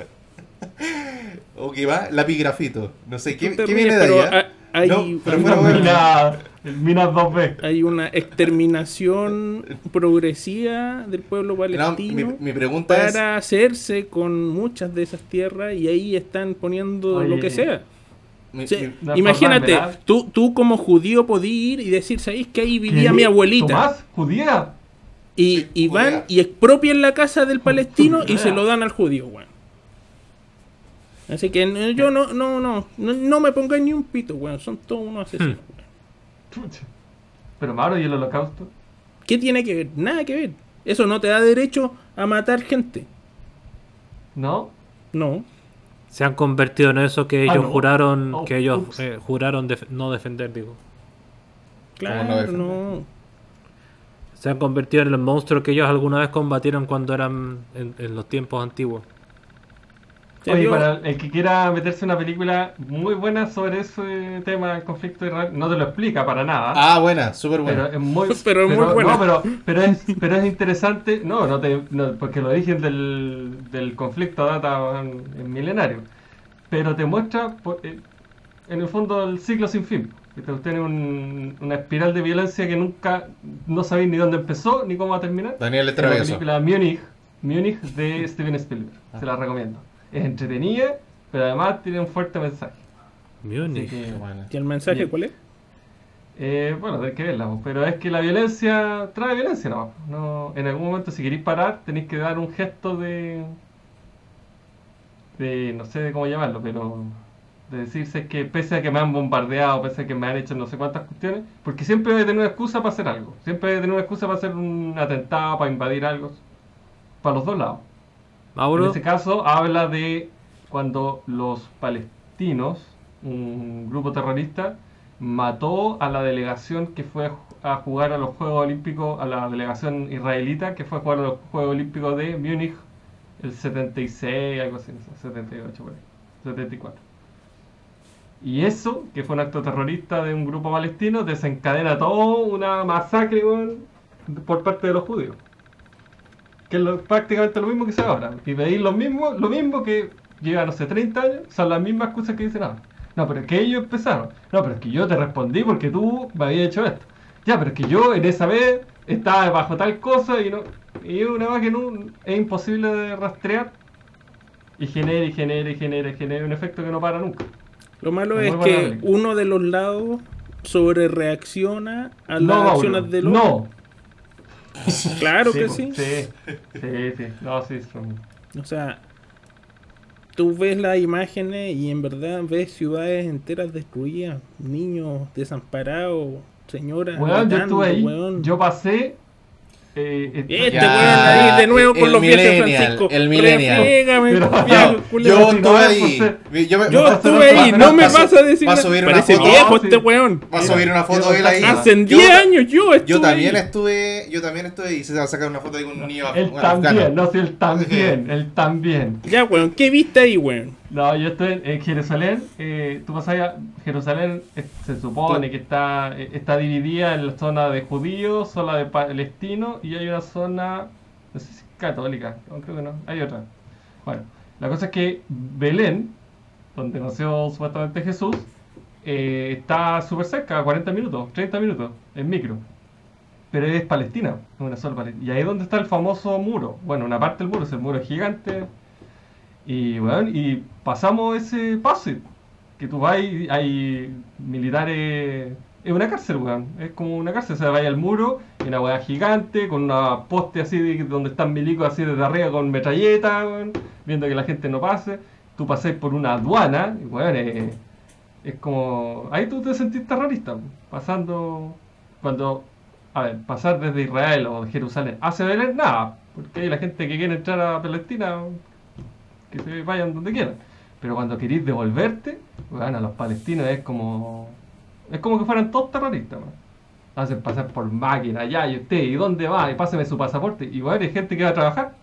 S6: O que va, lapigrafito. No sé, ¿qué,
S1: Tú te
S6: qué
S1: ríes,
S6: viene de
S1: pero ah,
S6: allá?
S1: ha- hay-
S6: No, pero fuera
S7: Una
S6: bueno.
S7: mina, el mina 2B.
S1: Hay una exterminación progresiva del pueblo
S6: No, mi,
S1: palestino
S6: mi pregunta es,
S1: para hacerse con muchas de esas tierras y ahí están poniendo lo
S7: Oye.
S1: que sea.
S6: mi-
S1: O sea,
S6: mi-
S7: No,
S1: imagínate,
S7: perdón, ¿verdad?
S1: tú, tú como judío podías ir y decir, ¿sabéis que ahí vivía mi abuelita?
S7: ¿Tomás? ¿Judía?
S1: Y, y van
S6: Judea.
S1: y expropian la casa del palestino y se
S7: Judea.
S1: lo dan al judío, weón. Así que no, yo no, no, no, no, no me pongáis ni un pito, weón. Son todos unos asesinos, weón.
S7: Chucha. Pero Mauro y el holocausto.
S1: ¿Qué tiene que ver? Nada que ver. Eso no te da derecho a matar gente.
S7: ¿No?
S1: No.
S4: Se han convertido en eso que
S7: Ah,
S4: ellos
S7: no.
S4: juraron.
S7: Oh,
S4: que ellos
S7: ups.
S4: eh, juraron def- no defender, digo.
S6: no
S1: Claro,
S6: defender?
S1: no.
S4: Se han convertido en los monstruos que ellos alguna vez combatieron cuando eran en, en los tiempos antiguos.
S1: Se
S7: Oye,
S1: vio-
S7: para el que quiera meterse una película muy buena sobre ese tema del conflicto israel, no te lo explica para nada.
S6: Ah, buena, súper
S7: Pero eh,
S6: buena.
S7: es muy,
S1: Pero es muy buena.
S7: no, pero, pero es, pero es interesante. No, no te, no, porque el origen del, del conflicto data weón, es milenario. Pero te muestra, po- eh, en el fondo, el ciclo sin fin. Que te tiene un- una espiral de violencia que nunca, no sabéis ni dónde empezó ni cómo va a terminar.
S6: Daniel es
S7: Es la
S6: travieso.
S7: película Munich, Munich de Steven Spielberg. Se la recomiendo. Es entretenida, pero además tiene un fuerte mensaje. Así
S4: Múnich.
S7: que,
S1: ¿Y el mensaje
S7: Bien.
S1: cuál es?
S7: eh, bueno, hay que verla, pues, pero es que la violencia trae violencia nomás. pues. No, en algún momento, si queréis parar, tenéis que dar un gesto de. de. no sé de cómo llamarlo, pero. de decirse que pese a que me han bombardeado, pese a que me han hecho no sé cuántas cuestiones, porque siempre voy a tener una excusa para hacer algo. Siempre voy a tener una excusa para hacer un atentado, para invadir algo. Para los dos lados. En
S4: Mauro,
S7: este caso habla de cuando los palestinos, un grupo terrorista, mató a la delegación que fue a jugar a los Juegos Olímpicos, a la delegación israelita que fue a jugar a los Juegos Olímpicos de Múnich el 76, algo así, no sé, 78 por ahí, 74. Y eso, que fue un acto terrorista de un grupo palestino, desencadena todo una masacre weón, por parte de los judíos. que es lo- prácticamente lo mismo que se hace ahora. Y pedís lo mismo, lo mismo que lleva, no sé, 30 años, son las mismas excusas que dicen ahora. No, pero es que ellos empezaron. No, pero es que yo te respondí porque tú me habías hecho esto. Ya, pero es que yo en esa vez estaba bajo tal cosa y no. Y es una vez que no, es imposible de rastrear. Y genera y genera y genera y genera un efecto que no para nunca.
S1: Lo malo
S7: Muy
S1: es
S7: buena
S1: que
S7: película.
S1: uno de los lados sobre reacciona a las
S7: Mauro,
S1: acciones del otro.
S7: no.
S1: Claro que
S7: po,
S1: sí.
S7: Sí, sí, sí. No, sí, son-
S1: O sea, tú ves las imágenes y en verdad ves ciudades enteras destruidas, niños desamparados, señoras.
S7: Weón, yo
S1: matando,
S7: estuve ahí,
S1: Ah, weón.
S7: yo pasé. eh, est-
S1: Este
S6: Ya,
S1: weón ahí de nuevo con
S6: el
S1: los viajes
S6: millennial,
S1: Francisco.
S6: el millennial.
S1: Refrégame,
S7: Pero-
S1: viejo
S7: no,
S1: culiao.
S6: Yo
S7: si no
S6: estuve
S7: es
S6: ahí.
S7: por
S6: Yo, me-
S1: Yo
S6: va-
S1: estuve
S6: va-
S1: ahí,
S6: va-
S1: no me
S6: va-
S1: vas a decir
S6: Va a
S1: nada.
S6: subir una
S1: Parece
S6: foto.
S1: viejo
S7: sí.
S1: este weón.
S6: Va a subir una foto él ahí.
S1: Hace
S6: Yo-
S1: 10 años yo estuve
S6: Yo también
S1: ahí.
S6: estuve, yo también estuve y se va a sacar una foto ahí con un niño af-
S7: Él
S6: bueno,
S7: también,
S6: afgano.
S7: no, sí, él también, él también.
S1: Ya, weón, ¿qué viste ahí, weón?
S7: No, yo estoy en, en Jerusalén. eh, tú pasas a Jerusalén, eh, se supone que está, eh, está dividida en la zona de judíos, zona de palestinos y hay una zona, no sé si es católica, no, creo que no, hay otra. Bueno, la cosa es que Belén, donde nació supuestamente Jesús, eh, está súper cerca, 40 minutos, 30 minutos, en micro. Pero es Palestina, es una sola Palestina. Y ahí es donde está el famoso muro. Bueno, una parte del muro, ese muro gigante, y bueno, y pasamos ese pase. Que tú vas y hay militares. Es una cárcel, weón. Es como una cárcel. O sea, vais al muro, en una weá gigante, con una poste así de- donde están milicos así desde arriba con metralleta, weón, viendo que la gente no pase. Tú pasás por una aduana, y weón, es, es como. Ahí tú te sentís terrorista, weón, pasando. Cuando. A ver, pasar desde Israel o Jerusalén hacia Belén, nada. Porque hay la gente que quiere entrar a Palestina, que se vayan donde quieran. Pero cuando queréis devolverte, weón, a los palestinos es como. Es como que fueran todos terroristas, weón. Hacen pasar por máquina, ya, y usted, ¿y dónde va? Y páseme su pasaporte. Y weón, hay gente que va a trabajar.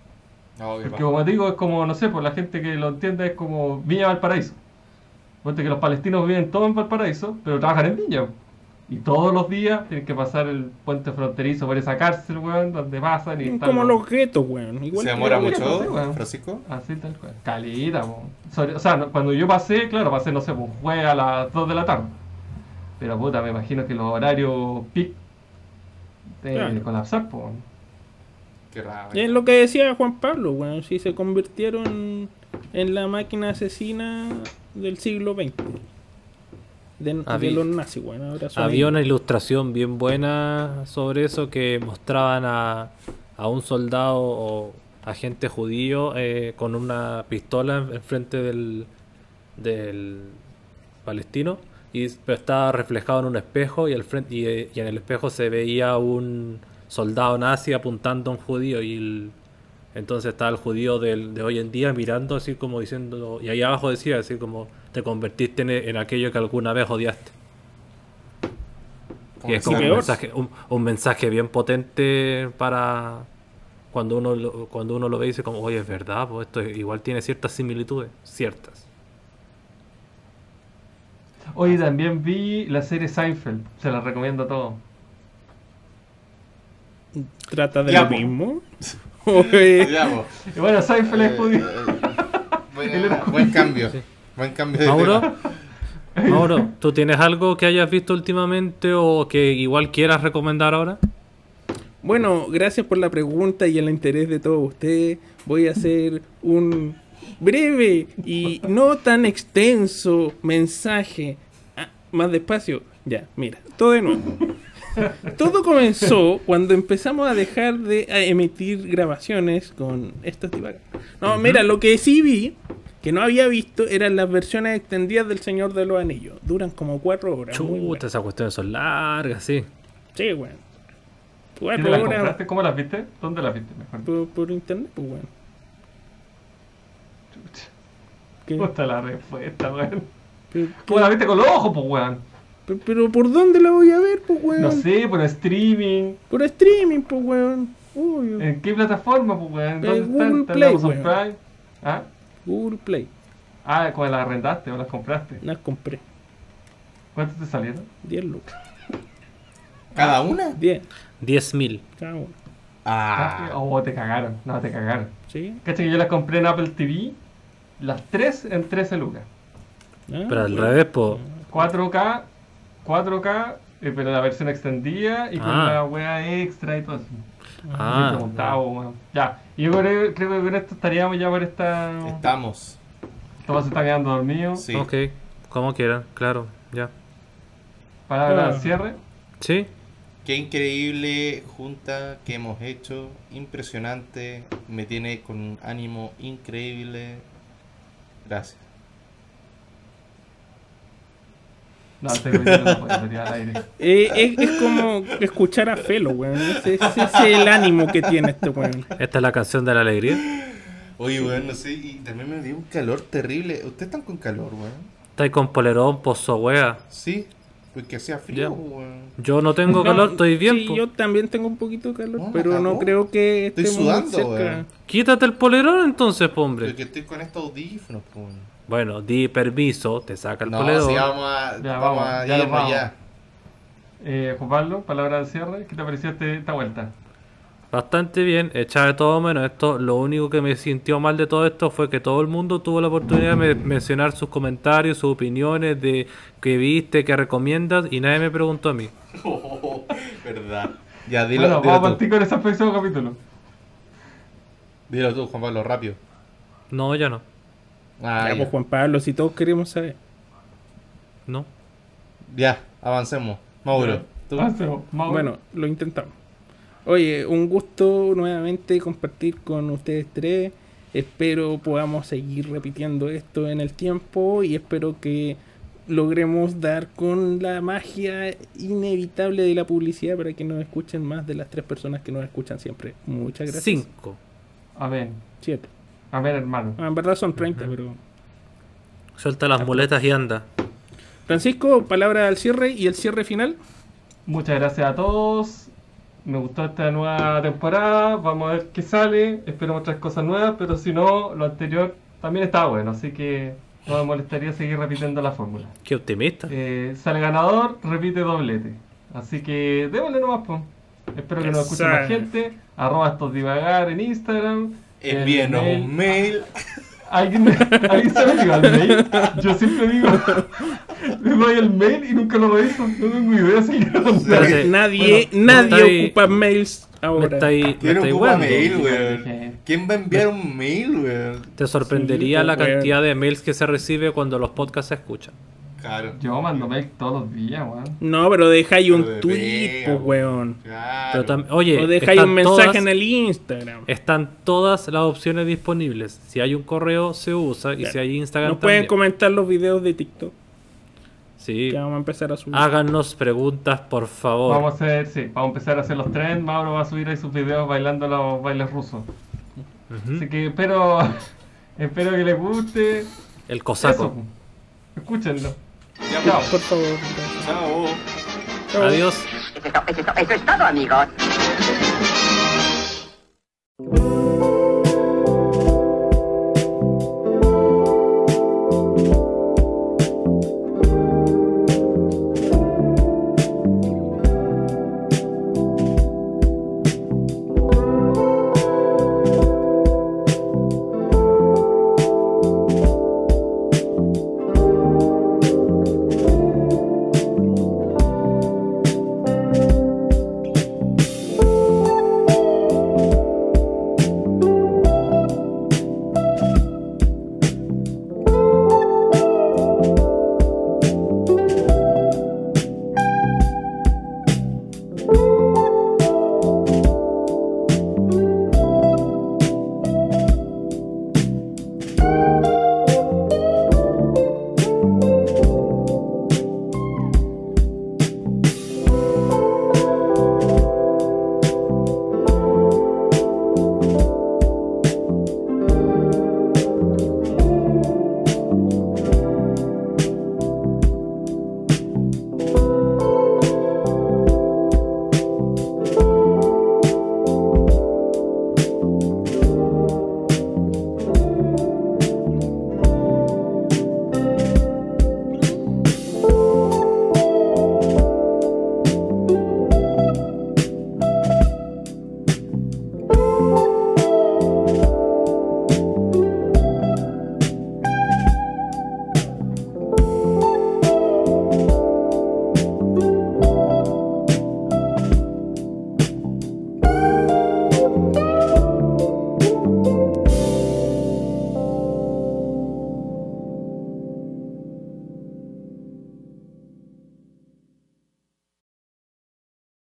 S6: No, qué
S7: Porque
S6: paja.
S7: como digo, es como, no sé, por la gente que lo entiende es como Viña Valparaíso. Ponte que los palestinos viven todos en Valparaíso, pero trabajan en Viña. Y todos los días tienen que pasar el puente fronterizo por esa cárcel, weón, donde pasan y están
S1: Como
S7: los-
S1: los guetos, weón. Igual
S6: ¿Se
S1: que
S6: demora
S1: los
S7: bueno,
S6: mucho,
S7: sí, bueno.
S6: Francisco?
S7: Así tal cual. Calita, po. Sobre- o sea, no- cuando yo pasé, claro, pasé, no sé, pues jueves a las 2 de la tarde. Pero puta, me imagino que los horarios pic de
S1: Claro.
S7: colapsar, po.
S6: Qué raro. eh.
S1: Es lo que decía Juan Pablo, weón. Si se convirtieron en la máquina asesina del siglo XX. De, de
S4: Había-
S1: los nazis, weón. Ahora son
S4: Había una ilustración bien buena sobre eso que mostraban a, a un soldado o agente judío eh, con una pistola enfrente del, del palestino, y, pero estaba reflejado en un espejo y, al frente, y, eh, y en el espejo se veía un soldado nazi apuntando a un judío y el- entonces estaba el judío del- de hoy en día mirando así como diciendo, y ahí abajo decía así como te convertiste en, en aquello que alguna vez odiaste. Y es como un
S1: peor.
S4: mensaje, un, un mensaje bien potente para cuando uno lo, cuando uno lo ve y dice como, oye, es verdad, pues esto igual tiene ciertas similitudes, ciertas.
S7: Hoy también vi la serie Seinfeld, se la recomiendo a todos.
S1: ¿Trata de
S6: Ya,
S1: lo
S6: po.
S1: mismo? O, eh,
S6: Ya, po.
S7: Y bueno, Seinfeld es
S6: Eh,
S7: judío.
S6: eh, buena- Buen cambio. Buen cambio de tema.
S4: Mauro, Mauro, ¿tú tienes algo que hayas visto últimamente o que igual quieras recomendar ahora?
S1: Bueno, gracias por la pregunta y el interés de todos ustedes. Voy a hacer un breve y no tan extenso mensaje. Ah, más despacio. Ya, mira, todo de nuevo. Todo comenzó cuando empezamos a dejar de a emitir grabaciones con estas tipas. No, mira, lo que sí vi, que no había visto, eran las versiones extendidas del Señor de los Anillos. Duran como cuatro horas. muy buenas.
S4: Chuta, esas cuestiones son largas, sí.
S1: Sí, bueno.
S7: ¿Y
S1: Cuatro
S7: te la
S1: horas
S7: compraste? ¿Cómo la viste? ¿Dónde la viste? Mejor.
S1: por, por internet, pues, weón. ¿Qué?
S7: Puta la respuesta, weón.
S1: Pero,
S7: ¿Cómo la viste con los ojos, pues, weón?
S1: pero- pero ¿por dónde la voy a ver, pues, weón?
S7: No sé, por streaming.
S1: Por streaming, pues, weón. Obvio.
S6: Eh.
S7: ¿En qué plataforma, pues, weón?
S1: Eh,
S7: ¿Dónde está?
S1: Google
S7: ¿Está en
S1: Play,
S7: Amazon
S1: weón.
S7: Prime? ¿Ah?
S1: Google Play.
S7: Ah, ¿cuál la arrendaste o las compraste?
S1: Las compré.
S7: ¿Cuántos te salieron?
S1: 10 lucas.
S6: ¿Cada una?
S1: 10.
S4: 10.000.
S1: Cada uno.
S6: Ah,
S7: Oh, te cagaron. No, te cagaron.
S1: ¿Sí?
S7: Cacha que yo las compré en Apple TV, las tres en 13 lucas.
S1: Ah,
S4: Pero al revés, po.
S7: 4K, 4K, eh, pero la versión extendida y con
S4: Ah.
S7: la wea extra y todo eso.
S4: Ah,
S7: Yo preguntaba, weón. Ya, y yo creo, creo que con esto estaríamos ya por esta.
S6: Ah, estamos.
S7: Todos se están quedando dormidos.
S6: Sí.
S4: ok. Como quieran, claro, ya.
S7: Palabra
S1: Ah.
S7: de cierre.
S4: Sí,
S6: Qué increíble junta que hemos hecho. Impresionante. Me tiene con un ánimo increíble. Gracias.
S7: No, estoy metiendo la puedo salir al aire.
S1: Eh, es, es como escuchar a Felo, weón. Ese, ese es el ánimo que tiene este weón.
S4: esta es la canción de la alegría.
S6: Oye, weón, no sé. Y también me dio un calor terrible. ¿Ustedes están con calor, weón?
S4: Estáis con polerón, pozo, wea.
S6: Sí. Porque hacía frío,
S4: Ya.
S6: weón.
S4: Yo no tengo
S1: No,
S4: calor, estoy bien,
S1: Sí,
S4: po.
S1: yo también tengo un poquito de calor,
S6: No, Oh, me
S1: pero no
S6: cagó.
S1: creo que
S6: Estoy
S1: estemos muy
S6: sudando, weón.
S4: Quítate el polerón entonces, po, hombre.
S6: Porque estoy con estos audífonos, po, weón.
S4: Bueno, di permiso, te saca el
S6: No,
S4: polerón.
S6: sí, vamos a,
S7: Ya,
S6: vamos
S7: vamos,
S6: a
S7: ya nos
S6: irnos
S7: vamos.
S6: ya.
S7: Eh, Juan Pablo, palabra de cierre. ¿Qué te pareció este- esta vuelta?
S4: Bastante bien, hecha de todo menos esto. Lo único que me sintió mal de todo esto fue que todo el mundo tuvo la oportunidad de me- mencionar sus comentarios, sus opiniones, de qué viste, qué recomiendas, y nadie me preguntó a mí.
S6: verdad. Ya,
S7: bueno,
S6: dilo,
S7: vamos a
S6: dilo tú.
S7: partir con ese próximo capítulo.
S6: Dilo tú, Juan Pablo, rápido.
S4: No, ya no.
S6: Ah,
S1: Ya,
S6: ya.
S1: pues, Juan Pablo, si todos queremos saber.
S4: No.
S6: Ya, avancemos. Mauro, tú.
S7: Avancemos. Mauro.
S1: Bueno, lo intentamos. Oye, un gusto nuevamente compartir con ustedes tres. Espero podamos seguir repitiendo esto en el tiempo y espero que logremos dar con la magia inevitable de la publicidad para que nos escuchen más de las tres personas que nos escuchan siempre. Muchas gracias.
S4: Cinco.
S7: Amén.
S1: Siete.
S7: Amén, hermano.
S1: Ah, en verdad son 30, pero...
S4: Suelta
S1: Ah, pues.
S4: las muletas y anda.
S1: Francisco, palabra al cierre y el cierre final.
S7: Muchas gracias a todos. Me gustó esta nueva temporada. Vamos a ver qué sale. Espero otras cosas nuevas, pero si no, lo anterior también estaba bueno. Así que no me molestaría seguir repitiendo la fórmula.
S4: Qué optimista.
S7: Eh, sale ganador, repite doblete. Así que démosle nomás, po. Espero que nos escuche
S1: Esa.
S7: más gente. Arroba estos divagar en Instagram. El
S6: Envíenos
S7: mail.
S6: un mail.
S7: ¿Alguien, ¿Alguien se me al mail? Yo siempre digo, le doy el mail y nunca lo reviso. No tengo idea si quiero contar.
S4: Espérate,
S1: Nadie,
S4: bueno,
S1: nadie
S4: me estáis-
S1: ocupa mails
S4: Me
S1: ahora.
S4: estáis, me
S6: ¿Quién
S4: estáis
S6: ocupa
S4: hueando.
S6: mail,
S7: Gente.
S6: weón? ¿Quién va a enviar un mail, weón?
S4: Te sorprendería
S1: Sí,
S4: la
S1: pues,
S4: cantidad de mails que se recibe cuando los podcasts se escuchan.
S6: Claro.
S7: Yo mando mail todos los días, weón.
S1: No, pero dejáis
S6: Pero
S1: un
S6: de
S1: tweet,
S6: veras,
S1: pues, weón.
S6: Claro.
S4: Pero tam- oye,
S1: O dejáis un
S4: están
S1: mensaje
S4: todas-
S1: en el Instagram.
S4: Están todas las opciones disponibles. Si hay un correo, se usa. Y
S1: Claro.
S4: si hay Instagram,
S1: Nos pueden
S4: también.
S1: comentar los videos de TikTok
S4: Sí.
S1: que vamos a empezar a subir.
S4: Háganos preguntas, por favor.
S7: Vamos a hacer, sí, vamos a empezar a hacer los trends. Mauro va a subir ahí sus videos bailando los bailes rusos.
S4: Ujú.
S7: Así que espero, espero que les guste.
S4: El
S7: Eso,
S4: cosaco.
S7: po. escúchenlo.
S6: Ya, pues,
S7: Chao.
S1: Por favor.
S6: Chao.
S1: Chao.
S4: Adiós.
S9: Eso es todo, eso es todo, amigos.